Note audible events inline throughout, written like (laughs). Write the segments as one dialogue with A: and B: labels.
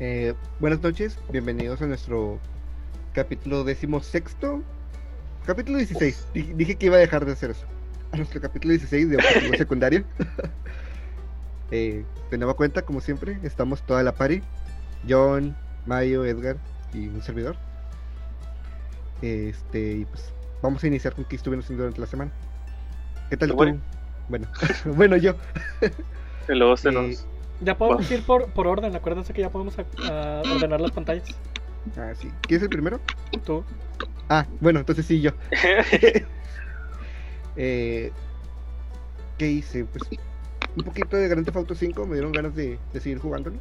A: Eh, buenas noches, bienvenidos a nuestro capítulo decimosexto. Capítulo 16. Di- Dije que iba a dejar de hacer eso. A nuestro capítulo 16 de objetivo secundario. eh, de nueva cuenta, como siempre, estamos toda la party. John, Mayo, Edgar y un servidor. Este, y pues vamos a iniciar con qué estuvimos haciendo durante la semana. ¿Qué tal
B: Qué
A: tú?
B: bueno.
A: Bueno, (laughs) bueno, yo.
B: Y luego se
A: Eh,
B: nos.
C: Ya podemos ir por, por orden, acuérdense que ya podemos a- a ordenar las pantallas.
A: Ah, sí. ¿Quién es el primero?
C: Tú.
A: Ah, bueno, entonces sí, yo. Eh, ¿Qué hice? Pues un poquito de Grand Theft Auto 5, me dieron ganas de, de seguir jugándolo.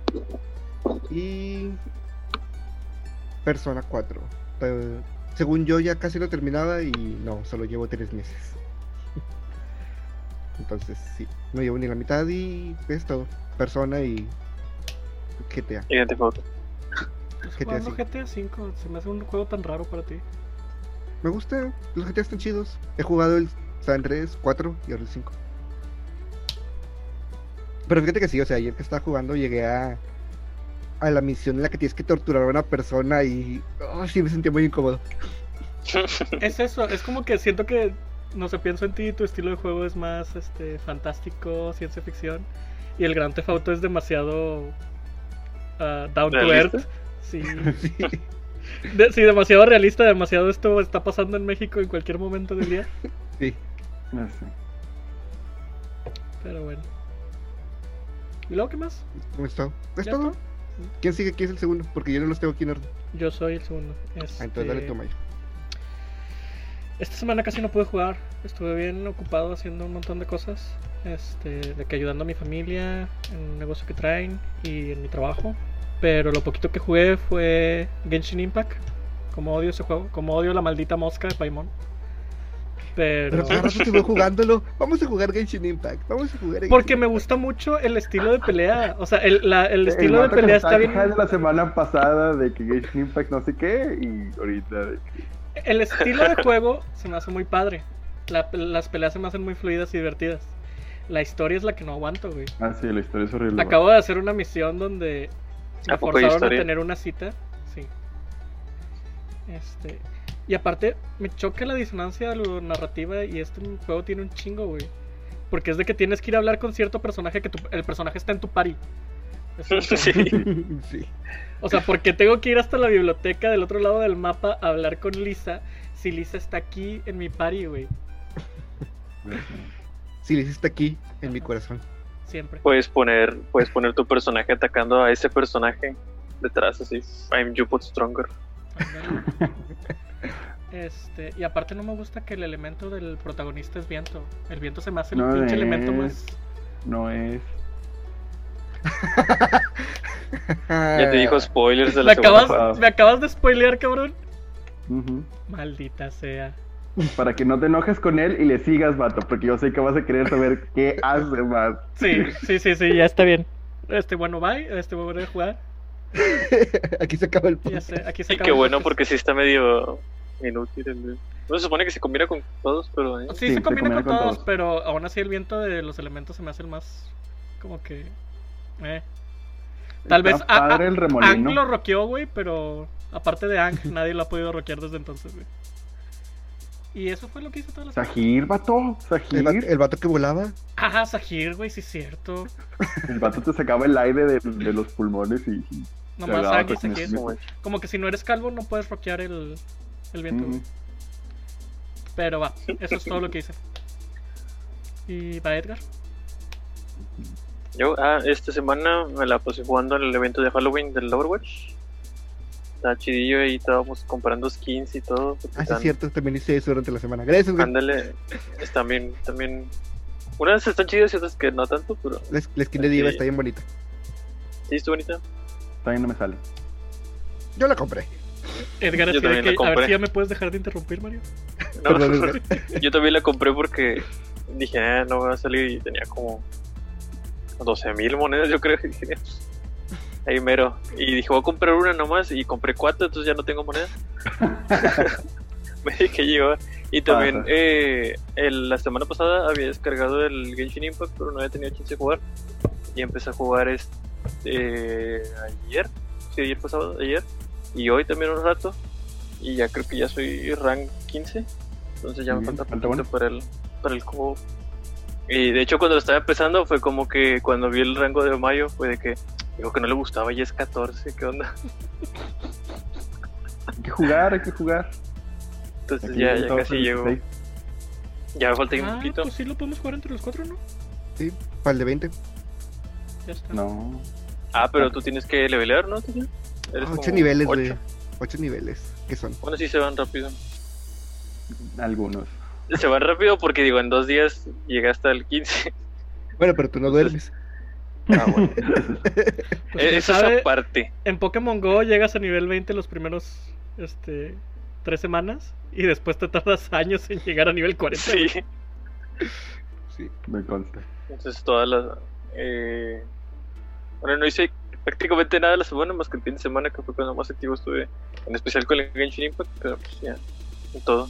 A: Y Persona 4. Eh, según yo ya casi lo terminaba y no, solo llevo tres meses. (laughs) Entonces sí, no llevo ni la mitad y es todo. Persona y GTA.
B: Identificado.
C: Estás
A: GTA
C: pues, jugando
A: cinco.
C: GTA V, se me hace un juego tan raro para ti.
A: Me gusta, los GTA están chidos. He jugado el San Andrés 4 y ahora el 5. Pero fíjate que sí, o sea, ayer que estaba jugando llegué a, a la misión en la que tienes que torturar a una persona y oh, sí me sentía muy incómodo. (laughs)
C: Es eso, es como que siento que, no sé, pienso en ti, tu estilo de juego es más este fantástico, ciencia ficción, y el Gran Theft Auto es demasiado ah, down to
B: ¿Realista?
C: earth. Sí.
A: Sí.
C: De- sí, demasiado realista, demasiado esto está pasando en México en cualquier momento del día.
A: sí.
D: No sé.
C: Pero bueno. ¿Y luego qué más?
A: ¿Cómo está? ¿Es
C: ¿Ya
A: todo?
C: está?
A: ¿Quién sigue? ¿Quién es el segundo? Porque yo no los tengo aquí en orden.
C: Yo soy el segundo.
A: Ah, entonces dale
C: Este-
A: tú, Mayo.
C: Esta semana casi no pude jugar. Estuve bien ocupado haciendo un montón de cosas. Este, de que ayudando a mi familia, en un negocio que traen y en mi trabajo. Pero lo poquito que jugué fue Genshin Impact. Como odio ese juego, como odio la maldita mosca de Paimon. Pero.
A: Pero cada rato te veo jugándolo. Vamos a jugar Genshin Impact. Vamos a jugar.
C: Porque me gusta mucho el estilo de pelea. O sea, el, la- el estilo de
D: vato que
C: pelea
D: estaba
C: está bien.
D: quejando la semana pasada de que Genshin Impact no sé qué y ahorita de que-
C: El estilo de juego se me hace muy padre. La- las peleas se me hacen muy fluidas y divertidas. La historia es la que no aguanto, güey.
D: Ah, sí, la historia es horrible.
C: Acabo de hacer una misión donde me
B: ¿A poco hay
C: forzaron a
B: historia?
C: tener una cita. Sí. Este. Y aparte, me choca la disonancia de lo narrativa y este juego tiene un chingo, güey. Porque es de que tienes que ir a hablar con cierto personaje que tu- el personaje está en tu party. Es como
B: (laughs) (laughs)
C: que-
B: Sí.
A: (laughs) sí.
C: O sea, porque tengo que ir hasta la biblioteca del otro lado del mapa a hablar con Lisa si Lisa está aquí en mi party, güey?
A: Sí, le hiciste aquí, en mi corazón.
C: Siempre.
B: Puedes poner, puedes poner tu personaje atacando a ese personaje detrás, así. I'm you but stronger.
C: Ándale. Este, y aparte no me gusta que el elemento del protagonista es viento. El viento se me hace el
D: No
C: pinche elemento
D: es.
C: más.
D: No es.
B: Ya te
A: Ah.
B: dijo spoilers de
C: Me
B: la segunda
C: acabas,
B: parte.
D: temporada.
C: me acabas de spoilear, cabrón.
D: Ujú.
C: Maldita sea.
D: Para que no te enojes con él y le sigas, vato, porque yo sé que vas a querer saber qué hace más.
C: Sí, sí, sí, sí, ya está bien. Este, bueno, bye. Este, voy a jugar.
A: (laughs) aquí se acaba el
C: Y Ya
A: podcast.
C: sé, aquí se
B: Y
C: acaba
B: qué
C: el
B: bueno,
C: podcast.
B: porque sí está medio inútil. el- No se supone que se combina con todos, pero. eh,
C: Sí,
D: Sí,
C: se
D: se
C: combina con,
D: combina con
C: todos,
D: todos.
C: pero aún así el viento de los elementos se me hace el más. Como que. Eh. Tal
D: Está
C: vez a-
D: padre
C: a-
D: el
C: Ang
D: remolino.
C: lo roqueó, güey, pero aparte de Ang, nadie lo ha podido roquear desde entonces, güey. Y eso fue lo que hizo toda la semana.
D: Sahir, vato. Sahir.
A: El,
D: El
A: va-
D: vato,
A: el vato que volaba.
C: Ah, Sahir, güey, sí es cierto.
D: te sacaba el aire de, de los pulmones y. y-
C: Nomás
D: Cagado,
C: Ang y
D: pues, en
C: Sahir.
D: eso.
B: como-
C: Como que si no eres calvo no puedes roquear el, el viento, güey.
D: Mm.
C: Pero va, eso es todo lo que hice. Y va Edgar.
B: Yo, ah, esta semana me la pasé jugando en el evento de Halloween del Overwatch. Está chidillo y estábamos comprando skins y todo. porque
A: Ah, sí, es
B: están-
A: cierto, también hice eso durante la semana. Gracias, güey.
B: Ándale, es también, también. Unas están chidas y otras que no tanto, pero
A: La, la skin de Diva está bien bonita.
B: sí, está bonita.
D: También no me sale.
A: Yo la compré.
C: Edgar,
B: Yo
C: así de
B: también la
C: que, a ver
B: compré.
C: si ya me puedes dejar de interrumpir, Mario.
B: No,
A: Perdón,
B: (laughs)
A: Edgar.
B: yo también la compré porque dije, "Ah, no va a salir y tenía como 12 mil monedas, yo creo. (laughs) que tenía. Ahí mero. Y dije, voy a comprar una nomás y compré cuatro, entonces ya no tengo monedas. (laughs) Me dije, llevar. Y también
D: Pasa.
B: eh, el- la semana pasada había descargado el Genshin Impact, pero no había tenido chance de jugar. Y empecé a jugar este, ayer, que ayer pasado, ayer, y hoy también un rato, y ya creo que ya soy rank 15, entonces ya
D: Muy
B: me
D: bien,
B: falta
D: falta
B: poquito
D: bueno.
B: para el, para el cubo. Y de hecho cuando lo estaba empezando fue como que cuando vi el rango de Mayo fue de que dijo que no le gustaba y es 14, ¿qué onda? (laughs)
D: Hay que jugar, hay que jugar.
B: Entonces
D: Aquí
B: ya, ya
D: estamos
B: casi
D: en el
B: llego.
D: 16.
B: Ya me falta un
C: Ah,
B: poquito.
C: pues sí lo podemos jugar entre los cuatro, ¿no?
A: Sí, para el de 20.
C: Ya está.
D: No.
B: Ah, pero tú tienes que levelear, ¿no? Tito?
A: 8
B: Eres como
A: Ah, niveles,
B: ocho.
A: güey. 8 niveles. ¿Qué son?
B: Bueno, sí se van rápido.
D: Algunos.
B: Se van rápido porque digo, en dos días llegué hasta el 15.
A: Bueno, pero tú no duermes.
B: Ah, (laughs) bueno.
C: Pues
B: Eh,
C: ya
B: Eso
C: sabe,
B: es aparte.
C: en Pokémon Go llegas a nivel 20 los primeros este, tres semanas y después te tardas (laughs) años en llegar a nivel 40.
B: Sí.
A: Sí.
D: Me consta.
B: Entonces todas las... eh, Bueno, no hice prácticamente nada la semana más que el fin de semana que fue cuando más activo estuve. En especial con el Genshin Impact, pero pues ya, en todo.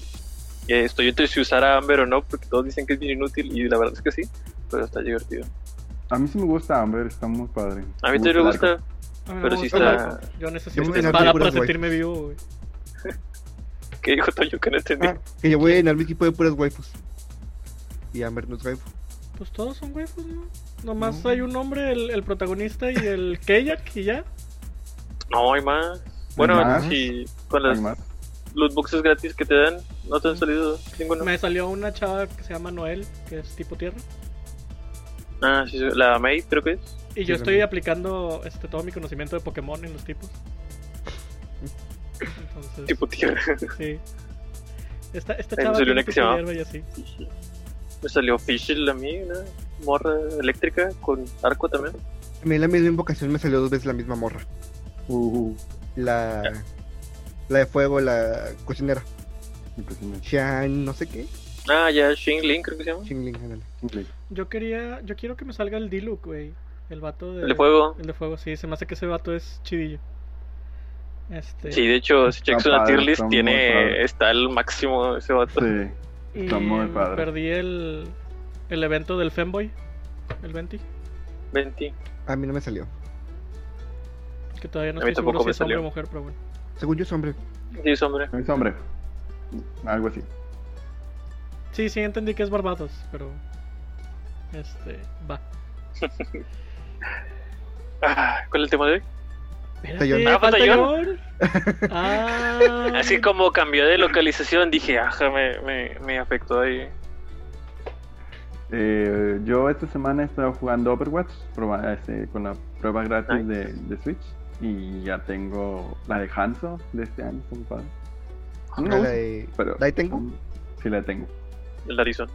B: Eh, estoy entre si usar a Amber o no, porque todos dicen que es bien inútil y la verdad es que sí, pero está divertido.
D: A mí sí me gusta Amber, está muy padre.
B: A mí también me gusta,
C: A mí no
A: Ah,
B: Pero
C: me
B: sí
C: gusta
B: está-
C: Marco. Yo necesito
A: pues, Yo
C: una
A: voy a ganar
C: espada
A: puras
C: para
A: guay.
C: sentirme vivo, güey.
B: que dijo Toño que no entendí.
A: Ah, que yo voy a llenar mi equipo de puras waifus. Y Amber no es waifu.
C: Pues todos son waifus, ¿no? Nomás
A: No.
C: hay un hombre, el, el protagonista y el Kayak y ya.
B: No, hay más. Bueno,
D: más?
B: si con
D: ¿Hay
B: las
D: más? Mm.
B: loot boxes gratis que te dan, no te han salido ninguno.
C: Me salió una chava que se llama Noel, que es tipo tierra.
B: Ah, sí, sí, la May creo que es.
C: Y yo
A: Sí,
C: estoy
A: también.
C: aplicando este, todo mi conocimiento de Pokémon en los
A: (laughs)
C: tipos. Entonces,
B: Tipo tierra.
C: sí. Esta, esta
B: Ahí me
C: chava
B: salió pues. una que
C: tiene tipo
B: se llama-
C: hierba y así.
B: Me salió Fischl a mí, una morra eléctrica con arco también.
A: A mí en la misma invocación me salió dos veces la misma morra.
D: Uh,
A: La. La de fuego, la cocinera.
D: impresionante.
A: Chan, no sé qué.
B: Ah, ya, Xing Ling creo que se llama.
A: Chingling, ándale.
C: Yo quería, yo quiero que me salga el Diluc, güey. El vato de...
B: El de fuego.
C: El de fuego, sí. Se me hace que ese vato es chidillo. Este...
B: Sí, de hecho, si checas una
D: padre,
B: tier list,
D: está muy
B: tiene,
D: padre.
B: está al máximo ese vato.
D: Sí. (laughs)
C: Y
D: Está muy
C: me
D: padre.
C: perdí el, el evento del Femboy, el 20,
B: 20.
A: A mí no me salió.
C: que todavía no
B: A mí
C: estoy
B: tampoco
C: seguro si
B: me
C: es hombre o
B: salió.
C: mujer, pero bueno.
A: Según yo es hombre.
B: Sí, es hombre.
D: Es hombre. Algo así.
C: Sí, sí, entendí que es Barbados, pero... Este, va.
B: Ah, ¿Cuál es el tema de hoy?
A: Tallón.
C: Espérate,
B: Ah, fue
C: falta
B: Tallón.
D: (laughs)
C: John. Ah,
B: Así como cambió de localización, dije, ajá, me, me, me afectó ahí.
D: Eh, yo esta semana he estado jugando Overwatch proba- este, con la prueba gratis
B: Nice.
D: de, de Switch y ya tengo la de Hanzo de este año, está muy padre. No
A: Ah,
D: me
A: la
D: gusta,
A: de-
D: pero
A: ¿la ahí tengo?
D: mm, Sí, la tengo.
B: El Arizona.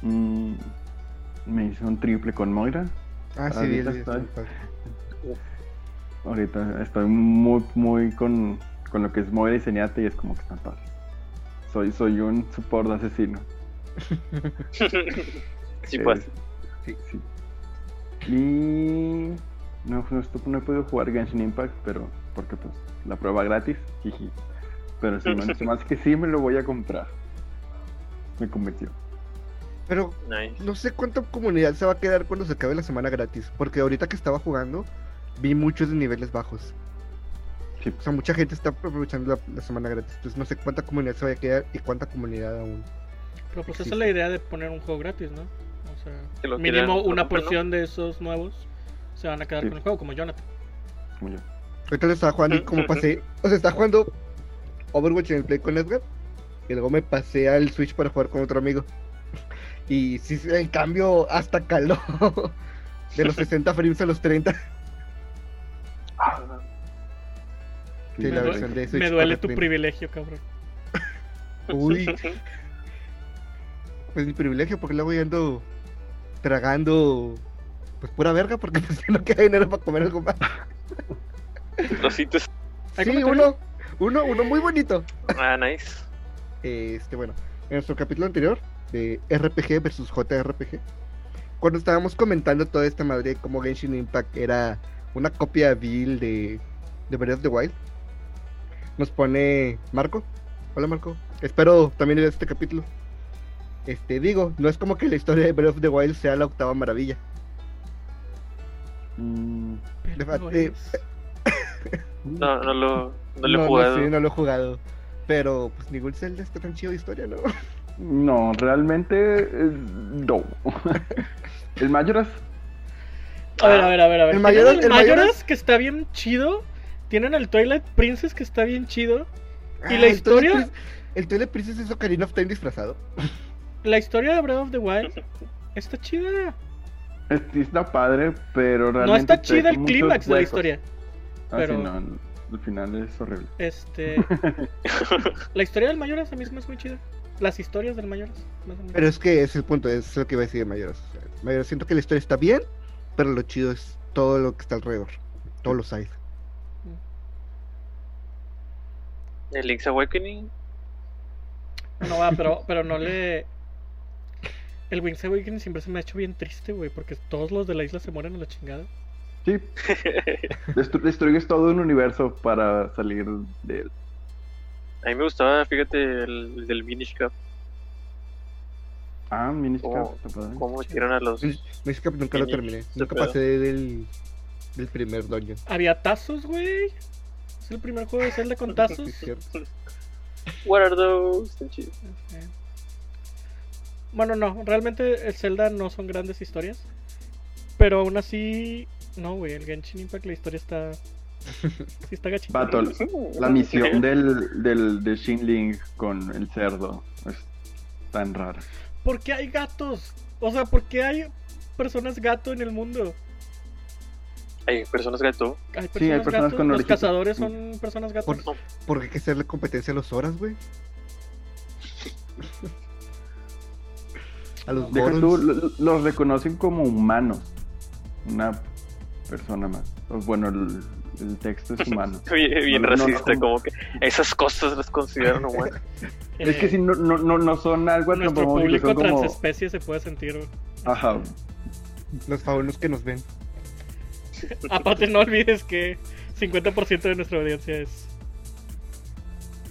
D: Mm, me hice un triple con Moira.
A: Ah, sí,
D: ahorita
A: vi el
D: está
A: video.
D: ahí. Ahorita estoy muy, muy con, con lo que es Moira y Zenyatta y es como que están padres. Soy, soy un support asesino.
B: sí,
D: Eh,
B: pues.
D: Sí, sí. Y no, no, estu- no he podido jugar Genshin Impact, pero porque pues la prueba gratis, jiji. Pero
B: (laughs)
D: sí, me- se me hace que sí me lo voy a comprar. Me convirtió.
A: Pero
B: Nice.
A: no sé cuánta comunidad se va a quedar cuando se acabe la semana gratis. Porque ahorita que estaba jugando, vi muchos de niveles bajos.
D: Sí, pues,
A: O sea, mucha gente está aprovechando la, la semana gratis. Entonces no sé cuánta comunidad se va a quedar y cuánta comunidad aún.
C: Pero pues esa es la idea de poner un juego gratis, ¿no? O sea,
B: Que lo quieran,
C: mínimo
B: lo
C: una
B: compren, ¿no?
C: porción de esos nuevos se van a quedar
D: Sí.
C: con el juego, como Jonathan.
D: como yo.
A: Ahorita lo estaba jugando y como pasé. O sea, estaba jugando Overwatch en el Play con Edgar. Y luego me pasé al Switch para jugar con otro amigo. (laughs) Y sí, sí, el cambio hasta caló. (laughs) De los 60 frames a los 30.
B: Ah,
A: Sí, la
C: Me
A: versión de Switch
C: Me duele
A: para
C: tu
A: Play.
C: privilegio, cabrón.
B: (laughs)
A: Uy, pues mi privilegio, porque luego ya ando tragando. Pues pura verga, porque (laughs) pues ya no queda dinero para comer algo más.
B: Rositos.
C: ¿Hay
A: Sí,
C: comentario?
A: uno, uno, uno muy bonito.
B: Ah, nice.
A: este, bueno, en nuestro capítulo anterior de RPG versus JRPG, cuando estábamos comentando toda esta madre como Genshin Impact era una copia vil de, de Breath of the Wild, nos pone Marco. Hola Marco, espero también leer este capítulo. Este, digo, no es como que la historia de Breath of the Wild sea la octava maravilla.
D: Mm,
C: Pero
A: de- eh,
C: es-
B: No, no lo, no lo he
A: no,
B: jugado.
A: sé, no lo he jugado. Pero pues ningún Zelda está tan chido de historia, ¿no? Ah,
D: No, realmente eh, no. (laughs) El Mayoras,
C: A ver, a ver, a ver, a ver.
A: El
C: Tienen
A: Mayoras-
C: el
A: el Mayoras-
C: Mayoras, que está bien chido. Tienen el Twilight Princess que está bien chido. ¿Y la
A: el
C: historia?
A: Twilight Prince- El Twilight Princess es Ocarina of Time disfrazado.
C: La historia de Breath of the Wild está chida.
D: es- está padre, pero realmente.
C: No está
D: te
C: chida
D: deja
C: el
D: muchos
C: clímax de la
D: huecos.
C: historia.
D: Ah,
C: pero-
D: sí, no, el final es horrible. (laughs)
C: Este. la historia del Mayoras a mí se me hace muy chida. Las historias del Mayoras. me hacen muy-
A: Pero es que ese es el punto, es lo que iba a decir de Mayoras. O sea, Mayoras, siento que la historia está bien, pero lo chido es todo lo que está alrededor. Todos los sides.
B: El Link's Awakening.
C: No va, pero,
A: (laughs)
C: pero no le. El Wings Awakening siempre se me ha hecho bien triste, güey, porque todos los de la isla se mueren a la chingada.
D: Sí, (laughs) destru- destruyes todo un universo para salir de él.
B: A mí me gustaba, fíjate, el, el del Minish Cup.
D: Ah, Miniscap,
B: Oh,
D: está padre.
B: ¿Cómo metieron a los.?
A: Miniscap nunca lo
B: Genial,
A: terminé.
B: este
A: Nunca
B: pedo.
A: pasé del, del primer dungeon.
C: Había tazos, güey. Es el primer
D: Ah,
C: juego de Zelda con
A: Sí,
C: tazos.
A: es cierto.
B: What are those? Están chidos.
C: Ok. Eh. Bueno, no, realmente el Zelda no son grandes historias. Pero aún así, no, güey, el Genshin Impact, la historia
D: (laughs)
C: está. Sí, está gachita.
D: Battle. La misión del, del, de Xinling con el cerdo es tan rara.
C: ¿Por qué hay gatos? O sea, ¿por qué hay personas gato en el mundo?
B: (laughs) Hay personas gato.
C: Hay personas,
D: hay personas
C: gato,
D: con
C: los
D: orejitas.
C: cazadores son personas gatos.
A: Por- Porque hay que hacerle competencia a los horas, güey. A los
D: Deja tú,
A: gorons.
D: lo- lo- los reconocen como humanos. Una persona más. O Bueno, el, el texto
C: (laughs)
D: es humano.
B: Bien, bien
D: No, no, no,
B: racista,
D: no.
B: como que esas cosas las consideran
D: (laughs)
B: humanas.
D: es que
C: Eh,
D: si no, no, no, no son algo
C: Nuestro
D: antropomórfico,
C: público
D: son como...
C: transespecie se puede sentir.
D: (laughs) Ajá.
A: Los faunos que nos ven.
C: Aparte, no olvides que 50% de nuestra audiencia es.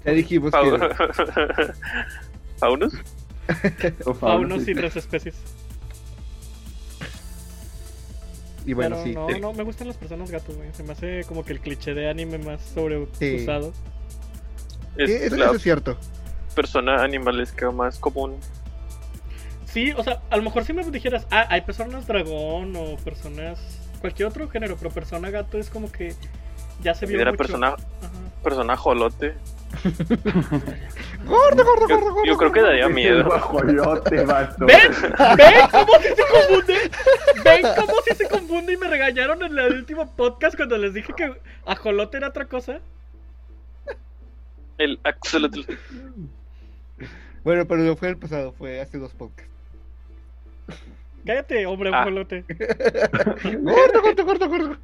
A: Ya dijimos
B: (laughs)
A: que
B: Fau- ¿Faunus?
D: o
C: Faunos y transespecies.
A: Y (laughs) bueno,
C: Pero
A: sí.
C: no,
A: te-
C: no, me gustan las personas gatos, güey. Se me hace como que el cliché de anime más sobreusado.
A: Sí,
B: Es
A: eso,
B: la
A: eso es cierto.
B: persona animalesca más común.
C: Sí, o sea, a lo mejor si me dijeras, ah, hay personas dragón o personas. cualquier otro género, pero persona gato es como que ya se vio.
B: Era
C: mucho.
B: persona,
C: Ajá.
B: persona jolote.
A: Gordo, gordo,
B: Yo,
A: gordo, gordo.
B: yo creo que
D: (laughs)
B: daría
D: El
B: miedo.
D: guajolote, vato.
C: ¿Ven? ¿Ven cómo si se confunde? ¿Ven cómo si se confunde? Y me regañaron en el último podcast cuando les dije que ajolote era otra cosa.
B: El (laughs) axolotl.
A: Bueno, pero no fue el pasado, fue hace dos podcasts.
C: Cállate, hombre
B: Ah.
C: ajolote.
A: Gordo, gordo, gordo, gordo.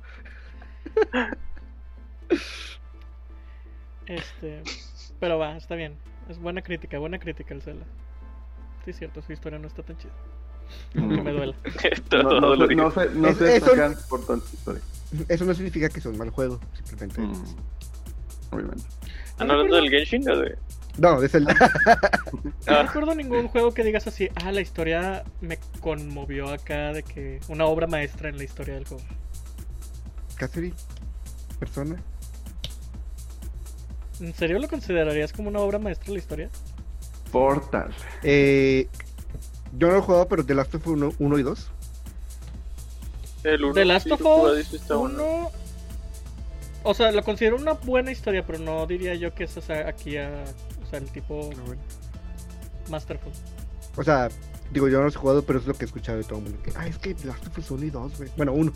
C: Este, pero va, está bien. Es buena crítica, buena crítica el Zelda. Sí, es cierto, su historia no está tan chida. aunque me duela.
B: Todo
D: Mm. No, no,
B: lo
D: sé-
B: digo.
D: no sé, no
A: Es-
D: sé
A: eso-
D: sacar por tanto. sorry.
A: Eso no significa que sea un mal juego, simplemente.
D: Mm, Obviamente.
B: ¿Están hablando Ah, del Genshin? o de-
A: No, es el. (laughs)
C: No
B: Ah.
C: recuerdo ningún juego que digas así, ah, la historia me conmovió acá de que una obra maestra en la historia del juego.
A: Cassidy, persona.
C: ¿En serio lo considerarías como una obra maestra en la historia?
D: Portal.
A: Eh, yo no lo he jugado, pero The Last of Us 1, y 2.
B: El uno,
C: The Last
B: sí,
C: of
B: lo jugué,
C: Us
B: dice, está bueno.
C: uno O sea, lo considero una buena historia, pero no diría yo que es o sea, aquí a, o sea, el tipo Masterful.
A: O sea, digo, yo no los he jugado, pero es lo que he escuchado de todo el mundo. que, ah, es que The Last of Us 1 y 2, güey. Bueno, 1.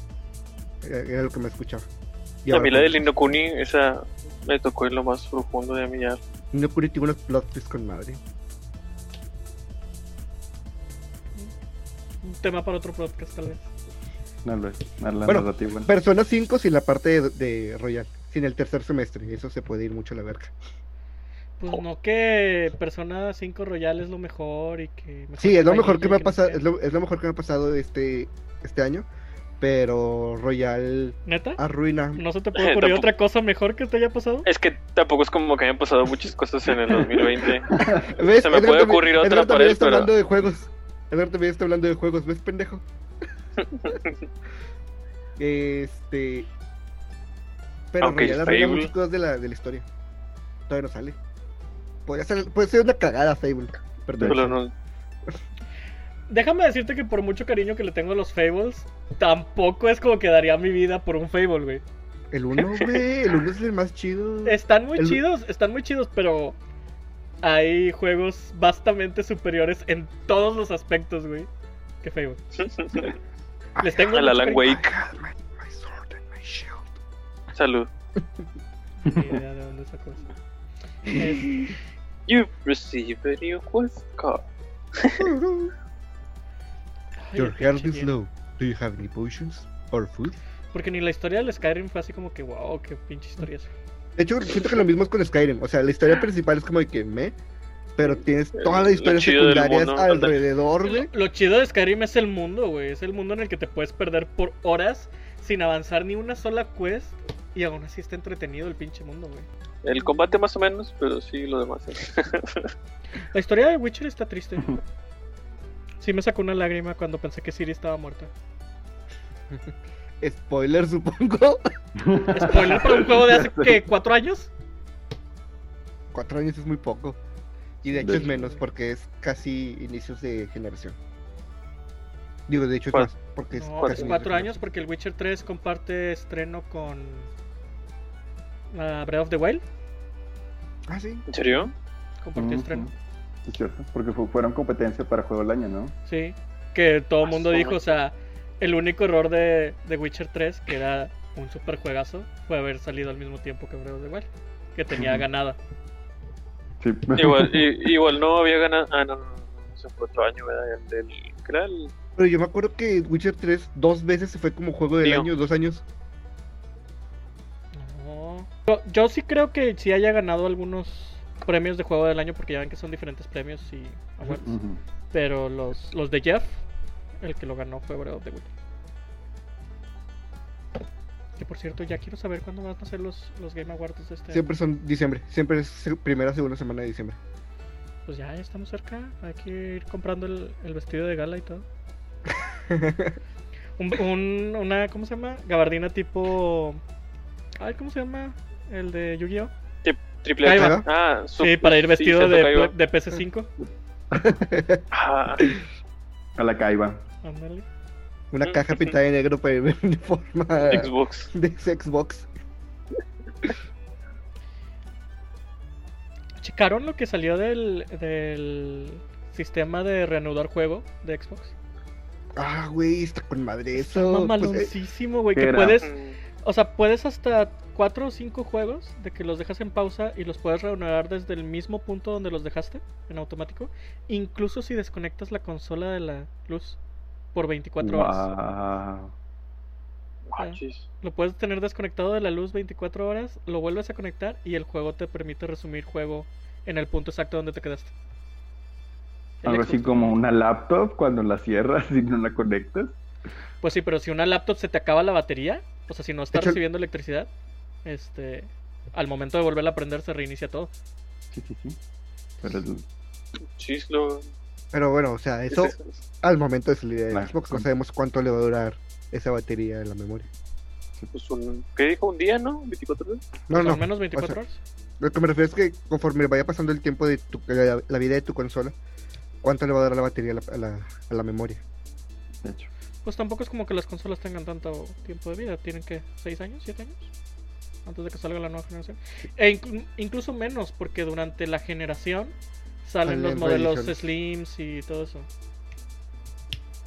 A: Era lo que me escuchaba. Y
B: A
A: ahora
B: mí la
A: con-
B: del
D: pues.
B: Inokuni, esa me tocó en lo más profundo de mi alma.
A: No pude tiene unos plot twists con madre.
C: Un tema para otro podcast, tal vez.
D: No lo es. no, la
A: Bueno,
D: narrativa.
A: Persona 5 sin la parte de, de Royal. Sin el tercer semestre. Eso se puede ir mucho a la verga.
C: Pues no que Persona 5 Royal es lo mejor y que... mejor
A: Sí, es lo
C: Vanilla
A: mejor que me ha
C: no
A: pasado.
C: sé.
A: Es lo, es lo mejor que me ha pasado este, este año. Pero Royal
C: ¿Neta?
A: arruina.
C: ¿No se te puede ocurrir
B: Tampoco. Eh.
C: otra cosa mejor que te haya pasado?
B: Es que tampoco es como que hayan pasado muchas cosas en el (laughs) 2020.
A: ¿Ves?
B: se me
A: Edgar
B: puede
A: también-
B: ocurrir otra
A: Edgar también
B: pared,
A: está
B: pero-
A: hablando de juegos. Edgar también está hablando de juegos. ¿Ves,
B: (laughs)
A: pendejo? este. Pero
B: Aunque
A: en realidad
B: Fable-
A: arruina muchas cosas de la, de la historia. Todavía no sale. Podría ser, puede ser una cagada Fable. Perdón.
B: Pero no-
C: Déjame decirte que por mucho cariño que le tengo a los Fables, tampoco es como que daría mi vida por un Fable, güey.
A: El 1, güey. El 1 es el más
C: (laughs)
A: chido.
C: Están muy
A: El-
C: chidos, están muy chidos, pero hay juegos vastamente superiores en todos los aspectos, güey. Que Fable.
A: Ah,
C: Les tengo
B: Al
C: mucho
B: Alan
C: cariño.
A: I
B: Wake.
A: got my, my sword and my shield.
B: Salud.
C: Ni idea de dónde sacó
A: (laughs)
C: eso. Es-
B: You receive a new quest card.
C: Ay,
A: Your
C: el
A: health
C: pinche
A: is
C: Jim.
A: low. Do you have any potions or food?
C: Porque ni la historia del Skyrim fue así como que, wow, qué pinche historia es.
A: De hecho, siento que lo mismo es con Skyrim. O sea, la historia principal es como de que me. Pero tienes todas
B: Lo
A: las historias
B: chido del
A: secundarias
B: mundo, ándale.
A: alrededor,
C: Lo,
A: güey.
C: lo chido de Skyrim es el mundo, güey. Es el mundo en el que te puedes perder por horas sin avanzar ni una sola quest y aún así está entretenido el pinche mundo, güey.
B: El combate más o menos, pero sí lo demás. es-
C: La historia de Witcher está triste. Sí me sacó una lágrima cuando pensé que Siri estaba muerta.
A: Spoiler, (laughs) supongo.
C: Spoiler para un juego de (laughs) hace que cuatro años.
A: Cuatro años es muy poco. Y de hecho
D: De
A: es
D: hecho.
A: menos porque es casi inicios de generación. Digo, de hecho es
B: Cuat-
A: más porque es
C: No,
A: casi
C: pues
A: inicios de
C: cuatro años
A: generación.
C: porque el Witcher 3 comparte estreno con ah, Breath of the Wild.
A: Ah, sí.
B: ¿En serio?
C: Compartió estreno.
D: Es cierto, porque fu- fueron competencia para juego del año, ¿no?
C: Sí, que todo el
B: Ah,
C: mundo
B: su
C: dijo, o
B: madre.
C: sea, el único error de, de Witcher 3, que era un super juegazo, fue haber salido al mismo tiempo que Breath of the Wild, que tenía
D: Ujú.
C: ganada.
D: Sí.
B: Igual, i- igual no había ganado. Ah, no, no, no. Eso fue otro año, ¿verdad? El del. ¿Qué era el?
A: Pero yo me acuerdo que Witcher 3 dos veces se fue como juego del
B: Tío.
A: año, dos años.
C: No. Yo, yo sí creo que sí haya ganado algunos premios de juego del año, porque ya ven que son diferentes premios y awards,
D: Ujú.
C: pero los, los de Jeff, el que lo ganó fue Breath of the Wild. Que por cierto, ya quiero saber cuándo van a ser los, los Game Awards de este año.
A: Siempre son diciembre. Siempre es se- primera, segunda semana de diciembre.
C: Pues ya, ya estamos cerca. Hay que ir comprando el, el vestido de gala
A: (laughs)
C: y todo. un, un- una, ¿cómo se llama? Gabardina tipo. Ay, ¿cómo se llama? El de Yu-Gi-Oh!
B: Triple
C: Ahí
B: A.
A: va.
B: Ah, su-
C: Sí, para ir vestido
B: sí,
C: de,
B: se tocó, ahí va.
C: pl- de PC5.
B: Ah,
D: A la caiba.
C: Ándale.
A: Una caja pintada de negro para ver de (laughs) forma
B: Xbox.
A: de Xbox.
C: ¿Checaron lo que salió del, del sistema de reanudar juego de Xbox?
A: Ah, güey, está con madre
C: Está
A: eso. Pues, eh,
C: mamaloncísimo, güey.
D: ¿qué
C: Que
D: era?
C: puedes.
B: Mm,
C: O sea, puedes hasta cuatro o cinco juegos de que los dejas en pausa y los puedes reanudar desde el mismo punto donde los dejaste, en automático, incluso si desconectas la consola de la luz por 24 horas.
D: Guau.
B: ah, chis.
C: Lo puedes tener desconectado de la luz 24 horas, lo vuelves a conectar y el juego te permite resumir juego en el punto exacto donde te quedaste. El
D: Algo así
C: Xbox.
D: como una laptop cuando la cierras y no la conectas.
C: Pues sí, pero si una laptop se te acaba la batería, o sea, si no está
A: hecho, el-
C: recibiendo electricidad, este, al momento de volverla a prender se reinicia todo.
D: Sí, sí, sí. Pero el-
B: Chis, lo.
A: Pero bueno, o sea, eso al momento de salida de
D: Nah,
A: Xbox no
D: con-
A: sabemos cuánto le va a durar esa batería de la memoria.
B: Pues un, ¿Qué dijo? ¿Un día, no? ¿24 horas?
A: No,
C: O
A: no.
C: sea, Pues al menos 24
A: o sea,
C: horas.
A: Lo que me refiero es que conforme vaya pasando el tiempo de tu- la, la vida de tu consola, cuánto le va a dar la batería a la, a la- a la memoria.
D: de hecho.
C: Pues tampoco es como que las consolas tengan tanto tiempo de vida. Tienen que 6 años, 7 años. Antes de que salga la nueva generación. E inclu- incluso menos, porque durante la generación salen
A: Salen
C: los modelos
A: reediciones.
C: Slims y todo eso.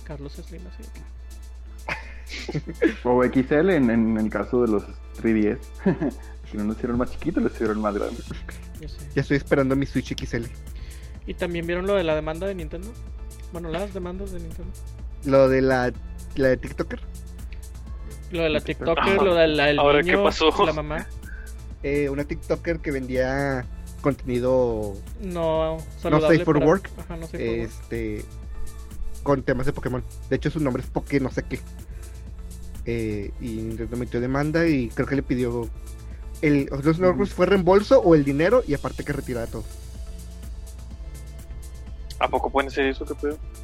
C: Carlos Slim, así. de que-
D: O XL en, en el caso de los 3DS. que no (laughs) los hicieron más chiquitos, los hicieron más grandes.
C: yo sé.
A: Ya estoy esperando mi Switch XL.
C: Y también vieron lo de la demanda de Nintendo. Bueno, las demandas de Nintendo.
A: Lo de la, la de TikToker.
C: Lo de la
D: TikTok.
C: TikToker, lo de la del
B: Ahora, ¿qué
C: niño,
B: pasó?
C: la mamá.
A: eh, una TikToker que vendía contenido
C: No, saludable
A: safe for
C: para-
A: work.
C: Ajá, no safe for work.
A: este con temas de Pokémon. De hecho, su nombre es Poké no sé qué. Eh, y Nintendo metió demanda y creo que le pidió el no sé no,
D: Ujú.
A: fue reembolso o el dinero y aparte que retirara todo.
B: ¿A poco pueden ser eso? ¿Qué pedo?
A: Pues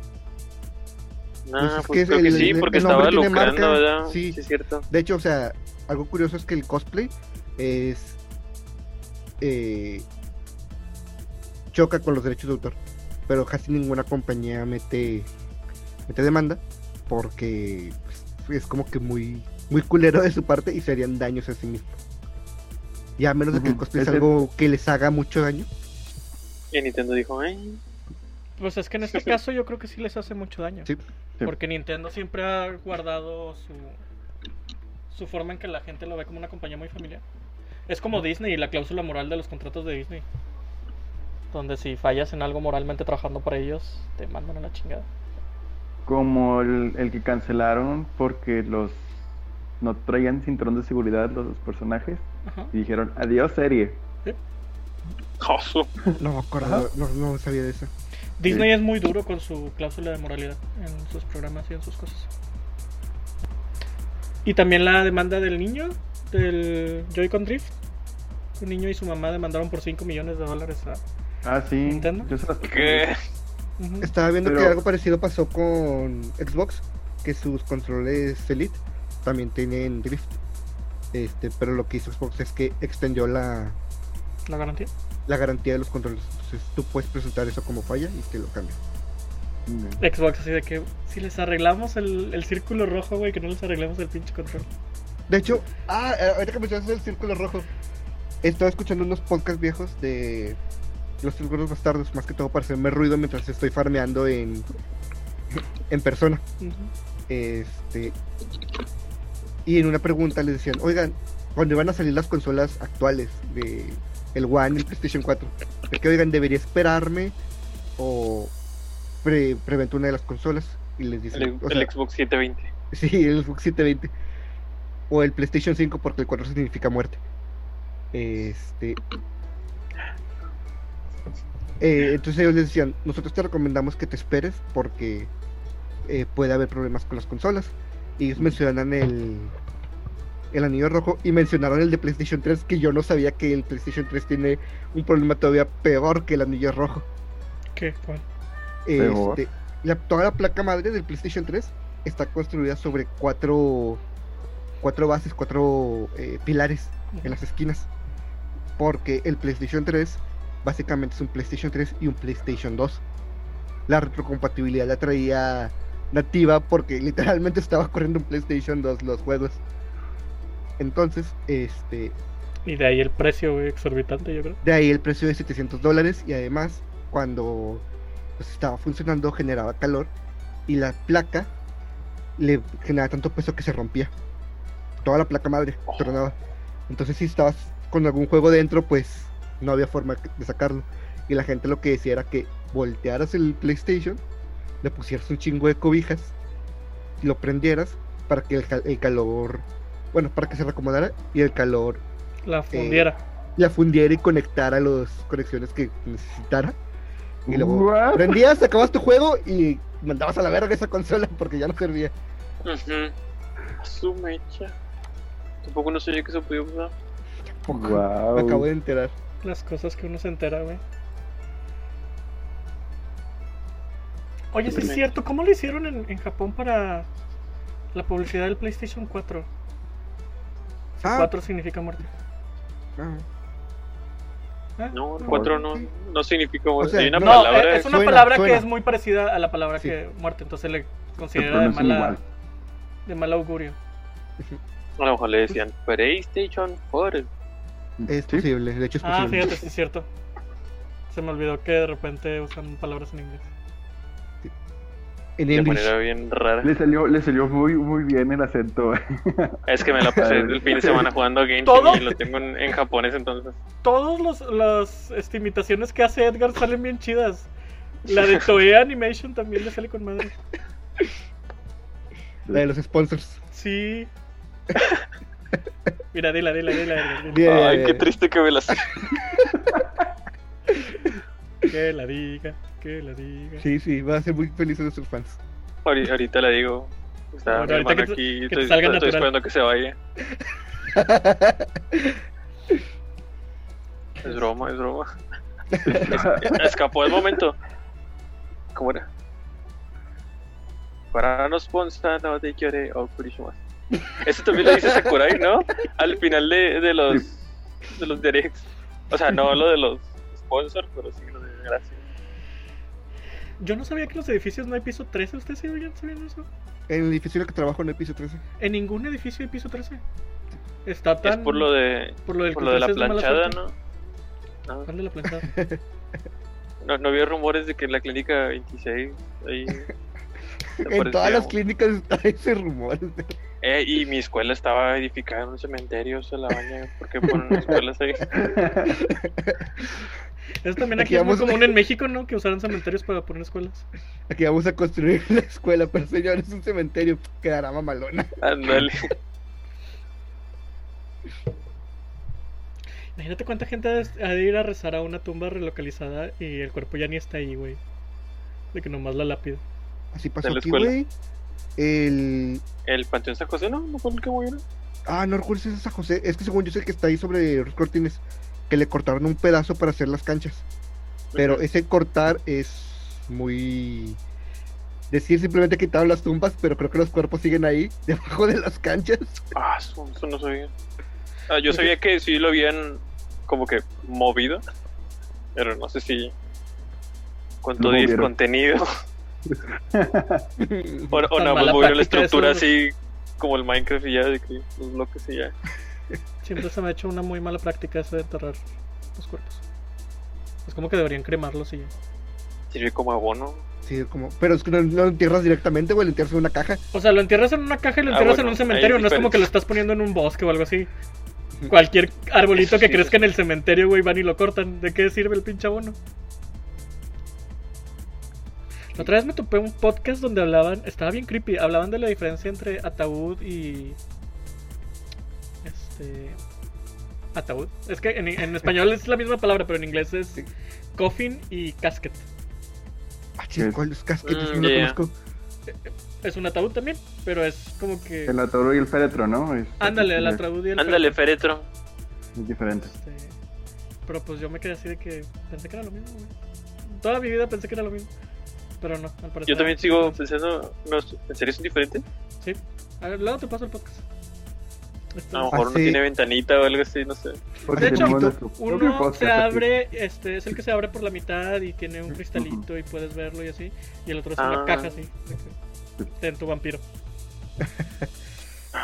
B: Nah,
A: es
B: pues
A: que
B: creo que
A: el-
B: sí,
A: el-
B: porque
A: el
B: estaba
A: nombre tiene
B: lucrando,
A: marca,
B: ¿verdad? Sí.
A: sí.
B: es cierto.
A: De hecho, o sea, algo curioso es que el cosplay es. eh, choca con los derechos de autor. Pero casi ninguna compañía mete, mete demanda porque pues, es como que muy, muy culero de su parte y serían daños a sí mismo. Y a menos de que el
D: Ujú,
A: cosplay es
D: ese-
A: algo que les haga mucho daño.
B: Y Nintendo dijo,
A: (laughs)
B: ay,
C: Pues es que en este caso yo creo que sí les hace mucho daño.
A: Sí.
D: Sí.
C: Porque Nintendo siempre ha guardado su, su forma en que la gente lo ve como una compañía muy familiar. Es como Disney y la cláusula moral de los contratos de Disney. Donde si fallas en algo moralmente trabajando para ellos, te mandan a la chingada.
D: Como el, el que cancelaron porque los no traían cinturón de seguridad los dos personajes
C: Ajá.
D: y dijeron adiós serie.
B: oh, su-
A: (laughs) No me acuerdo, no, no sabía de eso.
C: Disney es muy duro con su cláusula de moralidad en sus programas y en sus cosas. Y también la demanda del niño, del Joy-Con Drift. Un niño y su mamá demandaron por 5 millones de dólares a...
D: Ah, sí.
C: ¿Nintendo?
D: Yo se las toqué.
B: ¿qué?
C: Ujú.
A: Estaba viendo que
D: Pero-
A: algo parecido pasó con Xbox, que sus controles Elite también tienen drift. Este, pero lo que hizo Xbox es que extendió la,
C: (laughs) ¿La garantía?
A: la garantía de los controles. Entonces tú puedes presentar eso como falla y te lo cambian.
D: Mm.
C: Xbox, así de que si les arreglamos el, el círculo rojo, güey, que no les arreglemos el pinche control.
A: De hecho, ah, eh, ahorita que mencionaste el círculo rojo, estaba escuchando unos podcasts viejos de los círculos bastardos, más que todo para hacerme ruido mientras estoy farmeando en, en persona. Este. Y en una pregunta les decían, oigan, cuando van a salir las consolas actuales de el One y el PlayStation 4? Es que oigan, debería esperarme o pre prevento una de las consolas y les dicen,
B: El,
A: o
B: el
A: sea,
B: Xbox 720.
A: (laughs) sí, el Xbox 720 o el PlayStation 5 porque el 4 significa muerte. Este eh, entonces ellos les decían, nosotros te recomendamos que te esperes porque eh, puede haber problemas con las consolas. Y ellos mencionan el, el anillo rojo y mencionaron el de PlayStation 3, que yo no sabía que el PlayStation 3 tiene un problema todavía peor que el anillo rojo.
C: ¿Qué? ¿Cuál?
D: Peor.
A: Este, la, toda la placa madre del PlayStation 3 está construida sobre cuatro, cuatro bases, cuatro eh, pilares en las esquinas. Porque el PlayStation 3 básicamente es un PlayStation 3 y un PlayStation 2. La retrocompatibilidad la traía nativa porque literalmente estaba corriendo un PlayStation 2 los juegos. Entonces, este,
C: Y de ahí el precio, güey, exorbitante, yo creo.
A: de ahí el precio de 700 dólares y además cuando pues, estaba funcionando generaba calor y la placa le generaba tanto peso que se rompía. Toda la placa madre tronaba. Entonces si estabas con algún juego dentro pues no había forma de sacarlo. Y la gente lo que decía era que voltearas el PlayStation, le pusieras un chingo de cobijas, lo prendieras para que el, ca- el calor, bueno, para que se recomodara y el calor
C: La fundiera.
A: la fundiera y conectara las conexiones que necesitara. Y luego
D: What?
A: prendías, acabas tu juego y mandabas a la verga esa consola porque ya no servía.
B: Ujú. A Su mecha. Tampoco no sabía que se podía usar.
A: Poco.
D: Guau.
A: Me acabo de enterar.
C: Las cosas que uno se entera, güey. Oye, sí es
B: Sí.
C: cierto, ¿cómo lo hicieron en, en Japón para la publicidad del PlayStation 4?
A: Ah.
C: 4 significa muerte.
A: Ah,
C: ¿Eh?
B: No, el 4 no, no significa muerte.
A: O sea,
B: Hay una
A: no, eh,
C: No, eh,
B: palabra.
C: es una
A: suena,
C: palabra
A: suena.
C: que es muy parecida a la palabra
A: Sí.
C: que muerte, entonces le
D: Se
C: considera de
D: pronuncian
C: mala,
D: igual.
C: de mal augurio.
B: A lo mejor le decían PlayStation 4.
A: es
D: Sí.
A: posible, de hecho es
C: Ah,
A: posible.
C: fíjate, sí es cierto. Se me olvidó que de repente usan palabras en inglés.
A: en
B: De
A: English.
B: manera bien rara.
D: Le salió, le salió muy, muy bien el acento.
B: Es que me la pasé
A: (laughs)
B: el fin de semana jugando a
C: ¿Todo?
B: Genshin y lo tengo en, en japonés entonces.
C: Todas las este, imitaciones que hace Edgar salen bien chidas.
A: (laughs)
C: La de Toei Animation también le sale con madre.
A: La de los sponsors. (laughs)
C: Sí. Mira, dila, dila, dila. Edgar, dila.
A: Bien.
B: Ay, qué triste que me la sé.
C: Que la diga, que la diga.
A: Sí, sí, va a ser muy feliz a nuestros fans.
B: Ahori- Ahorita la digo. Está
C: Bueno,
B: mi
C: ahorita
B: hermano
C: que te-
B: aquí.
C: que te
B: Estoy,
C: salga
B: estoy
C: natural.
B: esperando que se
C: (laughs)
B: vaya. Es broma, es broma. Es- escapó el momento. ¿Cómo era? Para no sponsor, no te quiere, oh, Kurishima. Eso también lo dice Sakurai, ¿no? Al final de, de los de los directs. O sea, no lo de los sponsors, pero sí lo de gracias.
C: Yo no sabía que en los edificios no hay piso 13. ¿Ustedes sí oigan, sabían eso?
A: En el edificio en el que trabajo en el piso 13.
C: En ningún edificio hay piso 13. Está
B: Es
C: tan.
B: por lo de
C: por lo del
B: por lo de la
C: 13 es mala
B: planchada,
C: suerte.
B: ¿no? ¿no? Ah,
C: ¿Cuál de la planchada?
B: No, no había rumores de que en la clínica 26
C: (laughs)
B: ahí se
A: en todas las
B: parecía-
A: clínicas está ese rumor.
B: Eh, y mi escuela estaba edificada en un cementerio, se la baña, porque ponen escuelas
C: (laughs)
B: ahí.
C: Eso también
A: Aquí
C: aquí es muy
A: vamos-
C: común en México, ¿no? Que usaran cementerios para poner escuelas.
A: Aquí vamos a construir (laughs) la escuela, pero señor, es un cementerio. Quedará mamalona.
B: Ándale.
C: Imagínate cuánta gente ha de- ha de ir a rezar a una tumba relocalizada y el cuerpo ya ni está ahí, güey. De que nomás la lápida.
A: Así pasó
B: De la
A: aquí,
B: escuela.
A: güey. El.
B: El Panteón San José, ¿no? ¿No fue el que murió?
A: Ah, no recuerdo si es San José. Es que según yo sé que está ahí sobre los cortines. Que le cortaron un pedazo para hacer las canchas. Pero
B: Ujú.
A: ese cortar es muy. Decir simplemente quitaron las tumbas, pero creo que los cuerpos siguen ahí, (laughs) debajo de las canchas.
B: Ah, eso, eso no sabía. Ah, yo sabía que sí lo habían como que movido, pero no sé si cuánto
D: Lo
B: dice
D: movieron.
C: (laughs)
B: contenido o, o
C: Tan
B: nada más
C: mala
B: movieron la
C: práctica
B: estructura
C: eso.
B: así como el Minecraft y ya de que los bloques y ya.
C: Siempre se me ha hecho una muy mala práctica esa de enterrar los cuerpos. Es como que deberían cremarlos y ya.
B: Sirve como abono.
A: Sí, como. Pero es que no, no lo entierras directamente, güey, lo entierras en una caja.
C: O sea, lo entierras en una caja y lo
B: Ah,
C: entierras
B: bueno,
C: en un
B: ahí
C: cementerio.
B: es
C: no es como
B: diferente.
C: que lo estás poniendo en un bosque o algo así.
A: Ujú.
C: Cualquier arbolito
B: Eso
C: que
B: sí,
C: crezca
B: eso
C: en el cementerio, güey, van y lo cortan. ¿De qué sirve el pinche abono? La otra vez me topé un podcast donde hablaban, estaba bien creepy, hablaban de la diferencia entre ataúd y. Este. Ataúd. Es que en, en español es la misma palabra, pero en inglés es
A: Sí.
C: coffin y casket.
A: Ah, chis,
D: Es-
A: ¿cuál es casquete?
B: Mm,
A: Sí, no
B: yeah.
A: conozco.
C: Es un ataúd también, pero es como que.
D: (laughs) El ataúd y el féretro, ¿no? Es-
C: Ándale,
D: es-
C: el ataúd y el
B: Ándale,
C: féretro.
B: féretro.
D: Es diferente.
C: Este, pero pues yo me quedé así de que pensé que era lo mismo, güey. Toda mi vida pensé que era lo mismo. Pero no, al parecer.
B: Yo también sigo pensando, no, sé, ¿en serio son diferentes?
C: Sí. A ver, luego te paso el podcast. Este,
B: A lo mejor no
A: Ah, sí.
B: tiene ventanita o algo así, no sé.
D: Porque
C: De hecho,
D: tenemos nuestro propio
C: uno
D: podcast
C: se
D: aquí.
C: abre, este, es el que se abre por la mitad y tiene un cristalito y puedes verlo y así. Y el otro es una
B: Ah.
C: caja así. de que Ten tu vampiro.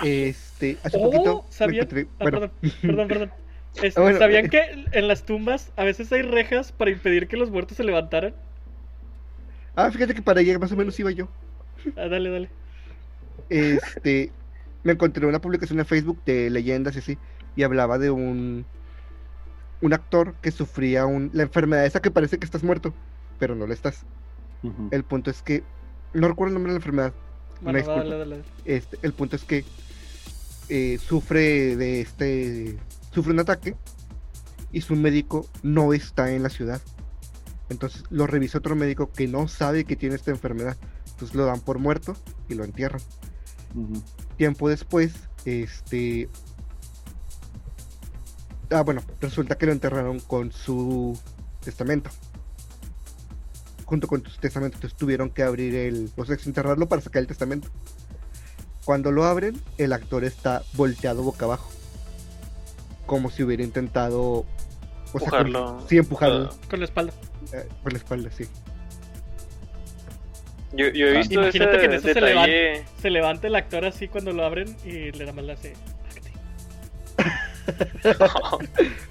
A: Este, hace
C: Oh,
A: poquito. me
C: ¿sabían?
A: encontré-
C: Ah,
A: bueno,
C: perdón,
A: (laughs)
C: perdón, perdón. Este,
A: Ah, bueno.
C: ¿Sabían que en las tumbas a veces hay rejas para impedir que los muertos se levantaran?
A: Ah, fíjate que para allá más o menos iba yo.
C: Ah, dale, dale.
A: Este, me encontré una publicación en Facebook de leyendas y así, y hablaba de un un actor que sufría un, la enfermedad esa que parece que estás muerto, pero no lo estás.
D: Ujú.
A: El punto es que no recuerdo el nombre de la enfermedad. Una
C: Bueno, va,
A: disculpa.
C: dale, dale.
A: Este, el punto es que eh, sufre de este sufre un ataque y su médico no está en la ciudad. Entonces lo revisa otro médico que no sabe que tiene esta enfermedad. Entonces lo dan por muerto y lo entierran.
D: Ujú.
A: tiempo después, este... Ah, bueno, resulta que lo enterraron con su testamento. Junto con su testamento, entonces tuvieron que abrir el... O sea, enterrarlo para sacar el testamento. Cuando lo abren, el actor está volteado boca abajo. Como si hubiera intentado... o sea, con-
B: Empujarlo.
A: sí, empujarlo
B: Ah,
C: Con la espalda.
A: eh, por la espalda, sí.
B: yo, yo he
D: Ah.
B: visto ese
C: Imagínate que en eso se
B: detalle.
C: Se levanta el actor así cuando lo abren y le da mal así.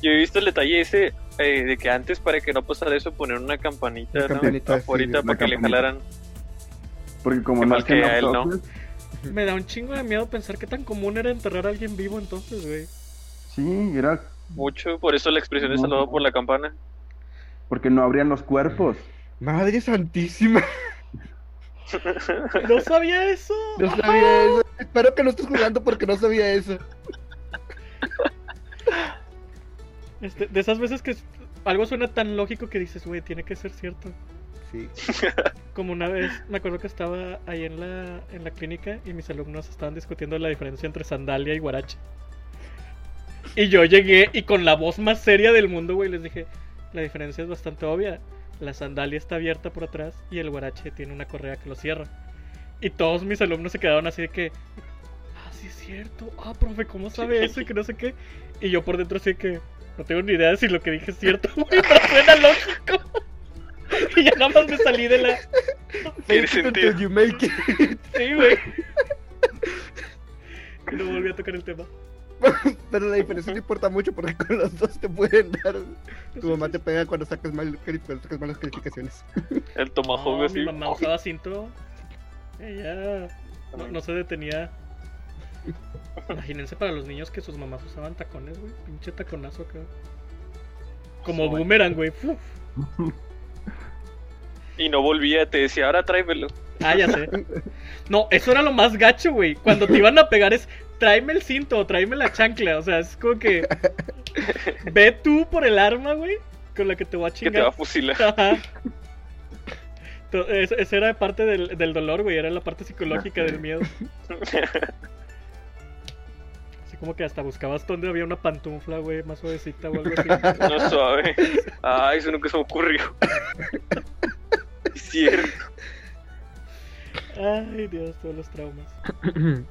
B: Yo he visto el detalle ese eh, de que antes para que no pasara eso ponían una campanita,
A: Una
B: ¿no?
A: campanita,
B: afuera
A: sí,
B: para
D: una
B: que le
D: campanita.
B: jalaran.
D: Porque como
B: Qué
D: no
B: mal que
D: hacen
B: a él, ¿no?
D: autopsias,
C: Me da un chingo de miedo pensar que tan común era enterrar a alguien vivo entonces, güey.
D: Sí, era
B: Mucho, por eso la expresión es
D: No.
B: salvado por la campana.
D: porque no abrían los cuerpos.
A: Madre santísima. (laughs)
C: No sabía eso.
A: No sabía eso. Espero que no estés jugando porque no sabía eso.
C: Este, de esas veces que s- algo suena tan lógico que dices, güey, tiene que ser cierto.
A: Sí.
C: Como una vez, me acuerdo que estaba ahí en la, en la clínica y mis alumnos estaban discutiendo la diferencia entre sandalia y guarache. Y yo llegué y con la voz más seria del mundo, güey, les dije, la diferencia es bastante obvia. La sandalia está abierta por atrás y el guarache tiene una correa que lo cierra. Y todos mis alumnos se quedaron así de que, ah, sí sí es cierto. Ah, profe, ¿cómo sabe eso? Y que no sé qué. Y yo por dentro así que no tengo ni idea de si lo que dije es cierto, (laughs) güey, pero suena lógico. (laughs) Y ya nada más me salí de la...
B: (laughs)
A: Fake
B: Tiene
A: it
B: sentido.
A: until you make it.
C: Sí, güey. Y (laughs) no volví a tocar el tema.
A: (laughs) Pero la diferencia no importa mucho porque con los dos te pueden dar. Tu mamá te pega cuando sacas, mal, cuando sacas malas calificaciones.
B: El
C: No,
B: tomahawk así.
C: mi mamá usaba cinto. Ella no, no se detenía. Imagínense para los niños que sus mamás usaban tacones, güey. Pinche taconazo acá. Como
D: Soy.
C: boomerang, güey. Uf.
B: Y no volvía, te decía, ahora tráemelo.
C: Ah, ya sé. No, eso era lo más gacho, güey. Cuando te iban a pegar es tráeme el cinto o tráeme la chancla. O sea, es como que. Ve tú por el arma, güey, con la que te voy a
B: Que te
C: chingar.
B: va a fusilar.
C: (laughs) Ajá. To- es- Esa era parte del, del dolor, güey. Era la parte psicológica del miedo. Así como que hasta buscabas donde había una pantufla, güey, más suavecita o algo así.
B: No es suave. Ah, eso nunca se
A: (laughs)
B: me ocurrió. Es Cierto.
C: Ay, Dios, todos los traumas.
A: (clears throat)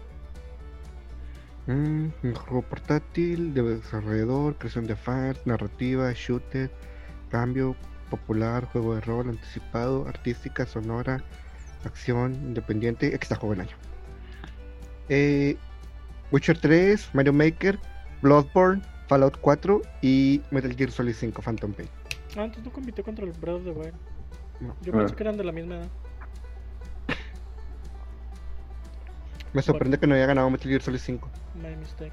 A: Mm, un juego portátil, de desarrollador, creación de fans, narrativa, shooter, cambio, popular, juego de rol, anticipado, artística, sonora, acción, independiente, extra joven año. Eh, Witcher 3, Mario Maker, Bloodborne, Fallout 4 y Metal Gear Solid 5 Phantom Pain.
C: Ah, entonces no compitió contra el Breath of the Wild.
A: No.
C: Yo
D: Ah.
C: pensé que eran de la misma edad.
A: Me sorprende que no haya ganado Metal Gear Solid 5.
C: My mistake.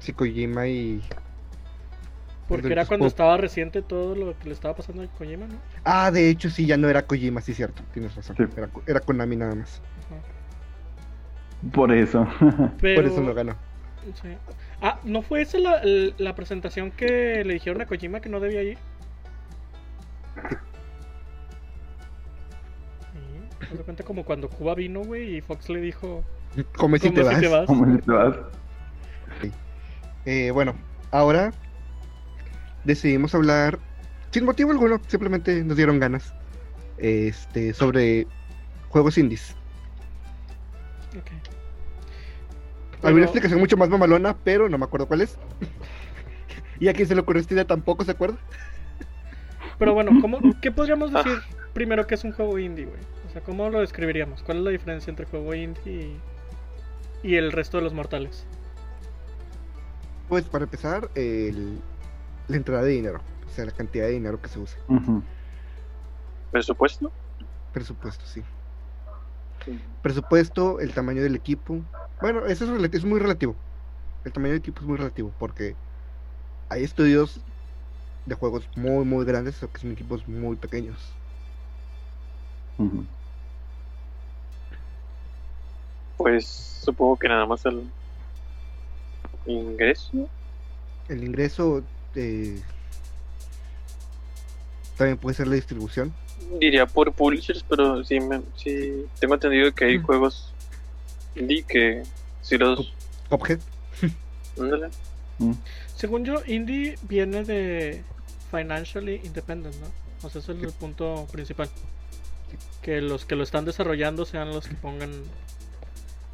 A: Si Kojima y...
C: Porque
A: del
C: era cuando
A: Xbox.
C: estaba reciente todo lo que le estaba pasando a Kojima, ¿no?
A: Ah, de hecho sí, ya no era Kojima, sí cierto, tienes razón.
D: Sí.
A: Era, era Konami nada más.
D: (laughs) Por (laughs) eso.
C: Pero...
A: Por eso no ganó.
C: sí. Ah, ¿no fue esa la, la- la presentación que le dijeron a Kojima que no debía ir? Sí, haz de cuenta como cuando Cuba vino, güey, y Fox le dijo...
A: Come si
C: "Como
A: Pues te vas. (laughs)
D: ¿Cómo se te vas?
A: Eh, bueno, ahora decidimos hablar, sin motivo alguno, simplemente nos dieron ganas, este, sobre juegos indies.
C: Ok.
A: Había una
C: Pero-
A: explicación mucho más mamalona, pero no me acuerdo cuál es. (laughs) y a quien se le ocurrió esta idea tampoco se acuerda.
C: Pero bueno,
A: (laughs)
C: ¿cómo, ¿qué podríamos decir primero que es un juego indie, güey? O sea, ¿cómo lo describiríamos? ¿Cuál es la diferencia entre juego indie y, y el resto de los mortales?
A: Pues para empezar, el- la entrada de dinero, o sea, la cantidad de dinero que se usa,
D: Ujú.
B: ¿Presupuesto?
A: presupuesto, sí. presupuesto, el tamaño del equipo. Bueno, eso es, relati- es muy relativo. El tamaño del equipo es muy relativo porque hay estudios de juegos muy, muy grandes o que son equipos muy pequeños.
D: Ujú.
B: Pues supongo que nada más el ingreso.
A: El ingreso eh, también puede ser la distribución.
B: Diría por publishers, pero sí, me- sí tengo entendido que hay
A: Mm.
B: juegos indie que si los...
A: Cuphead,
B: ándale.
D: Mm.
C: Según yo, indie viene de financially independent, ¿no? O sea, ese es el punto principal. Que los que lo están desarrollando sean los que pongan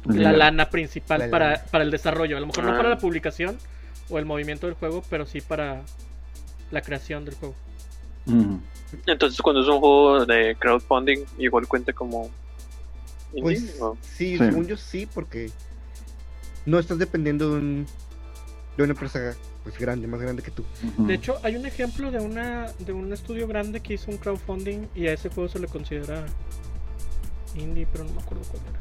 C: la lana principal
A: La
C: para,
A: lana.
C: para el desarrollo. A lo mejor no
B: Ah.
C: para la publicación o el movimiento del juego, pero sí para la creación del juego.
D: Ujú.
B: Entonces cuando es un juego de crowdfunding, igual cuenta como... indie,
A: pues
B: ¿o?
A: sí,
D: Sí.
A: según yo sí, porque no estás dependiendo de, un- de una empresa pues grande, más grande que tú.
D: Ujú.
C: De
D: (laughs)
C: hecho, hay un ejemplo de una de un estudio grande que hizo un crowdfunding y a ese juego se le considera indie, pero no me acuerdo cuál era.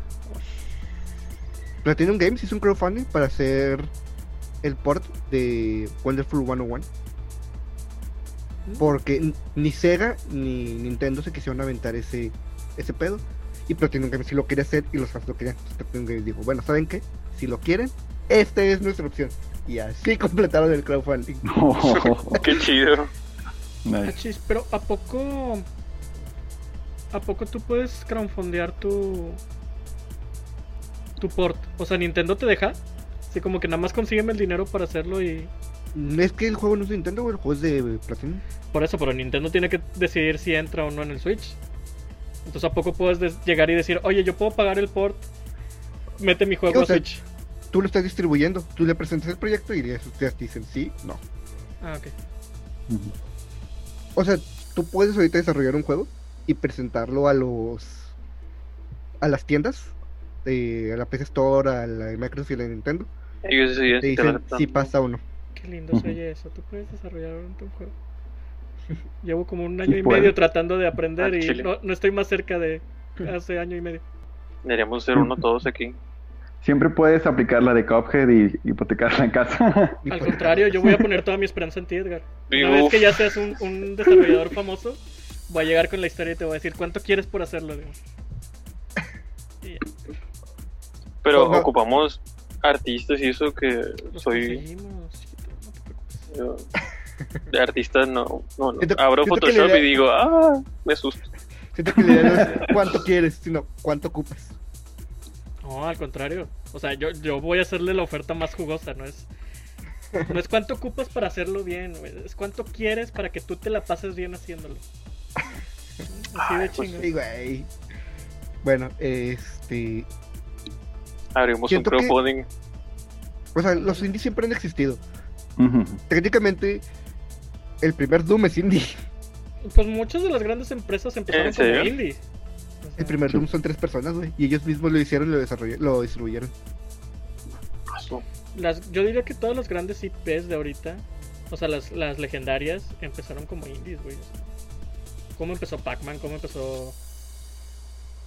A: Platinum Games hizo un crowdfunding para hacer el port de Wonderful 101. Porque n- ni Sega ni Nintendo se quisieron aventar ese, ese pedo. Y Platinum Games sí lo quería hacer y los fans lo querían. Entonces Platinum Games dijo, bueno, ¿saben qué? Si lo quieren, esta es nuestra opción. Y así (laughs) completaron el crowdfunding. (laughs)
B: Qué chido.
C: Ah,
D: Nice.
C: chis, pero ¿a poco a poco tú puedes crowdfundear tu tu port? O sea, Nintendo te deja Así como que nada más consígueme el dinero para hacerlo y
A: Es que el juego no es de Nintendo, güey, el juego es de Platinum.
C: por eso, pero Nintendo tiene que decidir si entra o no en el Switch. Entonces, ¿a poco puedes des- llegar y decir, oye, yo puedo pagar el port, mete mi juego
A: O
C: a
A: sea,
C: Switch?
A: Tú lo estás distribuyendo, tú le presentas el proyecto y ellos te dicen sí, no.
C: Ah, ok.
D: Ujú.
A: O sea, tú puedes ahorita desarrollar un juego y presentarlo a los a las tiendas, eh, a la PC Store, a la de Microsoft y a la de Nintendo.
B: Ellos sí,
A: Te
B: sí, te
A: dicen
B: van a-
A: si pasa o no.
C: Qué lindo se oye eso. Tú puedes desarrollar ahorita un juego. Llevo como un año
D: Sí
C: y
D: puedo.
C: medio tratando de aprender
B: Ah,
C: y
B: chile.
C: no, no estoy más cerca de hace año y medio.
B: Deberíamos ser uno todos aquí.
D: Siempre puedes aplicar la de Cuphead y hipotecar la casa.
A: Y
C: Al
A: pues,
C: contrario, yo voy
A: (laughs)
C: a poner toda mi esperanza en ti, Edgar. Una
B: Digo,
C: vez
B: uf.
C: que ya seas un, un desarrollador famoso, voy a llegar con la historia y te voy a decir cuánto quieres por hacerlo. Digo. Y ya, pues,
B: Pero
A: Ojo.
B: ocupamos artistas y eso que
C: los
B: soy
C: conseguimos, chiquito, no te preocupes.
B: yo- (laughs) de artistas no, no, no.
A: Siento-
B: abro
A: siento que la
B: Photoshop
A: idea-
B: y digo, ah, me asusto.
A: Siento que la idea no
B: (laughs)
A: es cuánto quieres, sino cuánto ocupas.
C: No, al contrario. O sea, yo, yo voy a hacerle la oferta más jugosa, no es. No es cuánto ocupas para hacerlo bien, güey, es cuánto quieres para que tú te la pases bien haciéndolo. Así de
B: pues
C: chingón.
A: Sí, güey. Bueno, este.
B: Abrimos
A: Siento
B: un
A: que-
B: crowdfunding.
A: O sea, los indies siempre han existido.
D: (laughs) Ujú.
A: Técnicamente, el primer Doom es indie.
C: Pues muchas de las grandes empresas empezaron
B: ¿En
C: como
B: serio?
C: indie. O sea,
A: El primer Doom son tres personas, güey. Y ellos mismos lo hicieron y lo, desarrollaron, lo distribuyeron.
B: Asu.
C: las- yo diría que todas las grandes IPs de ahorita, o sea, las, las legendarias, empezaron como indies, güey. o sea. ¿Cómo empezó Pac-Man? ¿Cómo empezó...?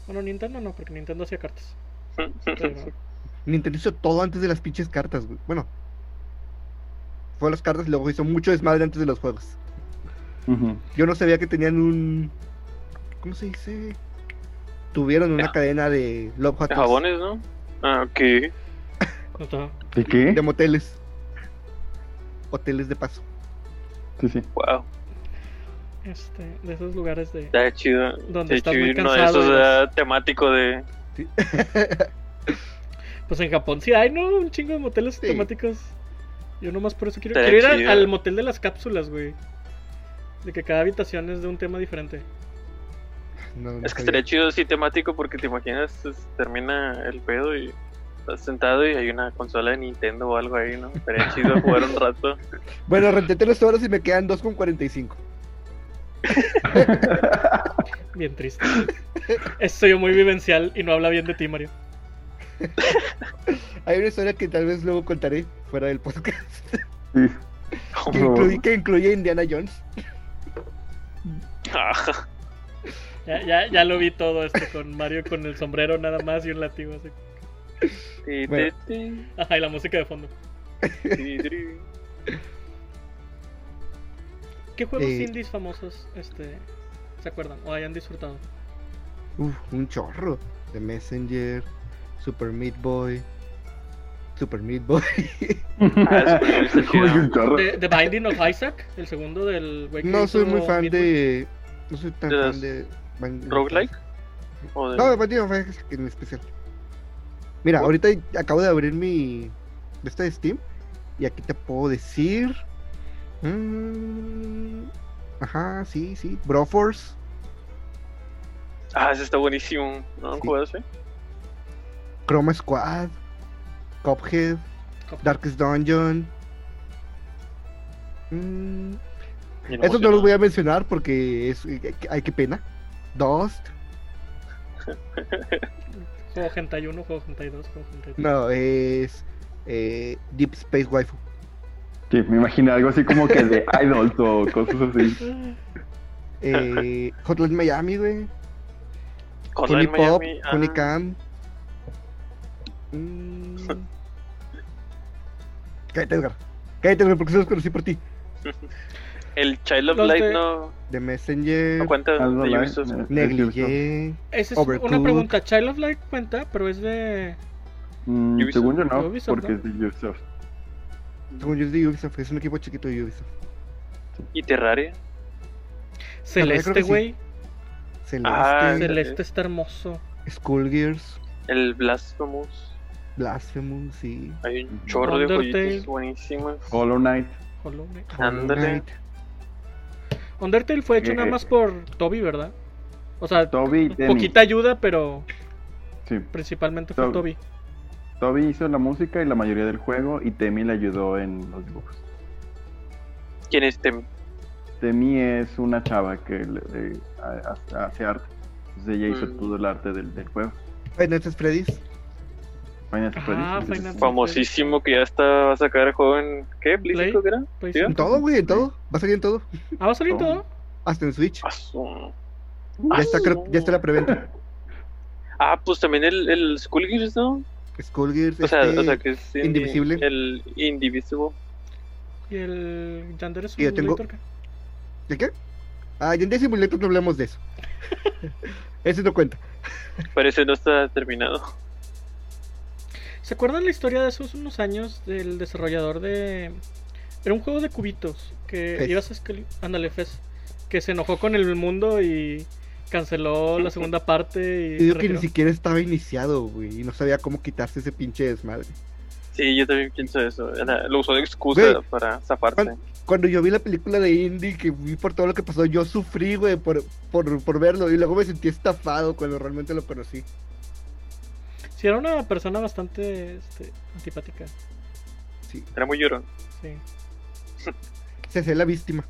C: Bueno, Nintendo no, porque Nintendo hacía cartas.
B: (laughs)
C: Pero-
A: Nintendo hizo todo antes de las pinches cartas, güey. Bueno, fue a las cartas y luego hizo mucho desmadre antes de los juegos.
D: Ujú.
A: Yo no sabía que tenían un. ¿Cómo se dice? Tuvieron una
B: Ja-
A: cadena de Love Hotels,
B: (laughs) Ah. Jabones, ¿no? Ah, ok.
C: no, no.
D: ¿De qué?
A: De moteles. Hoteles de paso.
D: Sí, (laughs) sí.
B: Wow.
C: Este, de esos lugares de...
B: Está chido.
C: Donde
B: Está
C: estás muy
B: chido uno de
C: cansado
B: esos
C: y
B: ¿verdad? temático de.
C: Pues en Japón sí hay, ¿no? Un chingo de moteles
A: Sí.
C: temáticos. Yo nomás por eso quiero,
B: Estaría
C: quiero ir a-
B: chido.
C: al motel de las cápsulas, güey. De que cada habitación es de un tema diferente.
A: No, no
B: Es que
A: sabía.
B: estaría chido así temático porque te imaginas, es- termina el pedo y estás sentado y hay una consola de Nintendo o algo ahí, ¿no? Estaría
C: (laughs)
B: chido jugar un rato. (laughs)
A: Bueno, renté tres horas y me quedan 2,45.
B: (laughs)
C: Bien triste. Eso yo muy vivencial y no habla bien de ti, Mario.
A: Hay una historia que tal vez luego contaré fuera del
B: (laughs)
A: podcast.
D: Sí.
A: Que,
D: Por favor. (laughs)
A: incluye, que incluye a Indiana Jones.
B: Ajá.
C: Ya, ya, ya lo vi todo esto con Mario con el sombrero nada más y un látigo así.
B: Ti,
A: Bueno.
B: ti,
C: Ajá, y la música de fondo.
B: ti, ti, ti.
C: ¿Qué juegos
A: Eh.
C: indies famosos este, se acuerdan o hayan disfrutado?
A: Uf, un chorro. The Messenger, Super Meat Boy, Super Meat Boy.
B: Ah, es muy
D: Como que un chorro.
C: The, The Binding of Isaac, el segundo del güey que
A: No soy
C: hizo
A: muy fan
C: Midway.
A: de. No soy tan
B: ¿De
A: fan
B: las
A: de. Band-
C: (laughs)
B: ¿Roguelike? O de-
A: No, de Bandido en especial. Mira, ahorita acabo de abrir mi. de esta de Steam. Y aquí te puedo decir. mm, ajá, sí, sí. Broforce.
B: Ah, ese está buenísimo. ¿No
A: Sí.
B: han jugado ese?
A: Chroma Squad, Cuphead,
C: Cuphead.
A: Darkest Dungeon. Mm,
B: Bien
A: estos no los
B: emocionado.
A: voy a mencionar porque es. eh, Ay, qué pena. Dust.
C: Juego Hentai 1, juego Hentai 2, juego Hentai 3.
A: No, es. eh, Deep Space
B: (laughs)
A: Waifu.
D: Sí, me imagino algo así como que (laughs) de idols o cosas así.
A: Eh, Hotline Miami, güey.
B: Con
A: Honey
B: el
A: Pop,
B: Miami. ah,
A: Honey
B: (laughs)
A: Cam. Mm. Cállate, Edgar. Cállate, Edgar, porque se los conocí por ti.
B: el Child of
C: Los
B: Light
C: de-
B: no,
A: The
B: no
A: Messenger.
B: cuenta de
D: Algo light,
B: Ubisoft.
D: eh.
A: Negligé.
C: Esa es
A: Overcooked.
C: una pregunta. Child of Light cuenta, pero es de.
D: Mm,
B: Ubisoft.
D: según yo no,
C: Ubisoft,
D: porque
C: ¿no?
D: es de Ubisoft.
A: Según yo es de Ubisoft, es un equipo chiquito de Ubisoft.
B: Y Terraria.
A: creo
C: Celeste,
A: que sí.
C: güey.
A: Celeste,
B: Ah, sí.
C: Celeste está hermoso.
A: Skullgears,
B: El Blasphemous.
A: Blasphemous, sí.
B: Hay un chorro de
C: Undertale.
B: joyitas buenísimas.
D: Hollow Knight.
C: Hollow Knight.
A: Hollow
B: Ándale.
A: Knight.
C: Undertale fue hecho
D: Eh.
C: nada más por Toby, ¿verdad? O sea,
D: Toby y Denny.
C: poquita ayuda, pero
D: Sí.
C: principalmente fue
D: Toby.
C: Toby.
D: Toby hizo la música y la mayoría del juego y Temi le ayudó en los dibujos.
B: ¿Quién es Temi?
D: Temi es una chava que le- eh, ha- ha- hace arte. Entonces ella hizo
B: Mm.
D: todo el arte del, del juego.
A: Five Nights at este Freddy's.
D: Final
C: Ah,
D: Fantasy
C: Final
D: XVI.
B: Famosísimo que ya está, va a sacar el juego en. ¿Qué?
C: Play.
B: ¿Blizzard creo que era?
C: Play
B: ¿Sí?
A: En
C: 5.
A: todo, güey, en todo. Va a salir en todo.
C: Pues Ah, va a salir todo.
A: Hasta en Switch.
B: Ah, su-
A: Ya está, creo- ya está la preventa.
B: Ah, pues también el, el Skullgirls, ¿no?
A: Skullgirls.
B: O sea,
A: este,
B: o sea que es. indi-
A: Indivisible.
B: El Indivisible.
C: Y el Yander es
A: Y yo tengo-
C: Simulator, ¿qué?
A: ¿De qué? Ah, y en Day Simulator no hablamos de eso. Ese no cuenta.
B: Parece no está terminado.
C: ¿Se acuerdan la historia de hace unos años del desarrollador de... Era un juego de cubitos que
A: Fez.
C: ibas a escal- Ándale, Fez. Que se enojó con el mundo y
A: (laughs)
C: canceló la segunda
A: Yo
C: parte y... se
A: digo que ni
C: retiró.
A: siquiera estaba iniciado, güey, y no sabía cómo quitarse ese pinche desmadre.
B: Sí, yo también pienso eso. Era- Lo usó de excusa
A: Güey.
B: para zafarte.
A: Cuando yo vi la película de Indy, que vi por todo lo que pasó, yo sufrí, güey, por, por, por verlo, y luego me sentí estafado cuando realmente lo conocí.
C: Sí, era una persona bastante este, antipática.
A: Sí,
B: Era muy llorón.
C: Sí,
A: se hace la víctima.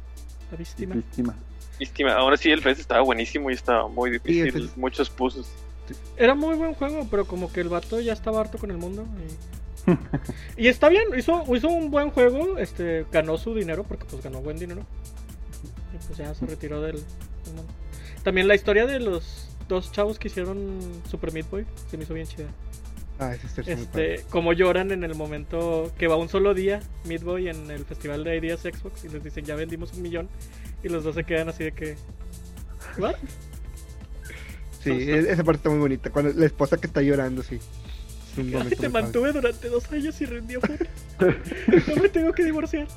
C: la víctima.
D: Víctima.
B: Estima- Ahora sí, el pez estaba buenísimo y estaba muy difícil.
A: el Fez.
B: Muchos puzzles.
C: Era muy buen juego, pero como que el vato ya estaba harto con el mundo. Y, y está bien, hizo, hizo un buen juego, este, ganó su dinero, porque pues ganó buen dinero. Y pues ya se retiró del, del mundo. También la historia de los dos chavos que hicieron Super Meat Boy se me hizo bien chida.
A: Ah, ese es muy padre.
C: Este, como lloran en el momento que va un solo día Meat Boy en el festival de Ideas Xbox y les dicen ya vendimos un millón. Y los dos se quedan así de que. ¿What?
A: Sí, e- esa parte está muy bonita, cuando la esposa que está llorando, sí. Es un
C: Ay,
A: momento
C: te
A: muy padre.
C: mantuve durante dos años y rendí amor. (laughs) No me tengo que divorciar.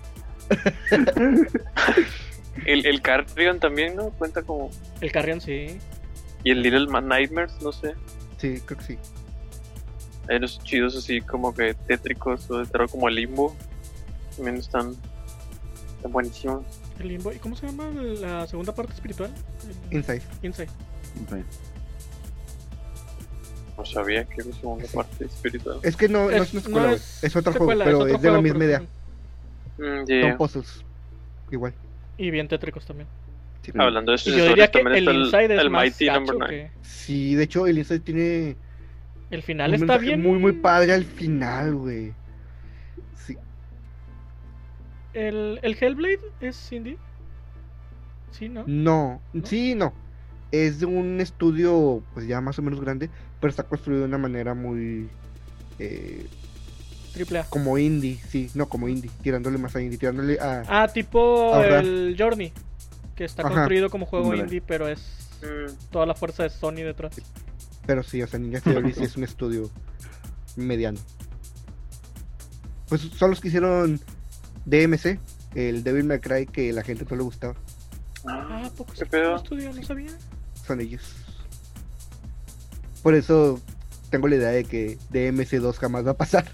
B: El, el Carrion también, ¿no? Cuenta como.
C: El Carrion sí.
B: Y el Little Man Nightmares, no sé.
A: Sí, creo que sí.
B: Hay unos chidos así como que tétricos o de terror como el Limbo. También están, están buenísimos.
C: El Limbo. ¿Y cómo se llama la segunda parte espiritual? El-
A: Inside.
C: Inside.
D: Entonces,
B: No sabía que era la segunda
A: Sí.
B: parte espiritual.
A: Es que no, no es,
C: Es-
A: una
C: no
A: escuela, güey, es,
C: es
A: otro
C: secuela,
A: juego, pero
C: otro
A: es, de la
C: juego,
A: misma
C: pero-
A: idea.
B: Mm,
A: Son
B: yeah.
A: puzzles. Igual.
C: Y bien tétricos también.
A: Sí.
B: Hablando de
C: Y
B: sucesores,
C: yo diría que
B: también
C: el
B: está el,
C: Inside es
B: el
C: más
B: Mighty
C: gacho
B: Number 9.
C: que-
A: Sí, de hecho, el Inside tiene
C: El final
A: un
C: está
A: mensaje
C: bien.
A: Muy, muy padre al final, güey. Sí.
C: El, el Hellblade es Cindy. Sí, ¿no?
A: No,
C: ¿No?
A: sí, no. Es de un estudio, pues ya más o menos grande, pero está construido de una manera muy. eh,
C: Triple A.
A: como indie, sí, no como indie, tirándole más a indie, tirándole a.
C: Ah, tipo
A: Ahora.
C: el Journey. Que está
A: Ajá.
C: construido como juego
D: Ándale.
C: indie, pero es
B: Mm,
C: toda la fuerza de Sony detrás.
A: Pero sí, o sea, Ninja Theory (laughs) sí es un estudio mediano. Pues son los que hicieron DMC, el Devil May Cry, que la gente no le gustaba.
C: Ah, poco
B: ¿Qué
C: se
B: pedo?
C: estudio, no sabía.
A: Son ellos. Por eso tengo la idea de que DMC2 jamás va a pasar.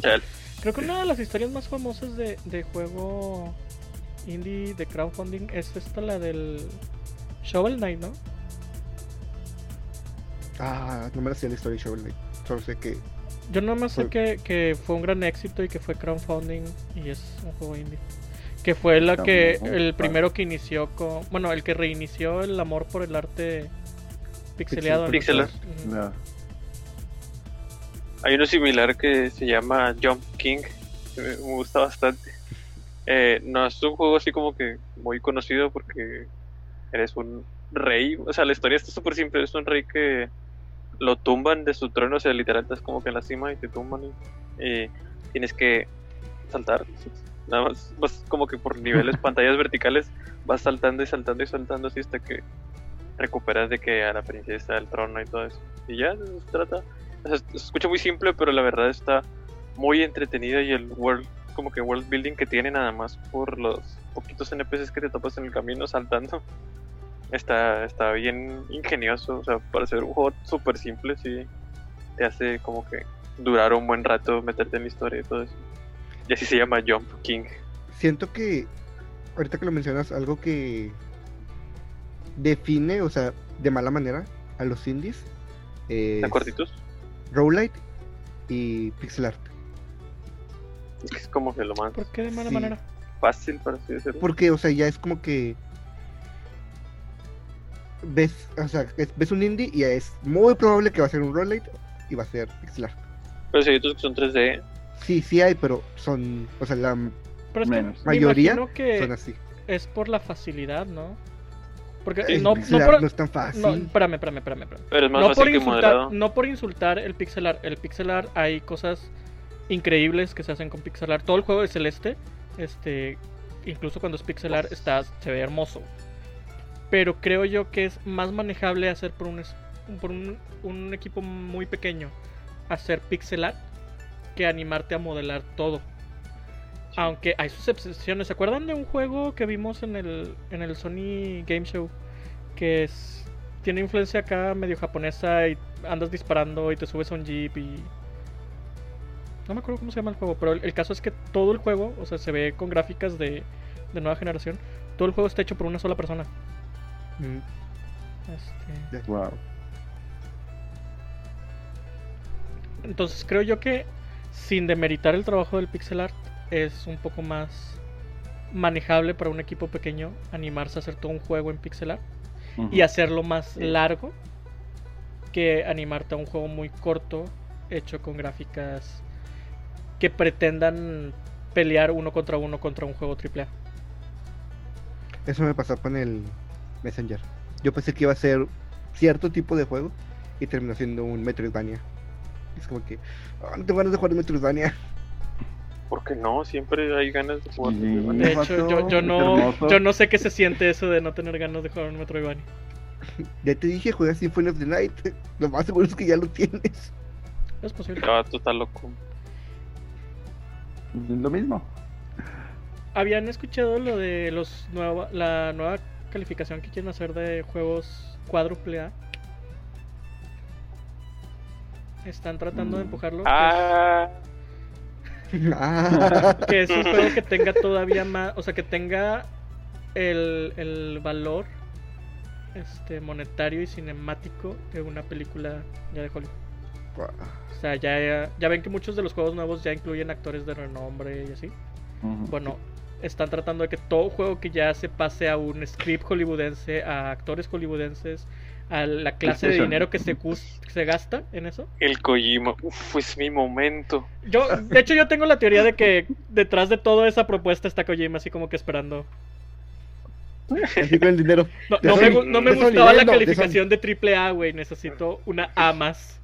B: chale.
C: Creo que una de las historias más famosas de, de juego indie de crowdfunding es esta, la del Shovel Knight, ¿no?
A: (laughs) Ah, no me la sé la historia de Shovel Knight. Solo sé que.
C: Yo nada más sé
A: Fue-
C: que, que fue un gran éxito y que fue crowdfunding y es un juego indie. Que fue la
D: Está
C: que,
D: muy
C: el
D: padre.
C: primero que inició con, bueno, el que reinició el amor por el arte pixeleado. ¿no? Pues,
B: Pixel art.
C: Ujú.
D: la-
B: Hay uno similar que se llama Jump King. que me me gusta bastante. Eh, no es un juego así como que muy conocido porque eres un rey. O sea, la historia está súper simple. Es un rey que lo tumban de su trono. O sea, literal, estás como que en la cima y te tumban. Y, y tienes que saltar. Nada más vas como que por niveles, pantallas verticales, vas saltando y saltando y saltando así hasta que recuperas de que a la princesa, al trono y todo eso. Y ya, de eso se trata. O sea, se escucha muy simple, pero la verdad está muy entretenida y el world, como que world building que tiene nada más por los poquitos NPCs que te topas en el camino saltando. (laughs) Está, está bien ingenioso, o sea, para ser un juego súper simple, sí. Te hace como que durar un buen rato, meterte en la historia y todo eso. Y así se llama Jump King.
A: Siento que. Ahorita que lo mencionas, algo que. Define, o sea, de mala manera, a los indies.
B: ¿Están
A: Es
B: cortitos?
A: Rowlight y pixel art.
B: Es que es como que lo más
C: ¿Por qué de mala
A: Sí.
C: manera?
B: fácil, para así decirlo.
A: Porque, o sea, ya es como que. Ves, o sea, es- ves un indie y es muy probable que va a ser un rollate y va a ser pixel art.
B: Pero si hay otros que son 3D,
A: Sí, sí hay, pero son. O sea, la m-
C: Pero es que
D: Menos.
C: me
A: Mayoría
C: imagino que
A: son así.
C: es por la facilidad, ¿no? Porque
B: Sí,
A: El
C: no, no,
A: pixel art
C: por,
A: no es tan fácil.
C: no, espérame, espérame, espérame, espérame.
B: pero es más
C: No por,
B: fácil que
C: insultar,
B: moderado.
C: no por insultar el pixel art. El pixel art hay cosas increíbles que se hacen con pixel art. Todo el juego de Celeste, este, incluso cuando es pixel art, está, se ve hermoso. Pero creo yo que es más manejable hacer por un, es- por un, un equipo muy pequeño hacer pixel art que animarte a modelar todo. Aunque hay sus excepciones. ¿Se acuerdan de un juego que vimos en el, en el Sony Game Show? Que es, tiene influencia acá medio japonesa y andas disparando y te subes a un jeep y... No me acuerdo cómo se llama el juego, pero el, el caso es que todo el juego, o sea, se ve con gráficas de, de nueva generación, todo el juego está hecho por una sola persona.
A: Mm,
C: Este,
D: Wow.
C: Entonces creo yo que sin demeritar el trabajo del pixel art es un poco más manejable para un equipo pequeño animarse a hacer todo un juego en pixel art
D: Ujú.
C: y hacerlo más
B: Sí.
C: largo que animarte a un juego muy corto hecho con gráficas que pretendan pelear uno contra uno contra un juego AAA.
A: Eso me pasó con el Messenger. Yo pensé que iba a ser cierto tipo de juego y terminó siendo un Metroidvania. Es como que. "Ah, no tengo ganas de jugar un Metroidvania.
B: Porque no, siempre hay ganas de jugar.
D: Sí.
B: Metroidvania.
C: De
D: Ujú.
C: hecho, yo, yo
D: Es
C: no,
D: hermoso.
C: yo no sé qué se siente eso de no tener ganas de jugar un Metroidvania.
A: Ya te dije, juega Symphony of the Night. (laughs) Lo más seguro es que ya lo (laughs) tienes.
C: Es posible.
B: El vato está loco.
D: Lo mismo.
C: ¿Habían escuchado lo de los nueva, la nueva calificación que quieren hacer de juegos cuádruple A? Están tratando de
D: Mm.
C: empujarlo.
B: Ah,
A: Ah,
C: que, es, que es un juego que tenga todavía más. O sea, que tenga el, el valor este monetario y cinemático de una película ya de Hollywood. O sea, ya, ya ven que muchos de los juegos nuevos ya incluyen actores de renombre y así.
D: Ujú. (laughs)
C: Bueno, están tratando de que todo juego que ya se pase a un script hollywoodense, a actores hollywoodenses, a la clase de
D: PlayStation.
C: dinero que se, gus- que se gasta en eso.
B: el Kojima. Uf, es mi momento.
C: Yo, de hecho, yo tengo la teoría de que detrás de toda esa propuesta está Kojima así como que esperando.
A: así con el dinero.
C: No,
A: Te
C: no
A: soy-
C: me, gu- no me
A: te soy
C: gustaba la
A: leyendo, te soy-
C: calificación de triple A, güey. Necesito una A más.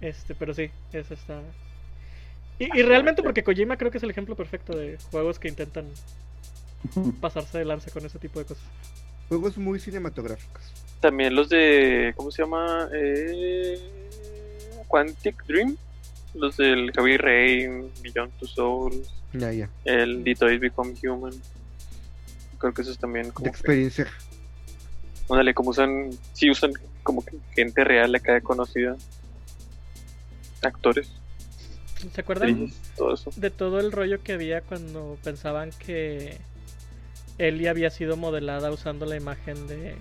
C: Este, pero sí, eso está. Y,
A: Ah,
C: y realmente porque Kojima creo que es el ejemplo perfecto de juegos que intentan pasarse de lanza con ese tipo de cosas.
A: Juegos muy cinematográficos.
B: También los de. ¿Cómo se llama? Eh, Quantic Dream. Los del Javi Rey, Beyond Two Souls,
A: Ya, ya.
B: el Detroit Become Human. Creo que eso es también
A: De
B: como. que-
A: experiencia.
B: Ándale, como usan. Sí, usan como que gente real acá conocida. Actores,
C: ¿Se acuerdan?
B: actrices, todo eso.
C: de todo el rollo que había cuando pensaban que Ellie había sido modelada usando la imagen de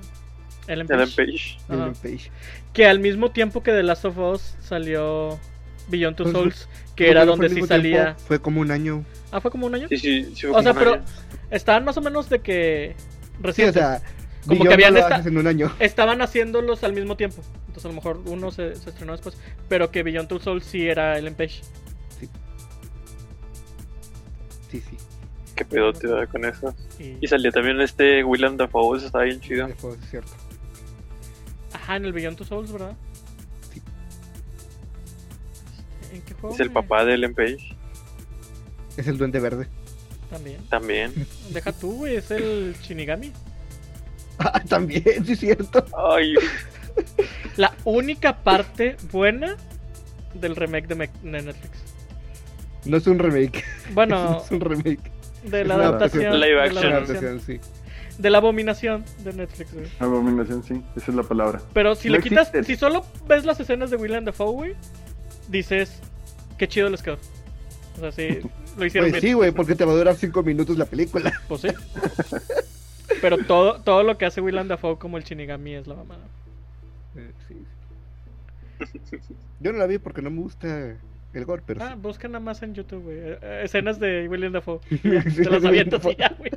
C: Ellen Page.
B: Ellen Page.
A: de
C: Ajá.
A: Ellen Page.
C: Que al mismo tiempo que The Last of Us salió Beyond Two
A: Pues,
C: Souls, que
A: Como no
C: era
A: fue
C: donde
A: al
C: sí
A: mismo tiempo,
C: salía.
A: Fue como un año.
C: Ah, fue como un año.
B: Sí, sí, sí. fue
C: o sea,
B: como
C: pero
B: una-
C: estaban más o menos de que
A: Sí, o
C: recientes.
A: sea.
C: Como
A: Beyond
C: que habían
A: no lo
C: esta-
A: haces en un año.
C: Estaban haciéndolos al mismo tiempo. Entonces a lo mejor uno se, se estrenó después. Pero que Beyond Two Souls sí era Ellen Page.
A: Sí, sí.
B: Qué pedo te da con eso.
C: Y-
B: Y salió también este William Dafoe, eso está bien chido.
A: de juegos, es cierto.
C: Ajá, en el Beyond Two Souls, ¿verdad?
A: Sí.
C: Este, ¿En qué juego?
B: Es el
C: me-
B: papá de Ellen Page
A: Es el Duende Verde. (laughs)
C: También.
B: también.
C: Deja tú, güey, es el Shinigami.
A: Ah, también, sí, es cierto.
B: (laughs) Ay,
C: La única parte buena del remake de, Mec- de Netflix.
A: No es un remake.
C: Bueno,
A: (laughs) es un remake.
C: de
A: es
C: la
A: una
C: adaptación.
A: adaptación.
B: Live
C: de la
A: Es
B: action.
A: una
C: adaptación,
A: adaptación, sí.
C: de la abominación de Netflix, güey.
D: Abominación, sí. Esa es la palabra.
C: Pero si
D: No
C: le quitas,
D: existe.
C: si solo ves las escenas de William Dafoe, güey, dices, qué chido les quedó. O sea, sí, lo hicieron
A: Pues sí,
C: bien.
A: güey, porque te va a durar cinco minutos la película.
C: Pues sí. Pero todo, todo lo que hace William Dafoe como el Shinigami es la mamada.
A: Eh, sí. (laughs) Yo no la vi porque no me gusta el gore, pero
C: Ah,
A: Pues sí.
C: busca nada más en YouTube, güey. eh, eh, Escenas de William Dafoe. (laughs) Ya,
A: Sí,
C: Te las
A: William
C: avientas
A: Dafoe.
C: y ya, güey.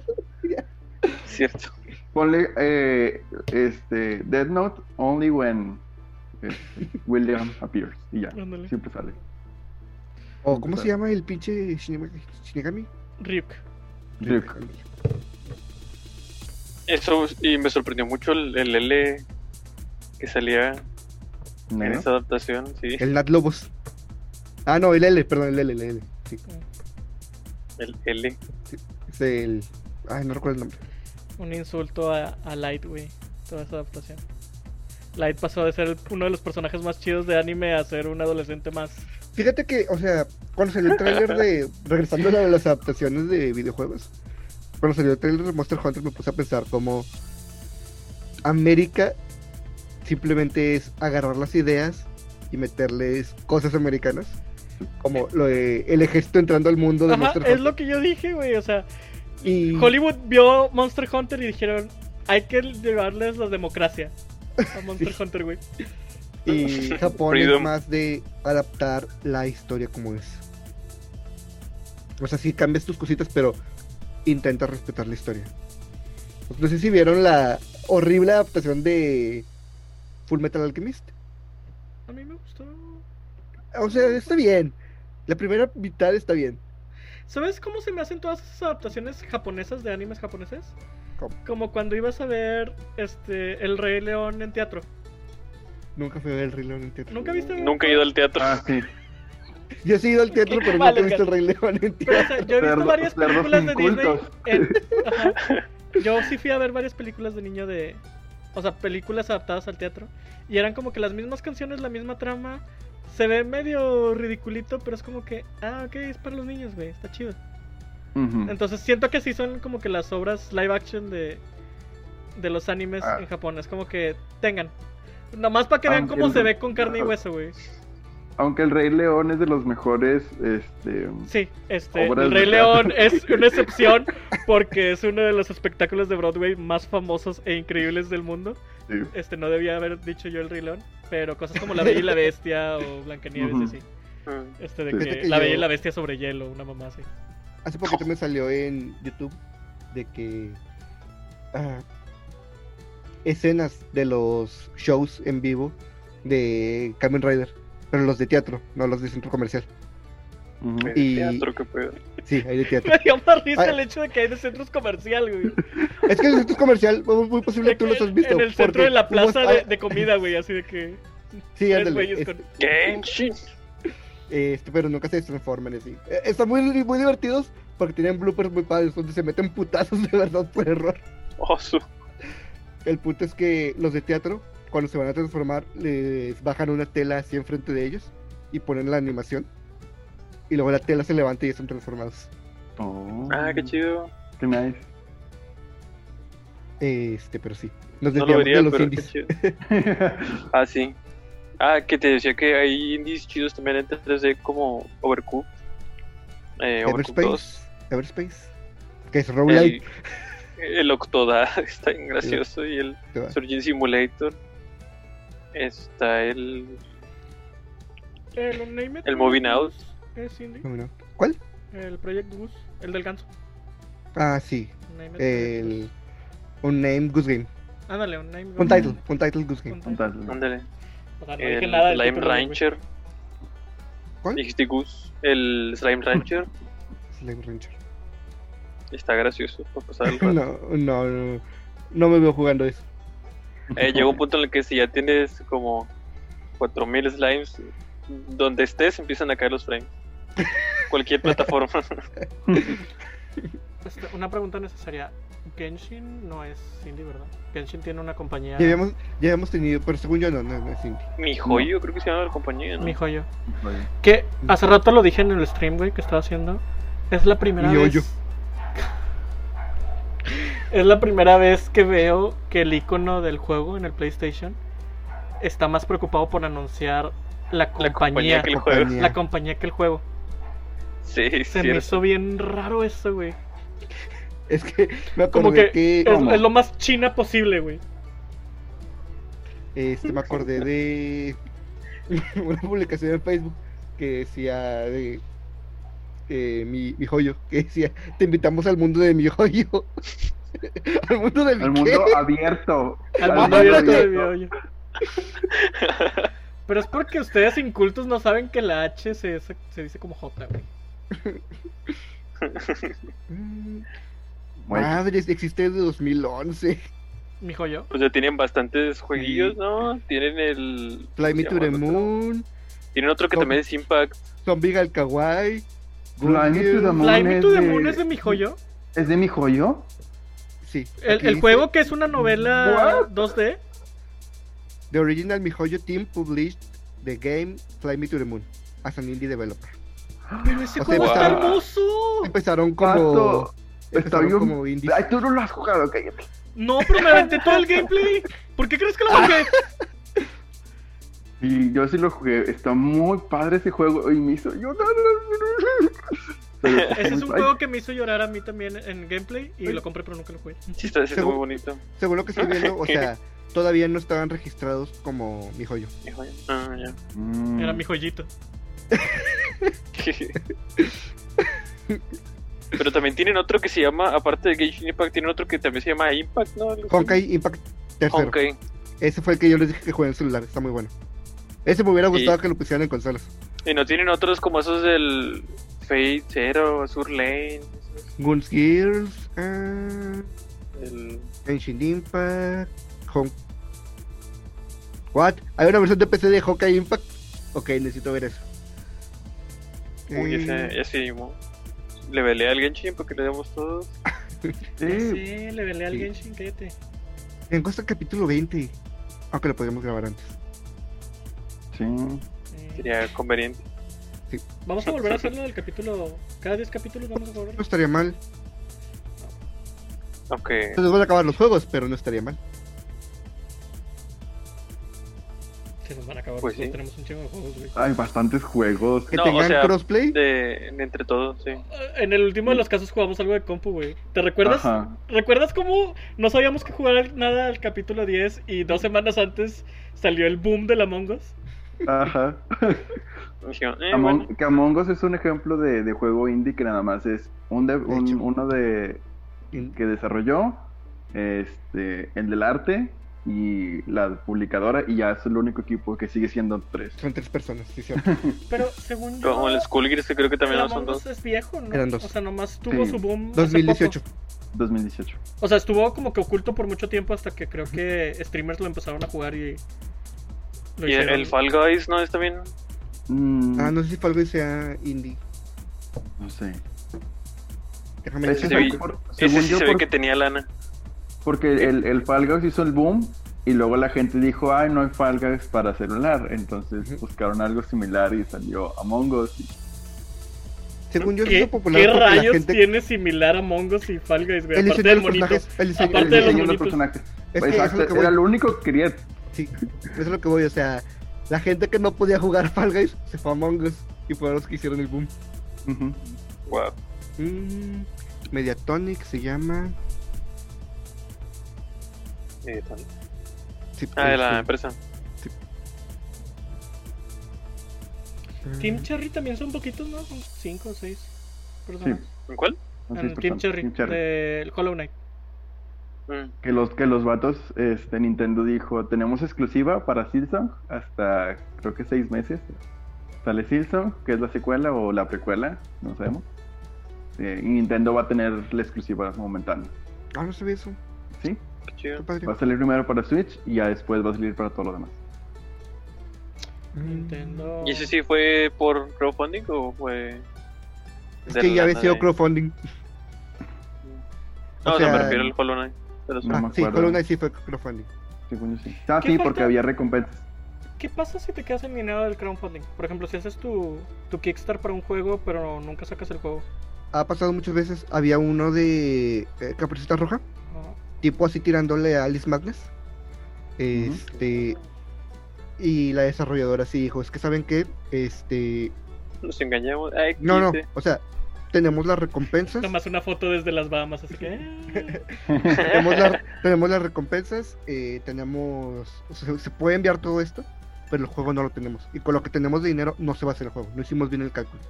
B: Cierto.
D: Ponle eh, este, Dead Note only when
C: (laughs)
D: este, William appears. Y ya,
C: Ándale.
D: siempre sale.
A: O, ¿Cómo se llama el pinche Shinigami? Shinigami?
C: Ryuk.
D: Ryuk.
B: Eso, y me sorprendió mucho el, el L que salía en
D: ¿Negro?
B: esa adaptación, sí.
A: El Nat Lobos. Ah, no, el L, perdón, el L, el L. Sí,
B: El L.
A: es el. Ay, no recuerdo el nombre.
C: Un insulto a, a Light, güey. Toda esa adaptación. Light pasó de ser el- uno de los personajes más chidos de anime a ser un adolescente más.
A: Fíjate que, o sea, cuando salió el tráiler
C: (laughs)
A: de. Regresando a lo de las adaptaciones de videojuegos. Cuando salió el tráiler de Monster Hunter me puse a pensar como. América simplemente es agarrar las ideas y meterles cosas americanas. Como lo de el ejército entrando al mundo de
C: Ajá,
A: Monster
C: es
A: Hunter.
C: lo que yo dije, güey. O sea,
A: Y
C: Hollywood vio Monster Hunter y dijeron: hay que llevarles la democracia
A: (laughs)
C: a Monster
A: Sí.
C: Hunter, güey.
A: Y Japón
B: Freedom.
A: es más de adaptar la historia como es. O sea, sí cambias tus cositas, pero intentas respetar la historia. No sé si vieron la horrible adaptación de Full Metal Alchemist.
C: A mí me gustó.
A: O sea, está bien. La primera mitad está bien.
C: ¿Sabes cómo se me hacen todas esas adaptaciones japonesas de animes japoneses?
A: ¿Cómo?
C: Como cuando ibas a ver este El Rey León en teatro.
A: Nunca fui a ver el Rey León en teatro.
C: ¿Nunca viste?
B: Nunca he ido al teatro.
D: Ah, sí.
A: Yo sí he ido al
C: (laughs)
A: teatro,
C: Qué
A: pero nunca
C: malo,
A: he visto el Rey León en
C: Pero, o
A: teatro.
C: sea, yo he visto
D: Cerdo-
C: varias
D: cerdos
C: películas de Disney.
D: incultos. (laughs)
C: en- ajá. Yo sí fui a ver varias películas de niño de. O sea, películas adaptadas al teatro. Y eran como que las mismas canciones, la misma trama. Se ve medio ridiculito, pero es como que. Ah, ok, es para los niños, güey. Está chido.
D: Ujú.
C: Entonces siento que sí son como que las obras live action de, de los animes
D: Ah.
C: en Japón. Es como que tengan. Nomás para que vean
D: Ah,
C: cómo se
D: entiendo.
C: ve con carne y hueso, güey.
D: Aunque el Rey León es de los mejores, este,
C: Sí, este,
D: Obras
C: El Rey
D: de
C: León
A: (laughs)
C: es una excepción porque es uno de los espectáculos de Broadway más famosos e increíbles del mundo.
D: sí,
C: Este, no debía haber dicho yo El Rey León, pero cosas como La Bella y la Bestia o Blancanieves
D: Ujú.
C: y así.
B: Mm.
C: Este,
D: Sí.
C: de que
A: Fíjate que
C: La Bella y
A: yo-
C: la Bestia sobre hielo, una mamá así.
A: Hace poquito me salió en YouTube de que ah, escenas de los shows en vivo de Kamen Rider, pero los de teatro, no los de centro comercial.
D: ujú.
B: El
A: Y-
B: teatro, qué pedo.
A: Sí, hay de teatro.
C: (laughs) Me dio más risa
A: Ay.
C: el hecho de que hay de centros comerciales, güey.
A: es que el centro comercial, muy muy posible que (laughs) tú los has visto.
C: En el centro
A: porque
C: de la
A: tú vas
C: plaza
A: a-
C: de, de comida, güey, así de que.
A: Sí,
C: tres
A: ándale,
C: güeyes
A: es-
C: con-
B: Genshin.
A: este, pero nunca se transforman así. Eh, Están muy, muy divertidos porque tienen bloopers muy padres donde se meten putazos (laughs) de verdad por error.
B: Oh, su.
A: El punto es que los de teatro, cuando se van a transformar, les bajan una tela así enfrente de ellos y ponen la animación. Y luego la tela se levanta y están transformados.
D: Oh,
B: Ah, qué chido.
D: qué nice. (laughs)
A: Este, pero sí. Nos
B: No lo
A: desviamos
B: vería,
A: de los
B: pero qué
A: indies.
B: chido. Ah, sí. Ah, que te decía que hay indies chidos también en 3D como Overcooked. Eh, Overcooked 2.
A: Everspace. Everspace. Que es Roguelike.
B: El, el Octodad (laughs) está bien gracioso y el
A: te va.
B: Surgeon Simulator. Está el.
C: El Unnamed.
B: El Moving Out.
C: Es indie.
A: No, no. ¿Cuál?
C: Eh, El Project Goose. El del ganso.
A: Ah, sí.
C: Unnamed Project Goose.
A: El. Un name Goose Game.
C: Ándale, Unnamed
A: Un
C: Goose.
A: title. Un title Goose Game.
C: Un title.
D: Fantástico.
B: Ándale.
C: O sea, Pues, no dije
B: El
C: nada del
B: Slime
C: título, güey.
B: Rancher.
A: ¿Cuál?
B: Dijiste Goose. El
A: (laughs)
B: Slime Rancher.
A: Slime Rancher.
B: Está gracioso. para
A: (laughs)
B: pasar el rato.
A: No, no, no. No me veo jugando eso.
B: Eh, llega un punto en el que si ya tienes como 4000 slimes, donde estés empiezan a caer los frames.
A: (laughs)
B: Cualquier plataforma. (laughs)
C: Este, una pregunta necesaria. Genshin no es indie, ¿verdad? Genshin tiene una compañía.
A: Ya habíamos, ya habíamos tenido, pero según yo no, no, no es indie.
B: Mi joyo, creo que se llama la compañía. ¿no?
C: Mi joyo.
D: Vale.
C: Que hace rato lo dije en el stream, güey, que estaba haciendo. Es la primera
A: Mi hoyo.
C: vez. es la primera vez que veo que el icono del juego en el PlayStation está más preocupado por anunciar la
B: La
C: compañía,
B: compañía que el
A: compañía.
B: juego.
C: la compañía que el juego.
B: Sí, es
C: Se me
B: cierto.
C: hizo bien raro eso, güey.
A: Es que me
C: Como
A: acordé
C: que
A: que,
C: es,
D: ¿Cómo?
C: es lo más china posible, güey.
A: este, me acordé de (laughs) una publicación en Facebook que decía de eh, mi, mi joyo, que decía, te invitamos al mundo de mi joyo. (laughs) al mundo de mi
D: Al
A: qué?
D: mundo abierto.
C: Al mundo abierto de mi hoyo. Pero es porque ustedes incultos no saben que la H se, se dice como J, güey.
A: Mm,
D: Bueno,
A: Madres, existe desde 2011.
C: Mi joyo.
B: Pues ya tienen bastantes jueguillos,
A: Sí.
B: ¿no? Tienen el.
A: Fly
B: ¿cómo
A: Me
B: se
A: to the
B: llama el otro?
A: Moon,
B: Tienen otro que
A: No.
B: también es Impact.
A: Zombie Gal Kawaii, Good
D: Fly Me to
A: Girl.
D: the Moon.
C: Fly Me
D: es
C: to the
D: de-
C: Moon es de mi joyo.
D: ¿Es de mi joyo?
A: Sí,
C: El,
A: aquí
C: el
A: dice,
C: juego que es una novela
D: What?
C: 2D.
A: The original Mihoyo team published the game Fly Me to the Moon as an indie developer.
C: Pero ese
A: O sea,
C: juego está
B: está-
C: hermoso.
A: Empezaron como
D: Oh. Pato, está
A: empezaron
D: bien.
A: como indie.
D: Ay, tú no lo has jugado, cállate.
C: No, pero me aventé todo el gameplay. ¿Por qué crees que lo bajé?
D: Y yo sí lo jugué. Está muy padre ese juego. Y me hizo. Yo no, no, no, no.
C: (laughs)
D: Pero está
C: Ese es
D: muy
C: un
D: padre.
C: juego que me hizo llorar a mí también en gameplay y lo compré pero nunca lo jugué.
B: Sí, está está
A: Según-
B: muy bonito.
A: Según lo que estoy viendo, o sea, todavía no estaban registrados como Mihoyo.
B: Hijo, Ah,
A: (laughs)
B: ya.
D: Mm.
C: Era mi joyito.
B: Pero también tienen otro que se llama, aparte de Genshin Impact, tienen otro que también se llama Impact, ¿no? Algo así.
A: Honkai Impact tercero.
B: Honkai.
A: Ese fue el que yo les dije que jugué en celular, está muy bueno. Ese me hubiera gustado
B: Y-
A: que lo pusieran en consolas.
B: Y no tienen otros como esos del Fate Zero, Sur Lane, esos,
A: Guns Gears, ah,
B: el-
A: Genshin Impact, Hon... What? ¿Hay una versión de PC de Honkai Impact? Ok, necesito ver eso.
B: Uy,
A: Eh,
B: ese, ese mismo. Le velé al Genshin porque le damos todos.
D: Sí.
C: Sí, le velé al
A: Sí.
C: Genshin, cállate.
A: Tengo hasta el capítulo 20. Aunque lo podríamos grabar antes.
D: sí.
C: Sí.
B: Sería conveniente.
C: Eh, Vamos a volver a hacerlo del capítulo. Cada 10 capítulos vamos a volver.
A: No estaría mal.
B: Aunque
A: Entonces van a acabar los juegos, pero no estaría mal.
C: Se nos van a acabar.
B: Pues
C: porque
B: sí.
C: Tenemos un chingo de juegos, güey.
D: Hay bastantes juegos.
A: Que
B: No, o
A: tengan
B: sea,
A: crossplay.
B: de, de entre todos, sí.
C: Ah, En el último de los casos jugamos algo de compu, güey. ¿Te recuerdas?
D: Ajá.
C: ¿Recuerdas cómo no sabíamos que jugar nada al capítulo 10 y dos semanas antes salió el boom del Among Us?
D: Ajá.
B: Dije, eh,
D: Among,
B: bueno.
D: que Among Us es un ejemplo de, de juego indie que nada más es un de- un-
A: hecho.
D: uno de
A: en-
D: que desarrolló, este, el del arte y la publicadora y ya es el único equipo que sigue siendo tres.
A: Son tres personas, sí, cierto.
C: Pero según yo,
B: Como el Skullgirls, que creo que
C: el
B: también no son
C: Among
B: dos.
C: Us es viejo, ¿no?
A: Eran dos.
C: O sea, nomás tuvo
D: Sí.
C: su boom. hace
A: 2018.
C: poco.
D: 2018.
C: O sea, estuvo como que oculto por mucho tiempo hasta que creo que streamers lo empezaron a jugar y. Lo
B: Y el, el Fall Guys, ¿no? Es también.
D: Mm,
A: Ah, no sé si fue algo que sea indie.
D: no sé.
A: Déjame
D: Ese
B: sí
A: checar.
B: vi.
D: es por-
B: Ese
D: según
B: sí
D: yo,
B: se ve
D: por-
B: que tenía lana.
D: porque el, el Fall Guys hizo el boom y luego la gente dijo, ay, no hay Fall Guys para celular. Entonces
A: Ujú.
D: buscaron algo similar y salió Among Us. y-
A: Según yo, se
C: ¿Qué,
A: hizo popular
C: qué
A: porque la
C: rayos
A: gente-
C: tiene similar a Mongos y Fall Guys, güey?
A: El
C: Aparte
A: diseño
C: del
A: de los
C: monito.
A: personajes. El diseño,
C: Aparte
D: el
A: el
C: de los
D: diseño
A: diseño-
D: de los
C: monitos.
D: personajes.
A: Es
B: Pues,
A: que
D: Exacto,
A: eso es lo que
D: era
A: voy.
D: lo único que quería.
A: Sí, eso es lo que voy. O sea, la gente que no podía jugar (laughs) Fall Guys se fue a Among Us y fueron los que hicieron el boom.
D: Ujú.
C: Ah,
B: Wow.
A: Mm, Mediatonic se llama.
B: Eh, tal-
A: Sí,
B: ah, de la
A: sí.
B: empresa.
C: Team Cherry también son poquitos, ¿no? Son 5 o 6 personas.
B: ¿En cuál?
D: Son
C: Ah,
D: seis
C: no, Team
D: personas.
C: Cherry,
D: Team Cherry.
C: del Hollow Knight.
B: Mm.
D: Que los, que los vatos, este, Nintendo dijo, tenemos exclusiva para Silsong hasta creo que seis meses. Sale Silsong, que es la secuela o la precuela, no sabemos. Eh, y Nintendo va a tener la exclusiva momentánea.
A: Ah, no sabía eso.
D: ¿Sí?
B: Qué
A: Qué
B: chido.
A: padre.
D: Va a salir primero para Switch y ya después va a salir para todo lo demás.
A: Mm.
C: Nintendo.
B: ¿Y ese sí fue por crowdfunding o fue.?
A: Es
B: de
A: que ya
B: lana
A: había sido
B: de-
A: crowdfunding.
B: No,
A: o
B: o sea, me
A: sea-
B: refiero al Hollow Knight. Pero sí.
D: No
A: Ah,
D: me
A: sí,
D: acuerdo.
A: Hollow Knight sí fue crowdfunding.
D: Según yo sí. Ah,
C: ¿Qué
D: sí,
C: falta?
D: porque había recompensas. (laughs)
C: ¿Qué pasa si te quedas sin dinero del crowdfunding? Por ejemplo, si haces tu, tu Kickstarter para un juego, pero nunca sacas el juego.
A: Ha pasado muchas veces. Había uno de eh, Caperucita Roja,
C: Ah,
A: tipo así tirándole a Alice Magnus. Este. Y la desarrolladora sí dijo: Es que saben que, este.
B: Nos engañamos. Ay,
A: No, no,
B: quite.
A: o sea, tenemos las recompensas.
C: Nada más una foto desde las Bahamas, así que.
A: (laughs)
C: eh, (laughs)
A: tenemos, la- tenemos las recompensas, eh, tenemos, o sea, se puede enviar todo esto, pero el juego no lo tenemos. Y con lo que tenemos de dinero no se va a hacer el juego. No hicimos bien el cálculo.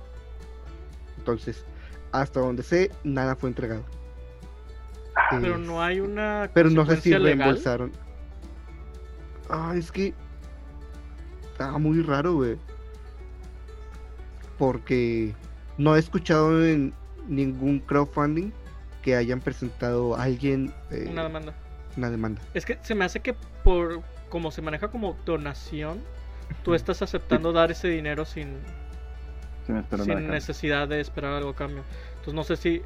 A: Entonces, hasta donde sé, nada fue entregado.
C: Ah, Pero
A: Es-
C: no hay una.
A: Pero no sé si
C: consecuencia legal.
A: reembolsaron. Ah, es que. Estaba muy raro, güey. Porque no he escuchado en ningún crowdfunding que hayan presentado a alguien eh,
C: Una demanda.
A: una demanda.
C: Es que se me hace que por como se maneja como donación, tú estás aceptando dar ese dinero sin,
D: Se me esperó
C: sin
D: nada.
C: necesidad de esperar algo a cambio. Entonces no sé si...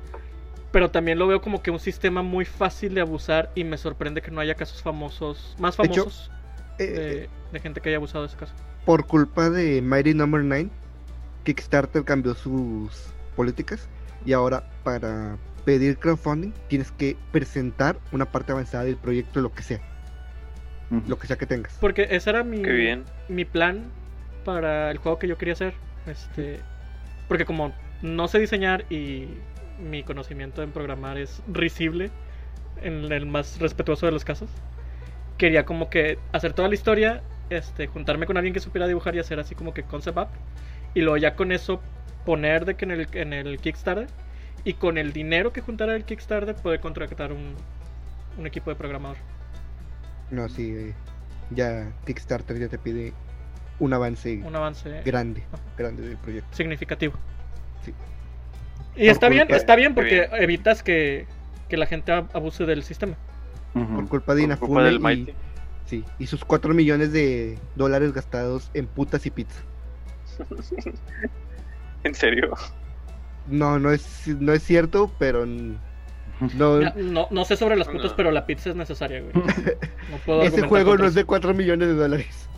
C: Pero también lo veo como que un sistema muy fácil de abusar y me sorprende que no haya casos famosos, más
A: De hecho,
C: famosos
A: Eh,
C: de, de gente que haya abusado de ese caso.
A: por culpa de Mighty Number 9, Kickstarter cambió sus políticas y ahora para pedir crowdfunding tienes que presentar una parte avanzada del proyecto, lo que sea,
D: Ujú.
A: lo que sea que tengas.
C: Porque ese era mi,
B: Qué bien.
C: mi plan para el juego que yo quería hacer. Este, porque como no sé diseñar y mi conocimiento en programar es risible, en el más respetuoso de los casos, quería como que hacer toda la historia, este, juntarme con alguien que supiera dibujar y hacer así como que concept art. Y luego ya con eso poner de que en el, en el Kickstarter y con el dinero que juntara el Kickstarter poder contratar un, un equipo de programador.
A: No, sí, eh, ya Kickstarter ya te pide un avance
C: Un avance
A: grande,
C: Ajá.
A: grande del proyecto.
C: significativo.
A: Sí.
C: Y está bien,
A: culpa-
C: está bien
B: Muy
C: porque evitas que, que la gente ab- abuse del sistema.
D: Ujú.
A: Por culpa de
B: Por culpa
A: Inafune
B: del
A: y,
B: Mighty. (laughs)
A: sí, y sus 4 millones de dólares gastados en putas y pizza.
B: En serio.
A: No, no es, no es cierto, pero n- no,
C: Ya, No, no sé sobre las putas,
B: No.
C: pero la pizza es
A: (laughs)
C: necesaria, güey. No puedo
A: ese
C: argumentar
A: juego
C: contra
A: no es
C: eso.
A: de 4 millones de dólares.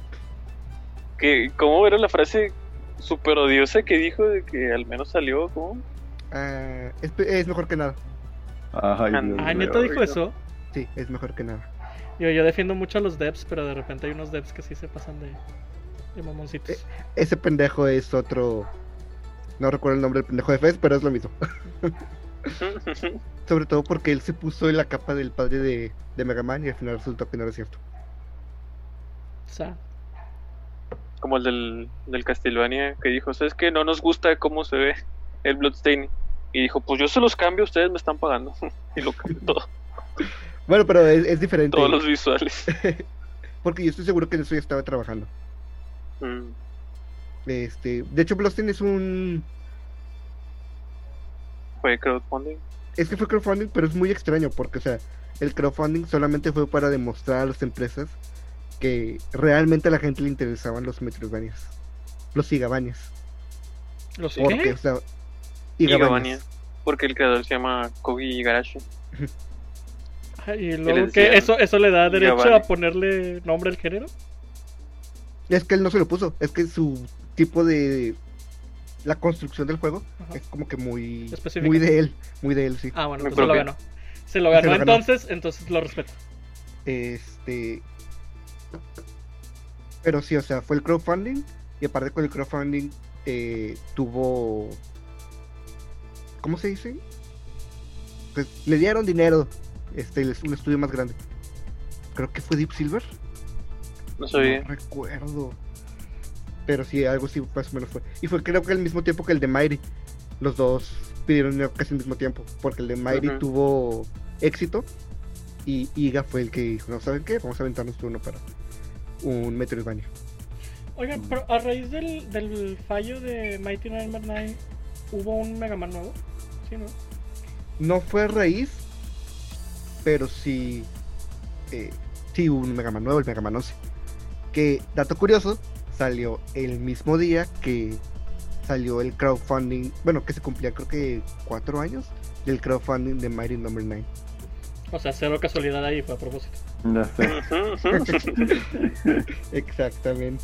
B: que ¿Cómo era la frase súper odiosa que dijo de que al menos salió? ¿Cómo? (laughs)
A: Ah, es, pe- es mejor que nada.
D: Ay,
B: Ay,
D: Dios
C: Ay,
D: mío.
C: Ah, neta dijo eso.
A: Sí, es mejor que nada.
C: Yo, yo defiendo mucho a los devs, pero de repente hay unos devs que sí se pasan de, de
A: Eh.
C: mamoncitos.
A: Ese pendejo es otro. No recuerdo el nombre del pendejo de Fez, pero es lo mismo. (laughs) Sobre todo porque él se puso en la capa del padre de, de Mega Man y al final resultó que no era cierto.
C: O sea,
B: Como el del, del Castlevania que dijo, ¿sabes que No nos gusta cómo se ve el Bloodstain. Y dijo, pues yo se los cambio, ustedes me están pagando. (laughs) y lo cambió todo,
A: Bueno, pero es, es diferente.
B: todos los (laughs) visuales.
A: Porque yo estoy seguro que en eso ya estaba trabajando.
B: Mm.
A: Este, de hecho, Bloodstained es un.
B: Fue crowdfunding.
A: Es que fue crowdfunding, pero es muy extraño porque, o sea, el crowdfunding solamente fue para demostrar a las empresas que realmente a la gente le interesaban los Metroidvanias. Los Sigabanias.
C: los
B: Sí.
A: Porque,
C: ¿qué?
A: o sea,
B: Igabania.
A: Igabanias.
B: Porque el creador se llama Kogi Igarashi.
C: Ay, Y
B: le
C: luego
B: decían?
C: que eso, eso le da derecho a
B: Giovanni.
C: ponerle nombre al género.
A: Es que él no se lo puso, es que su tipo de la construcción del juego
C: Ajá.
A: es como que muy
C: Específica.
A: muy de él, muy de él, sí.
C: Ah, bueno,
B: Muy
C: entonces lo
B: propio.
C: ganó. Se lo ganó,
A: Se lo ganó.
C: entonces, entonces lo respeto.
A: Este Pero sí, o sea, fue el crowdfunding y aparte con el crowdfunding eh, tuvo ¿Cómo se dice? Pues le dieron dinero este el- un estudio más grande. Creo que fue Deep Silver.
B: No sabía.
A: No recuerdo. Pero sí, algo sí más o menos fue. Y fue creo que al mismo tiempo que el de Mighty. Los dos pidieron dinero casi al mismo tiempo. Porque el de Mighty
B: Ujú.
A: tuvo éxito. Y Iga fue el que dijo, no, ¿saben qué? Vamos a aventarnos uno para un Metroidvania.
C: Oigan, pero a raíz del, del fallo de Mighty Number 9, ¿hubo un Mega Man nuevo? Sí, ¿no?
A: No fue raíz, pero sí... eh, sí hubo un Mega Man nuevo, el Mega Man 11. Que, dato curioso, salió el mismo día que salió el crowdfunding, bueno, que se cumplía creo que cuatro años del crowdfunding de Mighty Number
B: (laughs)
A: 9.
C: O sea, cero casualidad ahí, fue a propósito.
D: Ya sé.
B: (laughs)
A: Exactamente.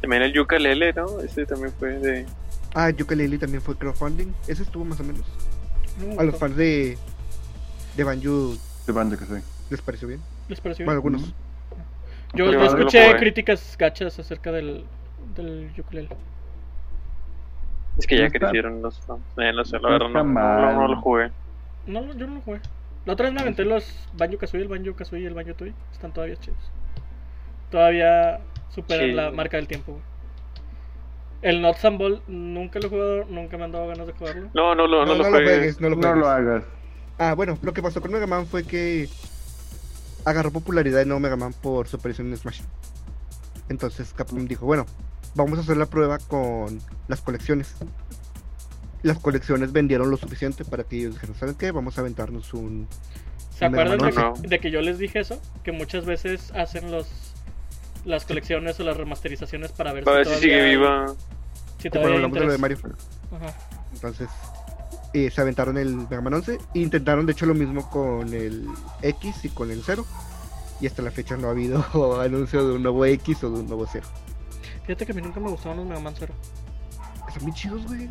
B: también el Yuka Lele, ¿no? Ese también fue de.
A: Ah, Yooka-Laylee también fue crowdfunding. Ese estuvo más o menos.
C: No,
A: A los
C: no.
A: fans de, de Banjo
D: Te van, yo que sé.
A: les pareció bien.
C: ¿Les pareció
A: Bueno,
C: bien?
A: algunos.
C: Yo,
B: Pero
C: yo
B: no lo
C: escuché
B: jugué.
C: críticas gachas acerca del, del ukulele.
B: Es que ya
D: No está-
B: crecieron los fans. Eh, no sé, la
D: no
B: verdad,
D: está
B: no, no,
D: mal.
B: no, no lo jugué.
C: No, yo no lo jugué. Ah, La otra vez me aventé los Banjo Kazooie, el Banjo Kazooie y el Banjo Tui. Están todavía chidos. Todavía Superan
B: Sí.
C: la marca del tiempo, güey. El Not Ball nunca lo he jugado, nunca me han dado ganas de jugarlo.
B: No, no, lo- no, lo juegues.
A: no lo
D: No
A: juegues.
D: lo hagas.
A: Ah, bueno, lo que pasó con Mega Man fue que agarró popularidad en nuevo Mega Man por su aparición en Smash. Entonces Capcom dijo, bueno, vamos a hacer la prueba con las colecciones. Las colecciones vendieron lo suficiente para que ellos dijeron, ¿saben qué? Vamos a aventarnos un...
C: ¿Se
A: Mega
C: acuerdan
A: Man
C: de,
B: once.
C: que, de que yo les dije eso? Que muchas veces hacen los las colecciones o las remasterizaciones para ver
B: Para ver si
C: todavía
B: sigue
C: hay-
B: viva.
C: si
A: Bueno,
C: todavía hay
A: hablamos de lo de
C: interés.
A: Mario.
C: Ajá.
A: Entonces eh, se aventaron el Mega Man 11. e Intentaron de hecho lo mismo con el X y con el 0. Y hasta la fecha no ha habido (laughs) anuncio de un nuevo X o de un nuevo 0.
C: Fíjate que a mí nunca me gustaron los Mega Man Zero.
A: Están muy chidos, güey.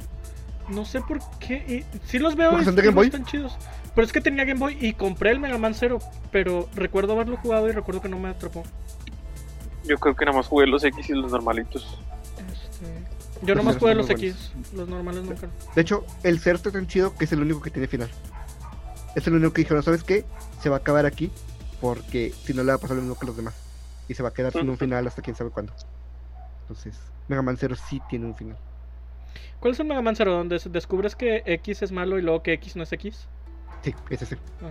C: No sé por qué. Y sí los veo
A: ¿Porque
C: y
A: son de
C: sí
A: Game Boy?
C: están chidos. Pero es que tenía Game Boy y compré el Mega Man Zero. Pero recuerdo haberlo jugado y recuerdo que no me atrapó.
B: Yo creo que nada más jugué los X y los normalitos.
C: Este, Yo
A: Los Zeros Pues son
C: nomás jugué los
A: muy buenos.
C: X. Los normales nunca.
A: De hecho, el ser está tan chido que es el único que tiene final. Es el único que dijeron, ¿sabes qué? Se va a acabar aquí porque si no le va a pasar lo mismo que los demás. Y se va a quedar sin un final hasta quién sabe cuándo. Entonces, Mega Man Zero sí tiene un final.
C: ¿Cuál es el Mega Man Zero? Donde se- descubres que X es malo y luego que X no es X.
A: Sí, ese sí.
C: Ah.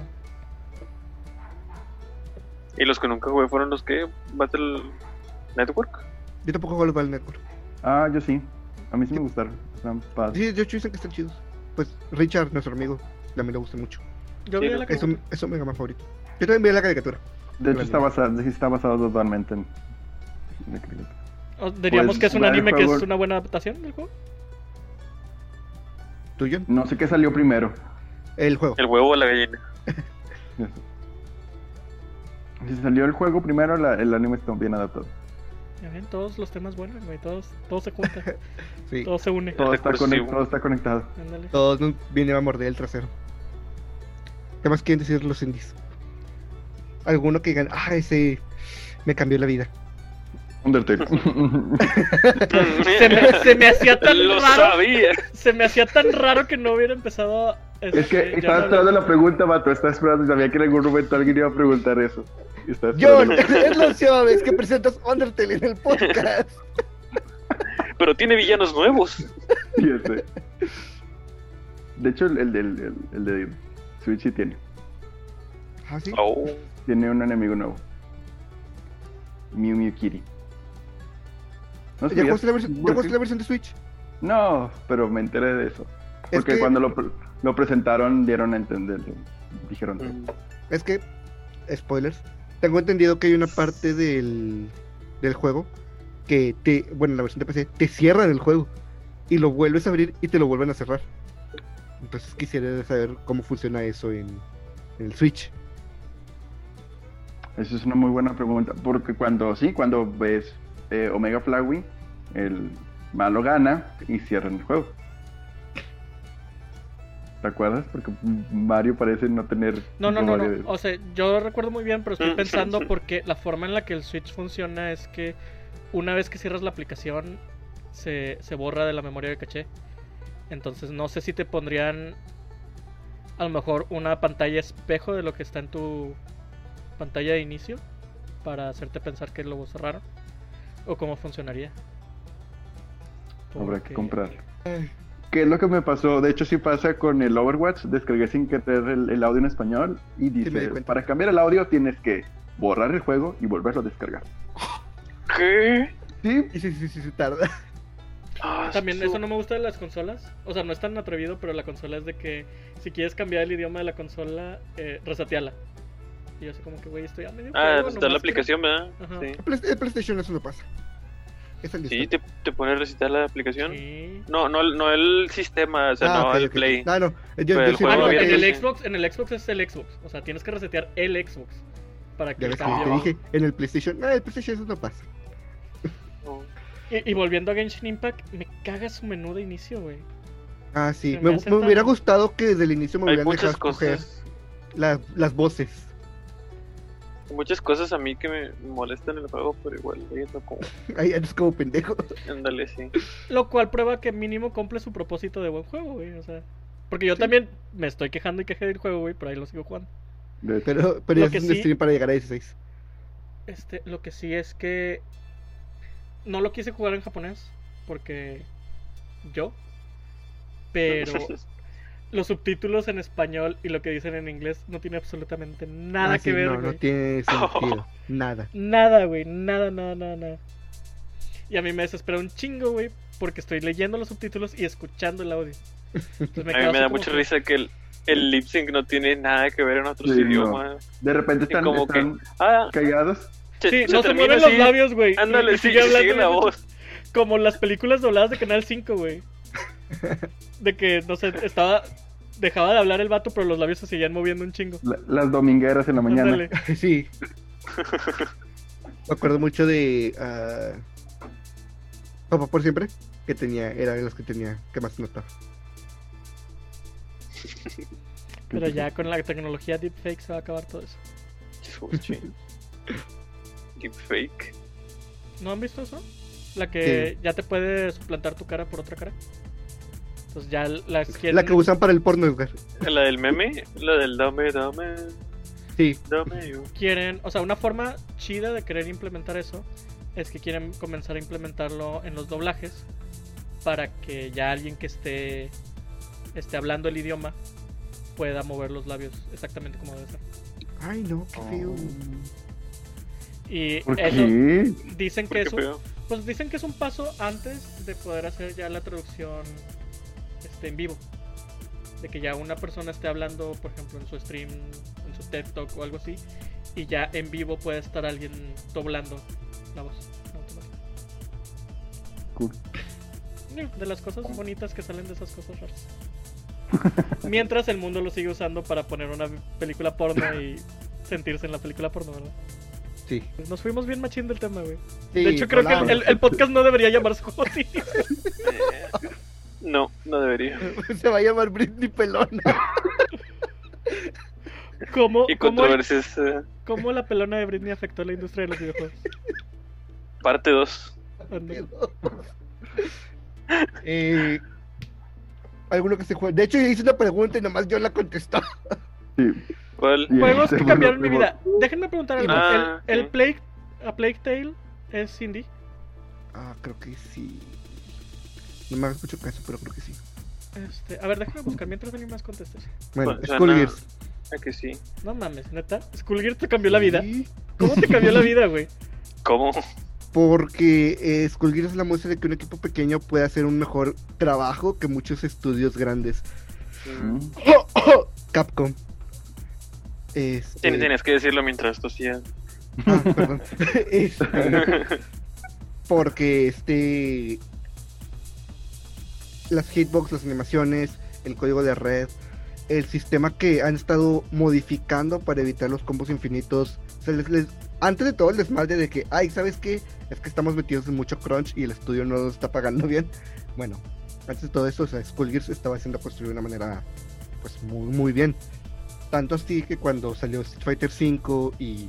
B: Y los que nunca jugué fueron los que Battle Network.
A: Yo tampoco juego a los Battle Network.
D: Ah, yo sí. A mí sí me gustaron. Están padres.
A: Sí, de hecho dicen que están chidos. Pues Richard, nuestro amigo, también le gusta mucho.
C: Yo
B: Sí,
C: vi
B: lo
C: la
B: que
A: Es
C: que.
A: un, es un Mega Man favorito. Yo también vi la caricatura.
D: De hecho, está basado, sí, está basado totalmente en.
C: o- Oh, Diríamos
D: Pues,
C: que es un
D: vale,
C: anime que es
D: favor.
C: una buena adaptación del juego.
A: ¿Tuyo?
D: No sé qué salió primero.
A: El juego.
B: El huevo o la gallina.
D: Si salió el juego primero, la- el anime está bien adaptado.
C: Ya ven, todos los temas buenos, güey. Todos, todo se
D: (laughs)
C: junta.
A: Sí.
C: todo se une.
D: Todo está,
B: recursivo.
D: conect- todo está conectado.
C: Ándale.
A: Todos nos vienen a morder el trasero. ¿Qué más quieren decir los indies? Alguno que digan, ah, ese me cambió la vida.
C: (laughs)
D: Undertale.
C: (laughs) Se me,
B: (laughs)
C: se me hacía tan
B: Lo
C: raro.
B: sabía.
C: Se me hacía tan raro que no hubiera empezado.
D: es que
A: (laughs)
C: este,
D: estaba
C: ya no-
D: esperando la pregunta, vato. Estaba esperando. y Sabía que en algún momento alguien iba a preguntar eso. Y estaba
A: John, (laughs)
D: esperando.
A: es la última vez que presentas Undertale en el podcast.
B: Pero tiene villanos nuevos.
D: Fíjate. De hecho, el, el, del- el, el de Switch sí tiene.
A: (laughs) Ah, sí.
B: Oh.
D: Tiene un enemigo nuevo. Mew Mew Kitty.
A: ¿Ya
D: No, sabías
A: jugaste la versión, ya
D: por
A: jugaste
D: qué?
A: la versión de Switch?
D: No, pero me enteré de eso.
A: Es
D: Porque
A: que,
D: cuando lo, pre- lo presentaron, dieron a entender. Dijeron.
A: es que, spoilers, tengo entendido que hay una parte del, del juego que te, bueno, en la versión de PC, te cierran el juego y lo vuelves a abrir y te lo vuelven a cerrar. Entonces quisiera saber cómo funciona eso en, en el Switch.
D: Esa es una muy buena pregunta. Porque cuando, sí, cuando ves eh, Omega Flowey, el malo gana y cierran el juego. ¿Te acuerdas? Porque Mario parece no tener.
C: No, no, no,
D: memoria de
C: no.
D: eso.
C: O sea, yo lo recuerdo muy bien, pero estoy
B: Mm,
C: pensando
B: sí, sí.
C: porque la forma en la que el Switch funciona es que una vez que cierras la aplicación se, se borra de la memoria de caché. Entonces no sé si te pondrían a lo mejor una pantalla espejo de lo que está en tu pantalla de inicio para hacerte pensar que lo cerraron o cómo funcionaría.
D: Habrá
C: Porque-
D: que comprar. ¿Qué es lo que me pasó? De hecho, sí pasa con el Overwatch. Descargué sin querer el, el audio en español
A: me
D: y
A: di
D: dice:
A: cuenta.
D: Para cambiar el audio tienes que borrar el juego y volverlo a descargar.
B: ¿Qué?
D: Sí,
A: Sí, sí, sí, sí, sí, tarda.
B: Ah,
C: También
B: su-
C: eso no me gusta de las consolas. O sea, no es tan atrevido, pero la consola es de que si quieres cambiar el idioma de la consola, eh, reseteala. Y yo así como que, güey, estoy a medio
B: Ah,
C: juego,
B: está
C: nomás
B: la aplicación, ¿verdad?
C: Ajá.
B: Sí.
A: Pla- El PlayStation eso no pasa. Es el
B: Sí, te, te pone a recitar la aplicación.
C: quiero- Sí.
B: No, no, el- no el sistema, o sea,
A: Ah,
B: no el play.
A: No, no. Yo, yo
B: el
A: sí
B: juego
C: Ah, no,
A: recuerdo
B: abierto.
A: que-
C: en el
B: sí.
C: Xbox, en el Xbox es el Xbox. O sea, tienes que resetear el Xbox para
A: Ya
C: que
A: ves que
C: cambie.
A: te dije, en el PlayStation. No, el PlayStation eso no pasa.
B: No.
C: Y, y volviendo a Genshin Impact, me caga su menú de inicio, güey.
A: Ah, sí.
C: Se me
A: Me,
C: hace
A: me hubiera
C: tan-
A: gustado que desde el inicio me
B: Hay
A: hubieran dejado
B: muchas
A: escoger
B: cosas.
A: las, las voces. (laughs)
B: Muchas cosas a mí que me molestan en el juego, pero igual, ahí ando como,
A: Ahí eres como pendejo.
B: ándale, sí.
C: Lo cual prueba que mínimo cumple su propósito de buen juego, güey. O sea, porque yo también me estoy quejando y quejé del juego, güey, pero ahí lo sigo jugando.
D: de hecho.
A: Pero, pero
C: Lo
A: ya
C: que
A: es un
C: sí-
A: stream para llegar a 16.
C: Este, lo que sí es que no lo quise jugar en japonés porque yo,
B: (laughs)
C: pero los subtítulos en español y lo que dicen en inglés no tiene absolutamente nada
A: Ah,
C: que
A: sí,
C: ver,
A: No, no
C: güey.
A: tiene
B: (laughs)
A: sentido. Nada. (laughs)
C: Nada, güey, nada, nada, nada, nada. Y a mí me desespera un chingo, güey, porque estoy leyendo los subtítulos y escuchando el audio. Entonces
B: A
C: quedo
B: mí me
C: así
B: da
C: como
B: mucha
C: que-
B: risa que el, el lip sync no tiene nada que ver en otros
D: Sí, no.
B: idiomas.
D: De repente
B: Y
D: están,
B: como
D: están
B: Ah,
D: callados.
B: se-
C: Sí, no se
B: termina
C: mueven
B: así.
C: los labios, güey. y-
B: Ándale,
C: y
B: sí,
C: sigue
B: sigue,
C: hablando
B: la
C: y-
B: voz.
C: Como las películas dobladas de Canal 5, güey. De que, no sé, estaba. Dejaba de hablar el vato, pero los labios se seguían moviendo un chingo.
D: la- las domingueras en la mañana.
C: Ándale.
B: (laughs)
A: Sí. Me acuerdo mucho de. ah, Papá por siempre. Que tenía. Era de los que tenía. Que más notaba.
C: Pero ya con la tecnología deepfake se va a acabar todo eso.
D: (laughs)
B: Chuchi. Deepfake.
C: ¿No han visto eso? La que ya te puede suplantar tu cara por otra cara. Entonces ya la quieren-
A: La que usan para el porno, Edgar.
B: ¿La del meme? La del dame, dame,
A: Sí.
B: dame. yo.
C: quieren, o sea, una forma chida de querer implementar eso es que quieren comenzar a implementarlo en los doblajes para que ya alguien que esté esté hablando el idioma pueda mover los labios exactamente como debe ser.
A: Ay, no,
C: Oh.
A: qué feo.
C: Y
D: ¿Por
C: eso
D: qué?
C: dicen
B: ¿Por
C: que
B: qué
C: es un,
B: pegó?
C: pues dicen que es un paso antes de poder hacer ya la traducción este, en vivo. De que ya una persona esté hablando, por ejemplo, en su stream, en su TED Talk o algo así, y ya en vivo puede estar alguien doblando la voz. en automático.
D: Cool.
C: Yeah, De las cosas bonitas que salen de esas cosas raras. Mientras el mundo lo sigue usando para poner una película porno y sentirse en la película porno, ¿verdad?
A: Sí.
C: Nos fuimos bien machín del tema, güey.
A: Sí,
C: de hecho, creo que el,
A: volamos.
C: el- el podcast no debería llamarse como así.
B: Eh, No, no debería.
A: (laughs) Se va a llamar Britney
C: (laughs)
A: Pelona.
C: ¿Cómo,
B: Y
C: cómo-
B: controversias eh,
C: cómo la pelona de Britney afectó a la industria de los videojuegos? Ah,
B: parte 2.
C: Ándale.
A: Eh, alguno que se juegue. De hecho, hice una pregunta y nomás yo la contestó.
D: Sí.
B: ¿Cuál?
D: Bien,
C: Juegos que
D: segundo,
C: cambiaron mi
D: segundo.
C: vida. Déjenme preguntar algo.
B: Ah,
C: ¿El, el
B: sí.
C: Plague, a Plague Tale es indie?
A: Ah, creo que sí. No me hagas mucho caso, pero creo que sí.
C: Este, a ver, déjenme buscar mientras alguien más conteste.
A: Bueno,
B: Pues,
A: Skull
B: suena-
A: Gears.
B: Ah, que sí.
C: No mames, neta. Skullgear te cambió la vida.
A: Sí,
C: ¿Cómo te
B: (laughs)
C: cambió la vida, güey?
B: ¿Cómo?
A: Porque eh, Skull Gears es la muestra de que un equipo pequeño puede hacer un mejor trabajo que muchos estudios grandes.
D: Mm.
A: Capcom. Este...
B: Tien- Tienes que decirlo mientras tosía.
A: (laughs) Ah, perdón. Este, porque este las hitbox, las animaciones, el código de red, el sistema que han estado modificando para evitar los combos infinitos. se les- les- antes de todo el desmadre de que, ay, ¿sabes qué? Es que estamos metidos en mucho crunch y el estudio no nos está pagando bien. Bueno, antes de todo eso, o sea, Skullgears estaba siendo construido de una manera pues muy, muy bien. Tanto así que cuando salió Street Fighter V y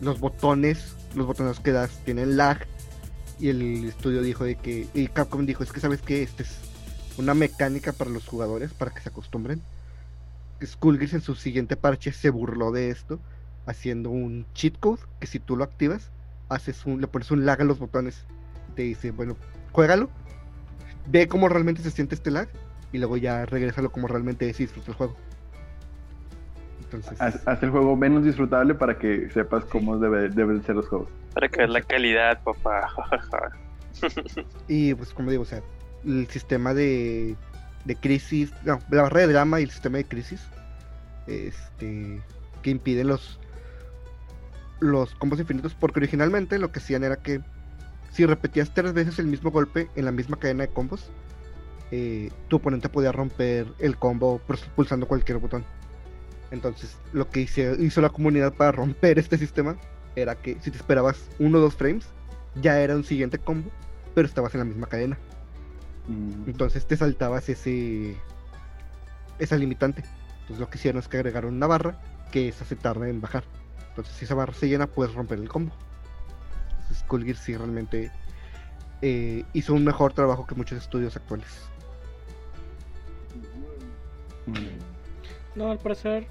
A: los botones, los botones que das tienen lag. Y el estudio dijo de que, y Capcom dijo, es que sabes que esta es una mecánica para los jugadores, para que se acostumbren. Skullgirls en su siguiente parche se burló de esto, haciendo un cheat code que si tú lo activas, haces un, le pones un lag a los botones. Te dice, bueno, juégalo, ve cómo realmente se siente este lag, y luego ya regrésalo como realmente es y disfruta el juego. Entonces,
D: Haz, haz el juego menos disfrutable para que sepas cómo debe- deben ser los juegos.
B: Para que veas la calidad, papá.
A: Y pues como digo, o sea, el sistema de, de crisis, no, la barrera de drama y el sistema de crisis, este, que impiden los, los combos infinitos, porque originalmente lo que hacían era que si repetías tres veces el mismo golpe en la misma cadena de combos, eh, tu oponente podía romper el combo pres- pulsando cualquier botón. Entonces, lo que hice- hizo la comunidad para romper este sistema era que si te esperabas uno o dos frames, ya era un siguiente combo pero estabas en la misma cadena.
D: Mm.
A: Entonces te saltabas ese esa limitante. Entonces lo que hicieron es que agregaron una barra que esa se tarda en bajar. Entonces si esa barra se llena puedes romper el combo. Entonces Skull Gears sí realmente eh, hizo un mejor trabajo que muchos estudios actuales.
D: Mm.
C: No, al parecer,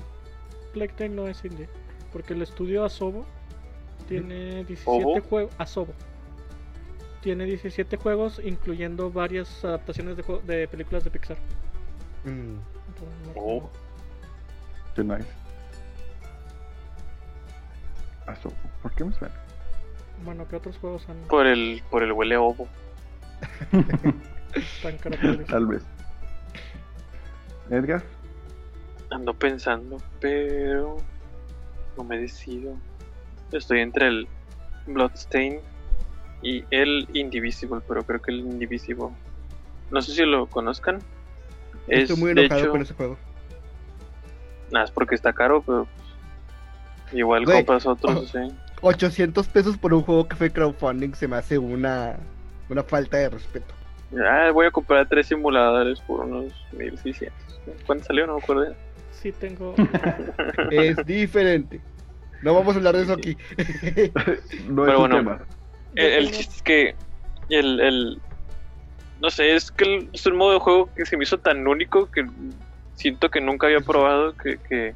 C: Plague Tale no es indie. Porque el estudio Asobo tiene 17
B: ¿Obo?
C: juegos. Asobo. tiene 17 juegos, incluyendo varias adaptaciones de, jue- de películas de Pixar.
A: Mm,
C: Entonces, no-
B: Oh.
D: Too nice. Ah, so- ¿Por qué me suena? (laughs)
C: Bueno, ¿qué otros juegos han
B: Por el, por el huele a ovo.
C: tan caracterizados?
D: Tal vez. Edgar,
B: Ando pensando, pero no me decido. Estoy entre el Bloodstain y el Indivisible, pero creo que el Indivisible. No sé si lo conozcan. Es,
A: Estoy muy
B: de
A: enojado
B: hecho,
A: con ese juego.
B: nada, es porque está caro, pero pues, igual
A: Güey,
B: compras otros, sí.
A: 800 pesos por un juego que fue crowdfunding se me hace una, una falta de
B: (laughs)
A: respeto.
B: Ah, voy a comprar tres simuladores por unos 1600. ¿Cuánto salió? No me acuerdo.
A: (laughs)
C: Sí, tengo.
A: Es diferente. No vamos a hablar de eso aquí. (laughs)
D: no es
B: Pero
D: un
B: bueno.
D: tema.
B: El, el
C: yo tengo-
B: chiste es que el, el- no sé, es que el- es un modo de juego que se me hizo tan único que siento que nunca había probado, que, que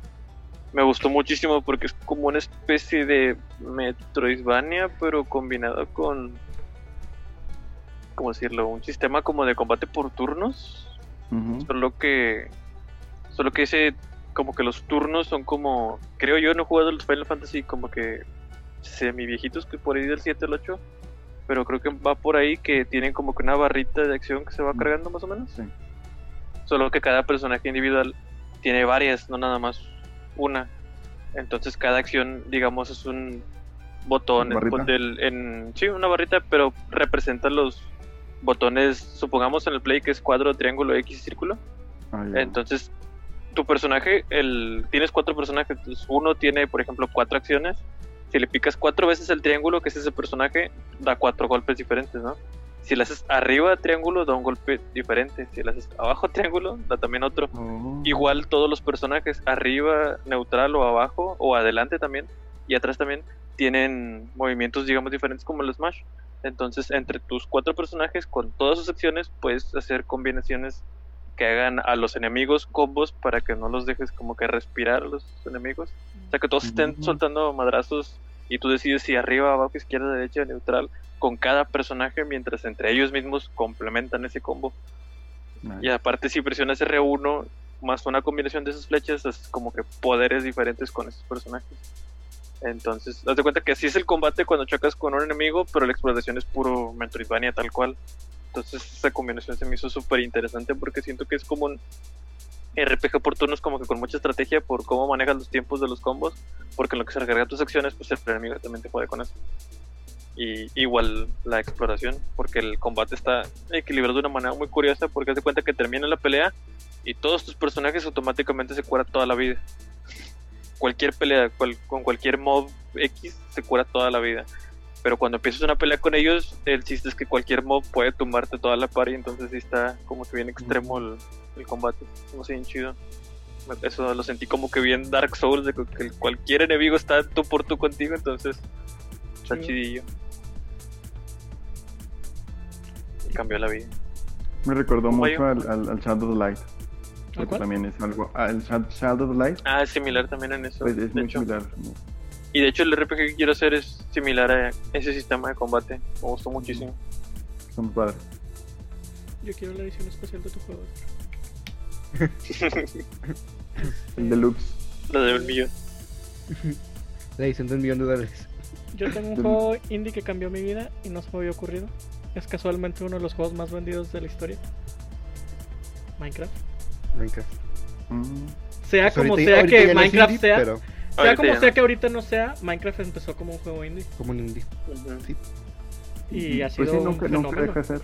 B: me gustó muchísimo porque es como una especie de Metroidvania, pero combinado con, ¿cómo decirlo? Un sistema como de combate por turnos,
D: Ujú.
B: solo que, solo que ese, como que los turnos son como, creo yo, no he jugado los Final Fantasy como que semi viejitos, que por ahí del 7 al 8, pero creo que va por ahí que tienen como que una barrita de acción que se va cargando más o menos.
D: Sí.
B: Solo que cada personaje individual tiene varias, no nada más una. Entonces cada acción, digamos, es un botón
D: ¿Barrita?
B: en- del- en sí, una barrita, pero representa los botones, supongamos en el play que es cuadro, triángulo, X, círculo.
D: Ah, ya.
B: Entonces, tu personaje, el, tienes cuatro personajes. entonces, uno tiene, por ejemplo, cuatro acciones. Si le picas cuatro veces el triángulo, que es ese personaje, da cuatro golpes diferentes, ¿no? Si le haces arriba triángulo, da un golpe diferente. Si le haces abajo triángulo, da también otro.
D: Oh.
B: Igual todos los personajes, arriba, neutral o abajo, o adelante también, y atrás también, tienen movimientos, digamos, diferentes como el Smash. Entonces, entre tus cuatro personajes, con todas sus acciones, puedes hacer combinaciones que hagan a los enemigos combos para que no los dejes como que respirar a los enemigos. O sea, que todos estén
D: Ujú.
B: soltando madrazos y tú decides si arriba, abajo, izquierda, derecha, neutral, con cada personaje, mientras entre ellos mismos complementan ese combo.
D: Nice.
B: Y aparte si presionas R1 más una combinación de esas flechas, es como que poderes diferentes con esos personajes. Entonces, haz de cuenta que así es el combate cuando chocas con un enemigo, pero la exploración es puro Metroidvania tal cual. Entonces, esa combinación se me hizo súper interesante porque siento que es como un RPG por turnos, como que con mucha estrategia por cómo manejas los tiempos de los combos, porque en lo que se recarga tus acciones, pues el enemigo también te puede con eso. Y igual la exploración, porque el combate está equilibrado de una manera muy curiosa, porque haz de cuenta que termina la pelea y todos tus personajes automáticamente se curan toda la vida. Cualquier pelea cual- con cualquier mob X se cura toda la vida. Pero cuando empiezas una pelea con ellos, el chiste es que cualquier mob puede tumbarte toda la par y entonces sí está como que bien extremo el, el combate. Como si bien chido. Eso lo sentí como que bien Dark Souls, de que cualquier enemigo está tú por tú contigo, entonces está
C: Chido.
B: chidillo. Y cambió la vida.
D: Me recordó
B: Oye.
D: mucho al, al, al Shadow of Light.
C: ¿Al
D: Porque
C: cual?
D: también es algo. ah, El Sha- Shadow of Light
B: Ah, es similar también en eso.
D: pues, es
B: de
D: muy
B: hecho.
D: similar.
B: Y de hecho el RPG que quiero hacer es similar a ese sistema de combate. Me gustó muchísimo.
D: Son padres.
C: Yo quiero la edición especial de tu juego.
D: El Deluxe.
B: Lo de un millón.
A: Le dicen 2 millones de dólares.
C: Yo tengo un
D: Del-
C: juego indie que cambió mi vida y no se me había ocurrido. Es casualmente uno de los juegos más vendidos de la historia. Minecraft.
A: Minecraft.
D: Mm.
C: Sea
A: Pues
C: como
A: ahorita-
C: sea
A: ahorita ya
C: que
A: no es
C: Minecraft
A: indie,
C: sea,
A: Pero
C: sea
B: Ahorita
C: como
B: ya
C: sea
B: no.
C: que ahorita no sea, Minecraft empezó como un juego indie
A: como un indie.
B: Ujú.
C: y ha
D: Pues
C: sido
D: sí, nunca,
C: un
D: nunca
C: fenómeno.
D: deja de ser.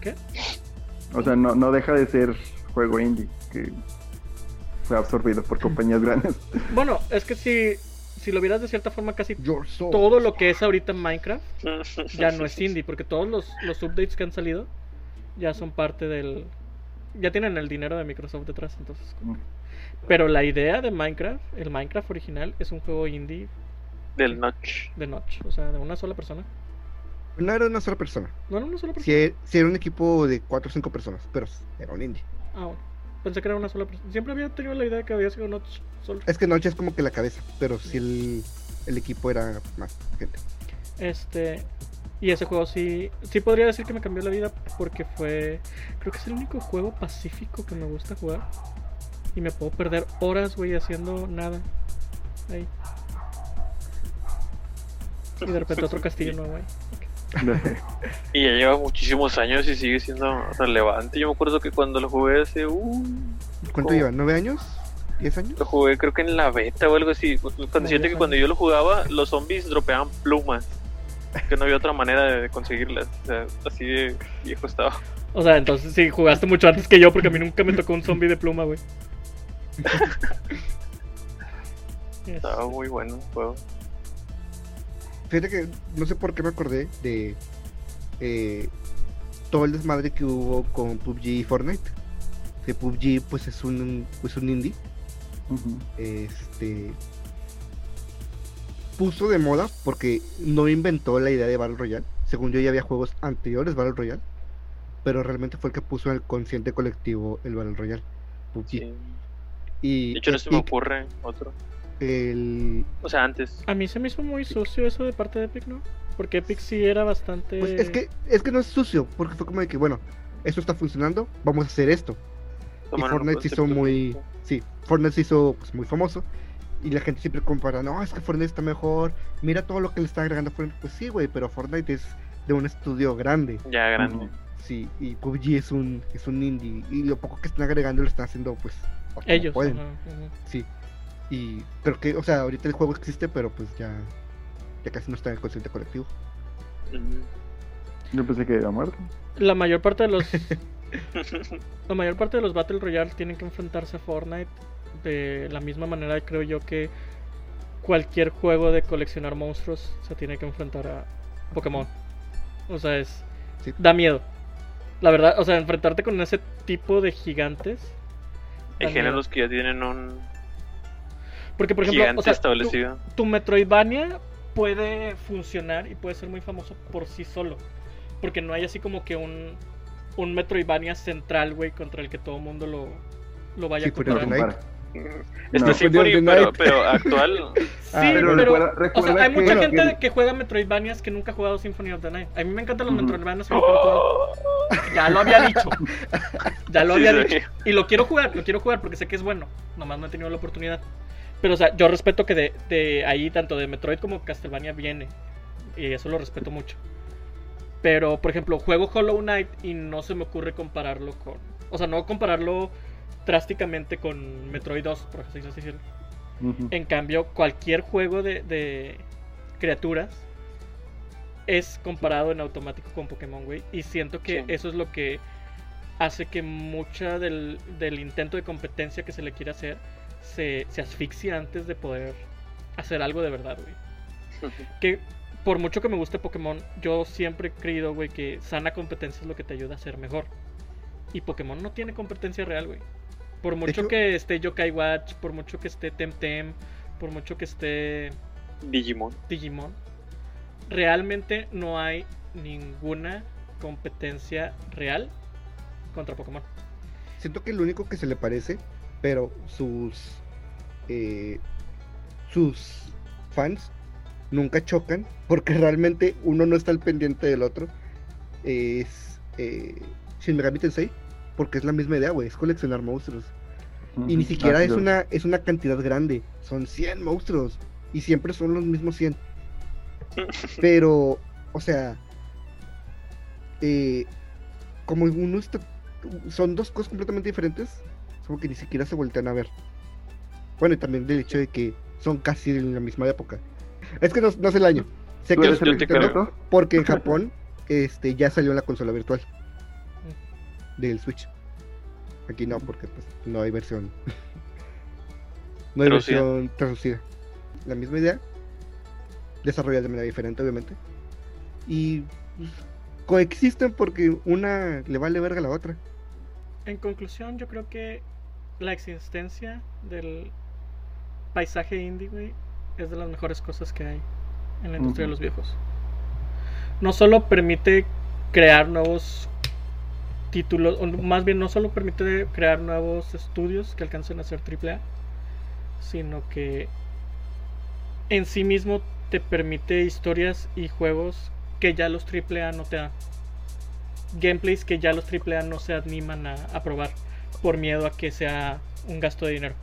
C: ¿Qué?
D: O sea, no, no deja de ser juego indie que fue absorbido por compañías
C: (laughs)
D: grandes.
C: Bueno, es que si, si lo vieras de cierta forma, casi
A: Your Soul.
C: todo lo que es ahorita Minecraft ya no es indie, porque todos los, los updates que han salido ya son parte del... Ya tienen el dinero de Microsoft detrás, entonces... como que- Pero la idea de Minecraft, el Minecraft original, es un juego indie
B: (laughs) Del Notch.
C: de Notch, o sea, de una sola persona.
A: No era una sola persona.
C: No era una sola persona.
A: Si, si era un equipo de 4 o 5 personas, pero era un indie.
C: Ah, bueno. Pensé que era una sola persona. Siempre había tenido la idea de que había sido Notch solo.
A: Es que Noche es como que la cabeza, pero si el, el equipo era más gente.
C: Este. Y ese juego sí, sí podría decir que me cambió la vida porque fue, creo que es el único juego pacífico que me gusta jugar. Y me puedo perder horas, güey, haciendo nada. Ahí. Y de repente otro castillo nuevo, güey.
B: Y ya lleva muchísimos años y sigue siendo relevante. Yo me acuerdo que cuando lo jugué hace. Uh,
A: ¿Cuánto
B: como-
A: lleva? ¿Nueve años? ¿Diez años?
B: Lo jugué, creo que en la beta o algo así. Cuando siente que cuando yo lo jugaba, los zombies dropeaban plumas. Que no había otra manera de conseguirlas. O sea, así de viejo estaba.
C: O sea, entonces sí, jugaste mucho antes que yo porque a mí nunca me tocó un zombie de pluma, güey. Yes.
B: Estaba muy bueno el juego.
A: Fíjate que no sé por qué me acordé de eh, todo el desmadre que hubo con PUBG y Fortnite. Que PUBG pues es un, pues, un indie.
D: Ujú.
A: Este puso de moda porque no inventó la idea de Battle Royale. Según yo ya había juegos anteriores Battle Royale. Pero realmente fue el que puso en el consciente colectivo el Battle Royale. PUBG.
B: Sí.
A: Y
B: De hecho, no se me
A: Epic,
B: ocurre otro.
A: el-
B: O sea, antes.
C: A mí se me hizo muy sucio eso de parte de Epic, ¿no? Porque Epic sí era bastante...
A: Pues es que, es que no es sucio, porque fue como de que, bueno, esto está funcionando, vamos a hacer esto. Y
B: tomaron un
A: Fortnite se hizo
B: concepto
A: muy.
B: distinto.
A: Sí, Fortnite se hizo pues, muy famoso. Y la gente siempre compara, no, es que Fortnite está mejor. Mira todo lo que le está agregando a Fortnite. Pues sí, güey, pero Fortnite es de un estudio grande.
B: Ya grande.
A: Sí, y PUBG es un, es un indie. Y lo poco que están agregando lo están haciendo, pues. a como
C: Ellos.
A: pueden.
C: ajá, ajá.
A: Sí. Y creo que, o sea, ahorita el juego existe, pero pues ya. Ya casi no está en el consciente colectivo.
B: Ujú.
D: Yo pensé que era muerto.
C: La mayor parte de los... la mayor parte de los Battle Royale tienen que enfrentarse a Fortnite de la misma manera, creo yo, que cualquier juego de coleccionar monstruos se tiene que enfrentar a Pokémon. O sea, es...
A: Sí.
C: Da miedo. La verdad, o sea, enfrentarte con ese tipo de gigantes... da
B: Hay
C: miedo.
B: géneros que ya tienen un
C: Porque, por ejemplo,
B: gigante
C: o sea, tú-
B: establecido.
C: tu Metroidvania puede funcionar y puede ser muy famoso por sí solo. Porque no hay así como que un, un Metroidvania central, güey, contra el que todo mundo lo, lo vaya
A: Sí,
C: a
A: pero
D: No,
C: comparar.
A: Fortnite.
D: compara.
B: Este
D: No.
B: sí,
A: Dios de
B: Fury, pero,
A: Knight.
B: pero actual.
C: Sí,
A: Ah, pero
C: pero...
D: recuerda-
C: o sea,
D: recuerda
C: hay
D: que-
C: mucha
D: que-
C: gente que juega Metroidvanias que nunca ha jugado Symphony of the Night. A mí me encantan los
D: Ujú.
C: Metroidvanias. pero nunca lo he jugado. Ya lo había dicho. Ya lo
B: Sí,
C: había
B: sí.
C: dicho. Y lo quiero jugar, lo quiero jugar porque sé que es bueno. Nomás no he tenido la oportunidad. Pero, o sea, yo respeto que de, de ahí, tanto de Metroid como Castlevania, viene. Y eso lo respeto mucho. Pero, por ejemplo, juego Hollow Knight y no se me ocurre compararlo con. O sea, no compararlo drásticamente con Metroid 2, por así decirlo.
D: Ujú.
C: En cambio, cualquier juego de, de criaturas es comparado en automático con Pokémon, güey. Y siento que
B: Sí.
C: eso es lo que hace que mucha del, del intento de competencia que se le quiere hacer se, se asfixie antes de poder hacer algo de verdad, güey. Que por mucho que me guste Pokémon, yo siempre he creído, güey, que sana competencia es lo que te ayuda a ser mejor. Y Pokémon no tiene competencia real, güey. Por mucho
A: hecho-
C: que esté Yokai Watch, por mucho que esté Temtem, por mucho que esté
B: (laughs) Digimon.
C: Digimon, realmente no hay ninguna competencia real contra Pokémon.
A: Siento que lo único que se le parece, pero sus eh, sus fans nunca chocan, porque realmente uno no está al pendiente del otro. Es eh, Shin Megami Tensei, porque es la misma idea, güey, es coleccionar monstruos. Y ni
D: Ujú.
A: siquiera
D: Ah,
A: es
D: sí,
A: una es una cantidad grande, son 100 monstruos y siempre son los mismos
D: (laughs)
A: 100. Pero, o sea, eh, como uno está, son dos cosas completamente diferentes, es como que ni siquiera se voltean a ver. Bueno, y también del hecho de que son casi de la misma época. Es que no, no sé el año. Sé
D: ¿Tú
A: que
D: eres
A: es
B: yo
D: el
B: te
A: creo.
D: experto?
A: porque en Japón este, ya salió la consola virtual del Switch. Aquí no, porque pues, no hay versión. (laughs) No hay
B: Traducida.
A: versión traducida. La misma idea. Desarrollada de manera diferente, obviamente. Y pues, coexisten porque una le vale verga a la otra.
C: En conclusión, yo creo que la existencia del paisaje indie, güey, es de las mejores cosas que hay en la industria de
D: Ujú.
C: los viejos. No solo permite crear nuevos títulos, o más bien no solo permite crear nuevos estudios que alcancen a ser AAA, sino que en sí mismo te permite historias y juegos que ya los AAA no te dan. Gameplays que ya los AAA no se animan a, a probar por miedo a que sea un gasto de dinero.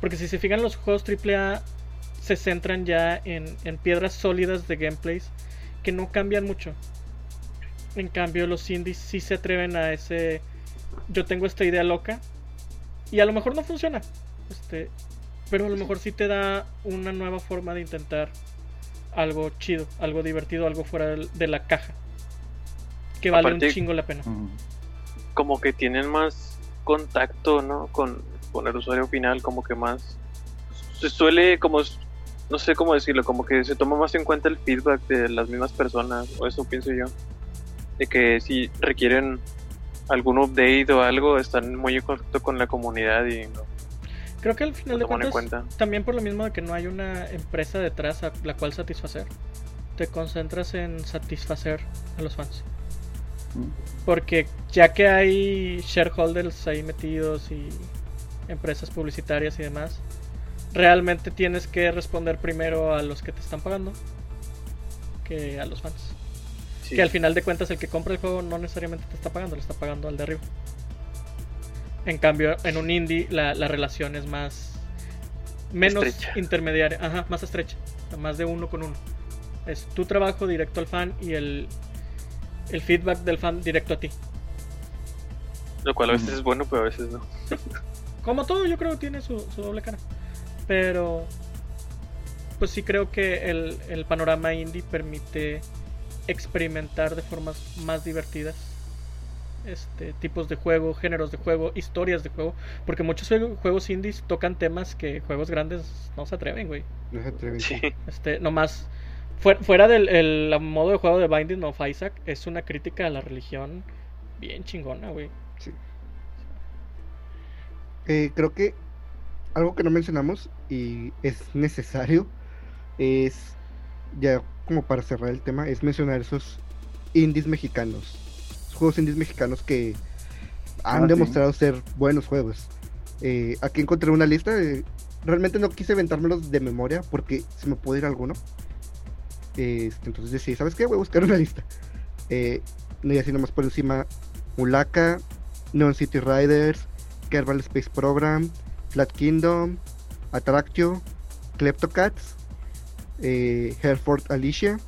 C: Porque si se fijan, los juegos AAA se centran ya en, en piedras sólidas de gameplays que no cambian mucho. En cambio, los indies sí se atreven a ese. Yo tengo esta idea loca. Y a lo mejor no funciona. Este, pero a lo mejor sí te da una nueva forma de intentar algo chido, algo divertido, algo fuera del- de la caja. Que vale
B: Aparte-
C: un chingo la pena.
D: Ujú.
B: como que tienen más contacto, ¿no? Con, con el usuario final, como que más... Se suele, como... s- No sé cómo decirlo, como que se toma más en cuenta el feedback de las mismas personas, o eso pienso yo. De que si requieren algún update o algo, están muy en contacto con la comunidad y no,
C: Creo que al final de
B: lo toman en
C: cuentas,
B: cuenta.
C: también por lo mismo de que no hay una empresa detrás a la cual satisfacer, te concentras en satisfacer a los fans.
D: Mm.
C: Porque ya que hay shareholders ahí metidos y empresas publicitarias y demás, realmente tienes que responder primero a los que te están pagando que a los fans.
B: Sí.
C: Que al final de cuentas el que compra el juego no necesariamente te está pagando, le está pagando al de arriba. En cambio, en un indie la, la relación es más... Menos
B: Estrecha.
C: intermediaria, ajá, más estrecha, más de uno con uno. Es tu trabajo directo al fan y el, el feedback del fan directo a ti.
B: Lo cual a veces
D: Ujú.
B: es bueno, pero a veces no.
C: Como todo, yo creo que tiene su, su doble cara. Pero, pues sí creo que el, el panorama indie permite experimentar de formas más divertidas este, tipos de juego, géneros de juego, historias de juego. Porque muchos juego- juegos indies tocan temas que juegos grandes no se atreven, güey.
A: No se atreven.
B: Sí.
C: Este, nomás, fuera, fuera del el modo de juego de Binding of Isaac, es una crítica a la religión bien chingona, güey.
A: Eh, creo que algo que no mencionamos y es necesario es, ya como para cerrar el tema, es mencionar esos indies mexicanos. esos Juegos indies mexicanos que han
D: Ah, sí.
A: demostrado ser buenos juegos. Eh, aquí encontré una lista. eh, realmente no quise aventármelos de memoria porque se me puede ir alguno. Este, entonces decidí, ¿sabes qué? Voy a buscar una lista. Eh, y así nomás por encima, Mulaka, Neon City Riders, Kerbal Space Program, Flat Kingdom, Atractio, Kleptocats, eh, Hereford Alicia.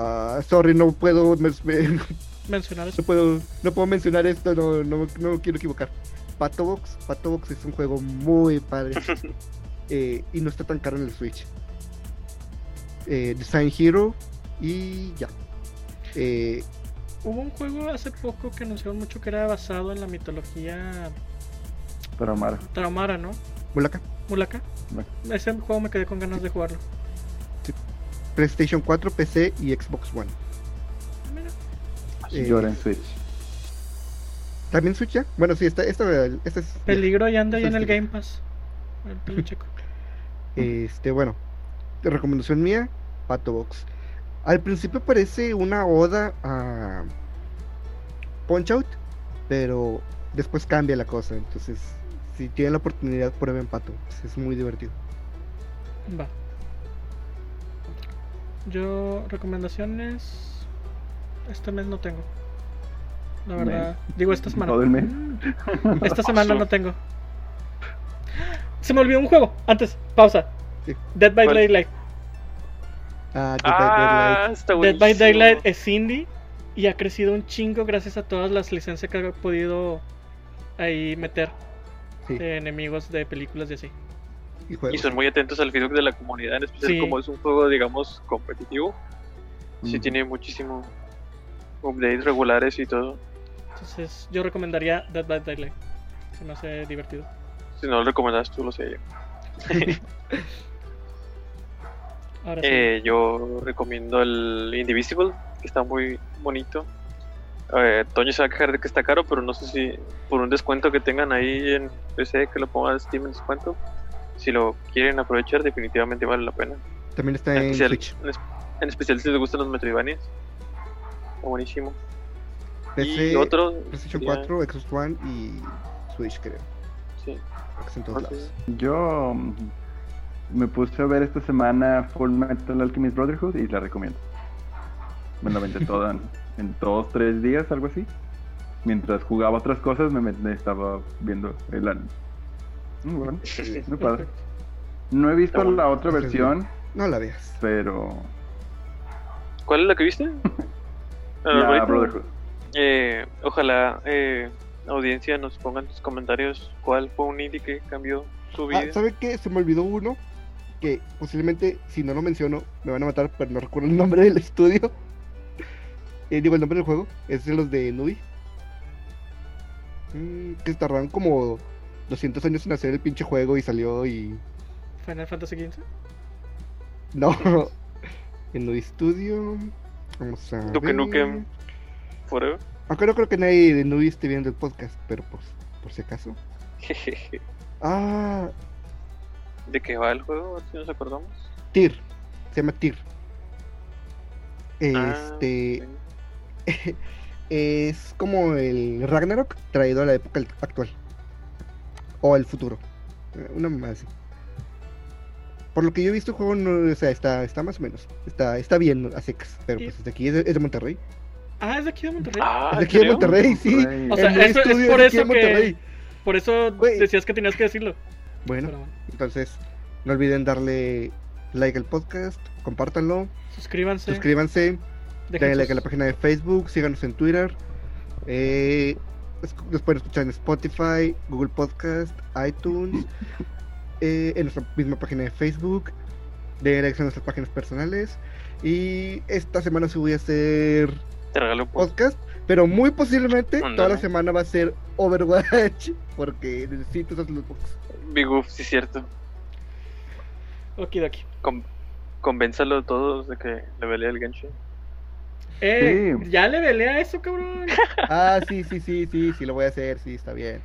A: Ah, sorry, no puedo, me- me- (laughs)
C: Mencionar eso.
A: no puedo, no puedo mencionar esto, no, no, no quiero equivocar. Patobox, Patobox es un juego muy padre eh, y no está tan caro en el Switch. Eh, Design Hero y ya. Eh,
C: Hubo un juego hace poco que anunciaron mucho que era basado en la mitología
D: Pero Amaro.
C: Tarahumara, ¿no?
A: Mulaka,
C: Mulaka.
D: Bueno.
C: Ese juego me quedé con ganas de jugarlo.
A: PlayStation 4, PC y Xbox One.
C: Mira, Ah,
A: Eh,
D: Llora en Switch.
A: ¿También Switch ya? Bueno, sí, esta, esta, esta es.
C: peligro y anda ahí en el
A: Este-
C: Game Pass. Ahorita lo checo.
A: Este, bueno, de recomendación mía, Pato Box. Al principio parece una oda a Punch Out, pero después cambia la cosa. Entonces, si tienen la oportunidad, prueben Pato. Box, Es muy divertido.
C: Va. Yo, recomendaciones. Este mes no tengo. La
D: Bueno.
C: verdad. Digo, esta semana.
D: Todo el mes.
C: Esta semana no tengo. Se me olvidó un juego. Antes, pausa.
A: Sí.
C: Dead by
B: ¿Cuál?
C: Daylight.
A: Ah, Dead by
B: (laughs) Ah,
A: Daylight.
B: está
C: Dead
B: buenísimo.
C: by Daylight es indie y ha crecido un chingo gracias a todas las licencias que ha podido ahí meter
A: Sí,
C: de enemigos de películas y así.
A: y juegos.
B: Y son muy atentos al feedback de la comunidad, en especial
C: Sí.
B: como es un juego, digamos, competitivo. Sí,
D: Ujú.
B: tiene muchísimo updates regulares y todo.
C: Entonces yo recomendaría Dead by Daylight. Se me hace divertido.
B: Si no lo recomendas tú, lo sé yo.
C: Ahora sí.
B: Eh, yo recomiendo el Indivisible, que está muy bonito. Eh, Toño se va a quejar de que está caro, pero no sé si por un descuento que tengan ahí en PC, que lo ponga Steam en descuento. Si lo quieren aprovechar, definitivamente vale la pena.
A: También está
B: En
A: en
B: especial,
A: Switch.
B: en es- en especial si les gustan los Metroidvanias. Está buenísimo.
A: PC,
B: y otro.
A: PlayStation
B: ya,
A: 4, Xbox One y Switch, creo.
B: sí.
A: Creo que es en todos
B: Ah, sí.
A: lados.
D: Yo mm, Me puse a ver esta semana Full Metal Alchemist Brotherhood y la recomiendo. Me la aventé toda en, en dos, tres días, algo así. Mientras jugaba otras cosas, me, met- me estaba viendo el anime. Muy bueno,
B: (laughs)
D: muy padre. No he visto
B: Está bueno.
D: la otra
A: Ese es
D: versión,
A: No la veas.
D: pero.
B: ¿Cuál es la
A: (laughs)
B: que viste? Ah,
D: Ya,
B: ahorita.
D: Brotherhood.
B: Eh, ojalá eh, audiencia nos ponga en los comentarios cuál fue un indie que cambió su vida.
A: Ah, ¿Saben qué? Se me olvidó uno que posiblemente, si no lo menciono, me van a matar, pero no recuerdo el nombre del estudio. (laughs) Eh, digo, el nombre del juego es de los de Nui. Mm, que tardaron como 200 años en hacer el pinche juego y salió y... (laughs)
C: Final Fantasy XV.
A: No. en Nui Studio... Vamos a
B: Duke
A: ver.
B: Nukem. Forever.
A: Aunque no creo que nadie de Nui esté viendo el podcast, pero pues, por si
B: (laughs)
A: acaso. Ah,
B: ¿De qué va el juego? A ver si nos acordamos.
A: Tyr. Se llama Tyr. Este...
B: Ah, ok.
A: es como el Ragnarok traído a la época actual o al futuro. Eh, Una más así. Por lo que yo he visto, el juego no, o sea, está, está más o menos. Está, está bien a secas, pero
C: Y-
A: pues desde aquí es de, es de Monterrey.
C: Ah, es de aquí de Monterrey.
B: Ah,
A: Es de
B: ¿en
A: aquí de
B: serio?
A: Monterrey, sí.
D: Rey.
C: O sea,
A: El Nui
C: eso- es
A: Studio
C: por
A: de
C: eso
A: aquí de
C: que-
A: Monterrey.
C: Por eso
A: Güey.
C: decías que tenías que decirlo.
A: Bueno,
C: Pero bueno.
A: entonces no olviden darle like al podcast, compártanlo,
C: suscríbanse.
A: suscríbanse,
C: dejen
A: denle like a
C: sus-
A: la página de Facebook, síganos en Twitter. Eh, es- nos pueden escuchar en Spotify, Google Podcast,
B: (laughs)
A: iTunes, eh, en nuestra misma página de Facebook, de likes a nuestras páginas personales. Y esta semana sí voy a hacer
B: Te regalo un post.
A: podcast, pero muy posiblemente toda
B: Ándale.
A: la semana va a ser Overwatch, porque necesito esas lootbox.
B: Big Oof, sí, cierto.
C: Okidoki.
B: Con- convénzalo a todos de que le vele el Genshin.
C: Eh,
D: Sí.
C: ya le velé a eso,
B: (laughs)
C: cabrón.
A: Ah, sí, sí, sí, sí, sí, lo voy a hacer, sí, está bien.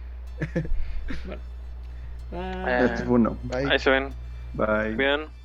C: bueno.
B: Eh,
C: Ah.
D: That's Este uno.
B: Ah.
A: Bye.
B: Ahí se ven.
D: Bye.
B: Cuidan.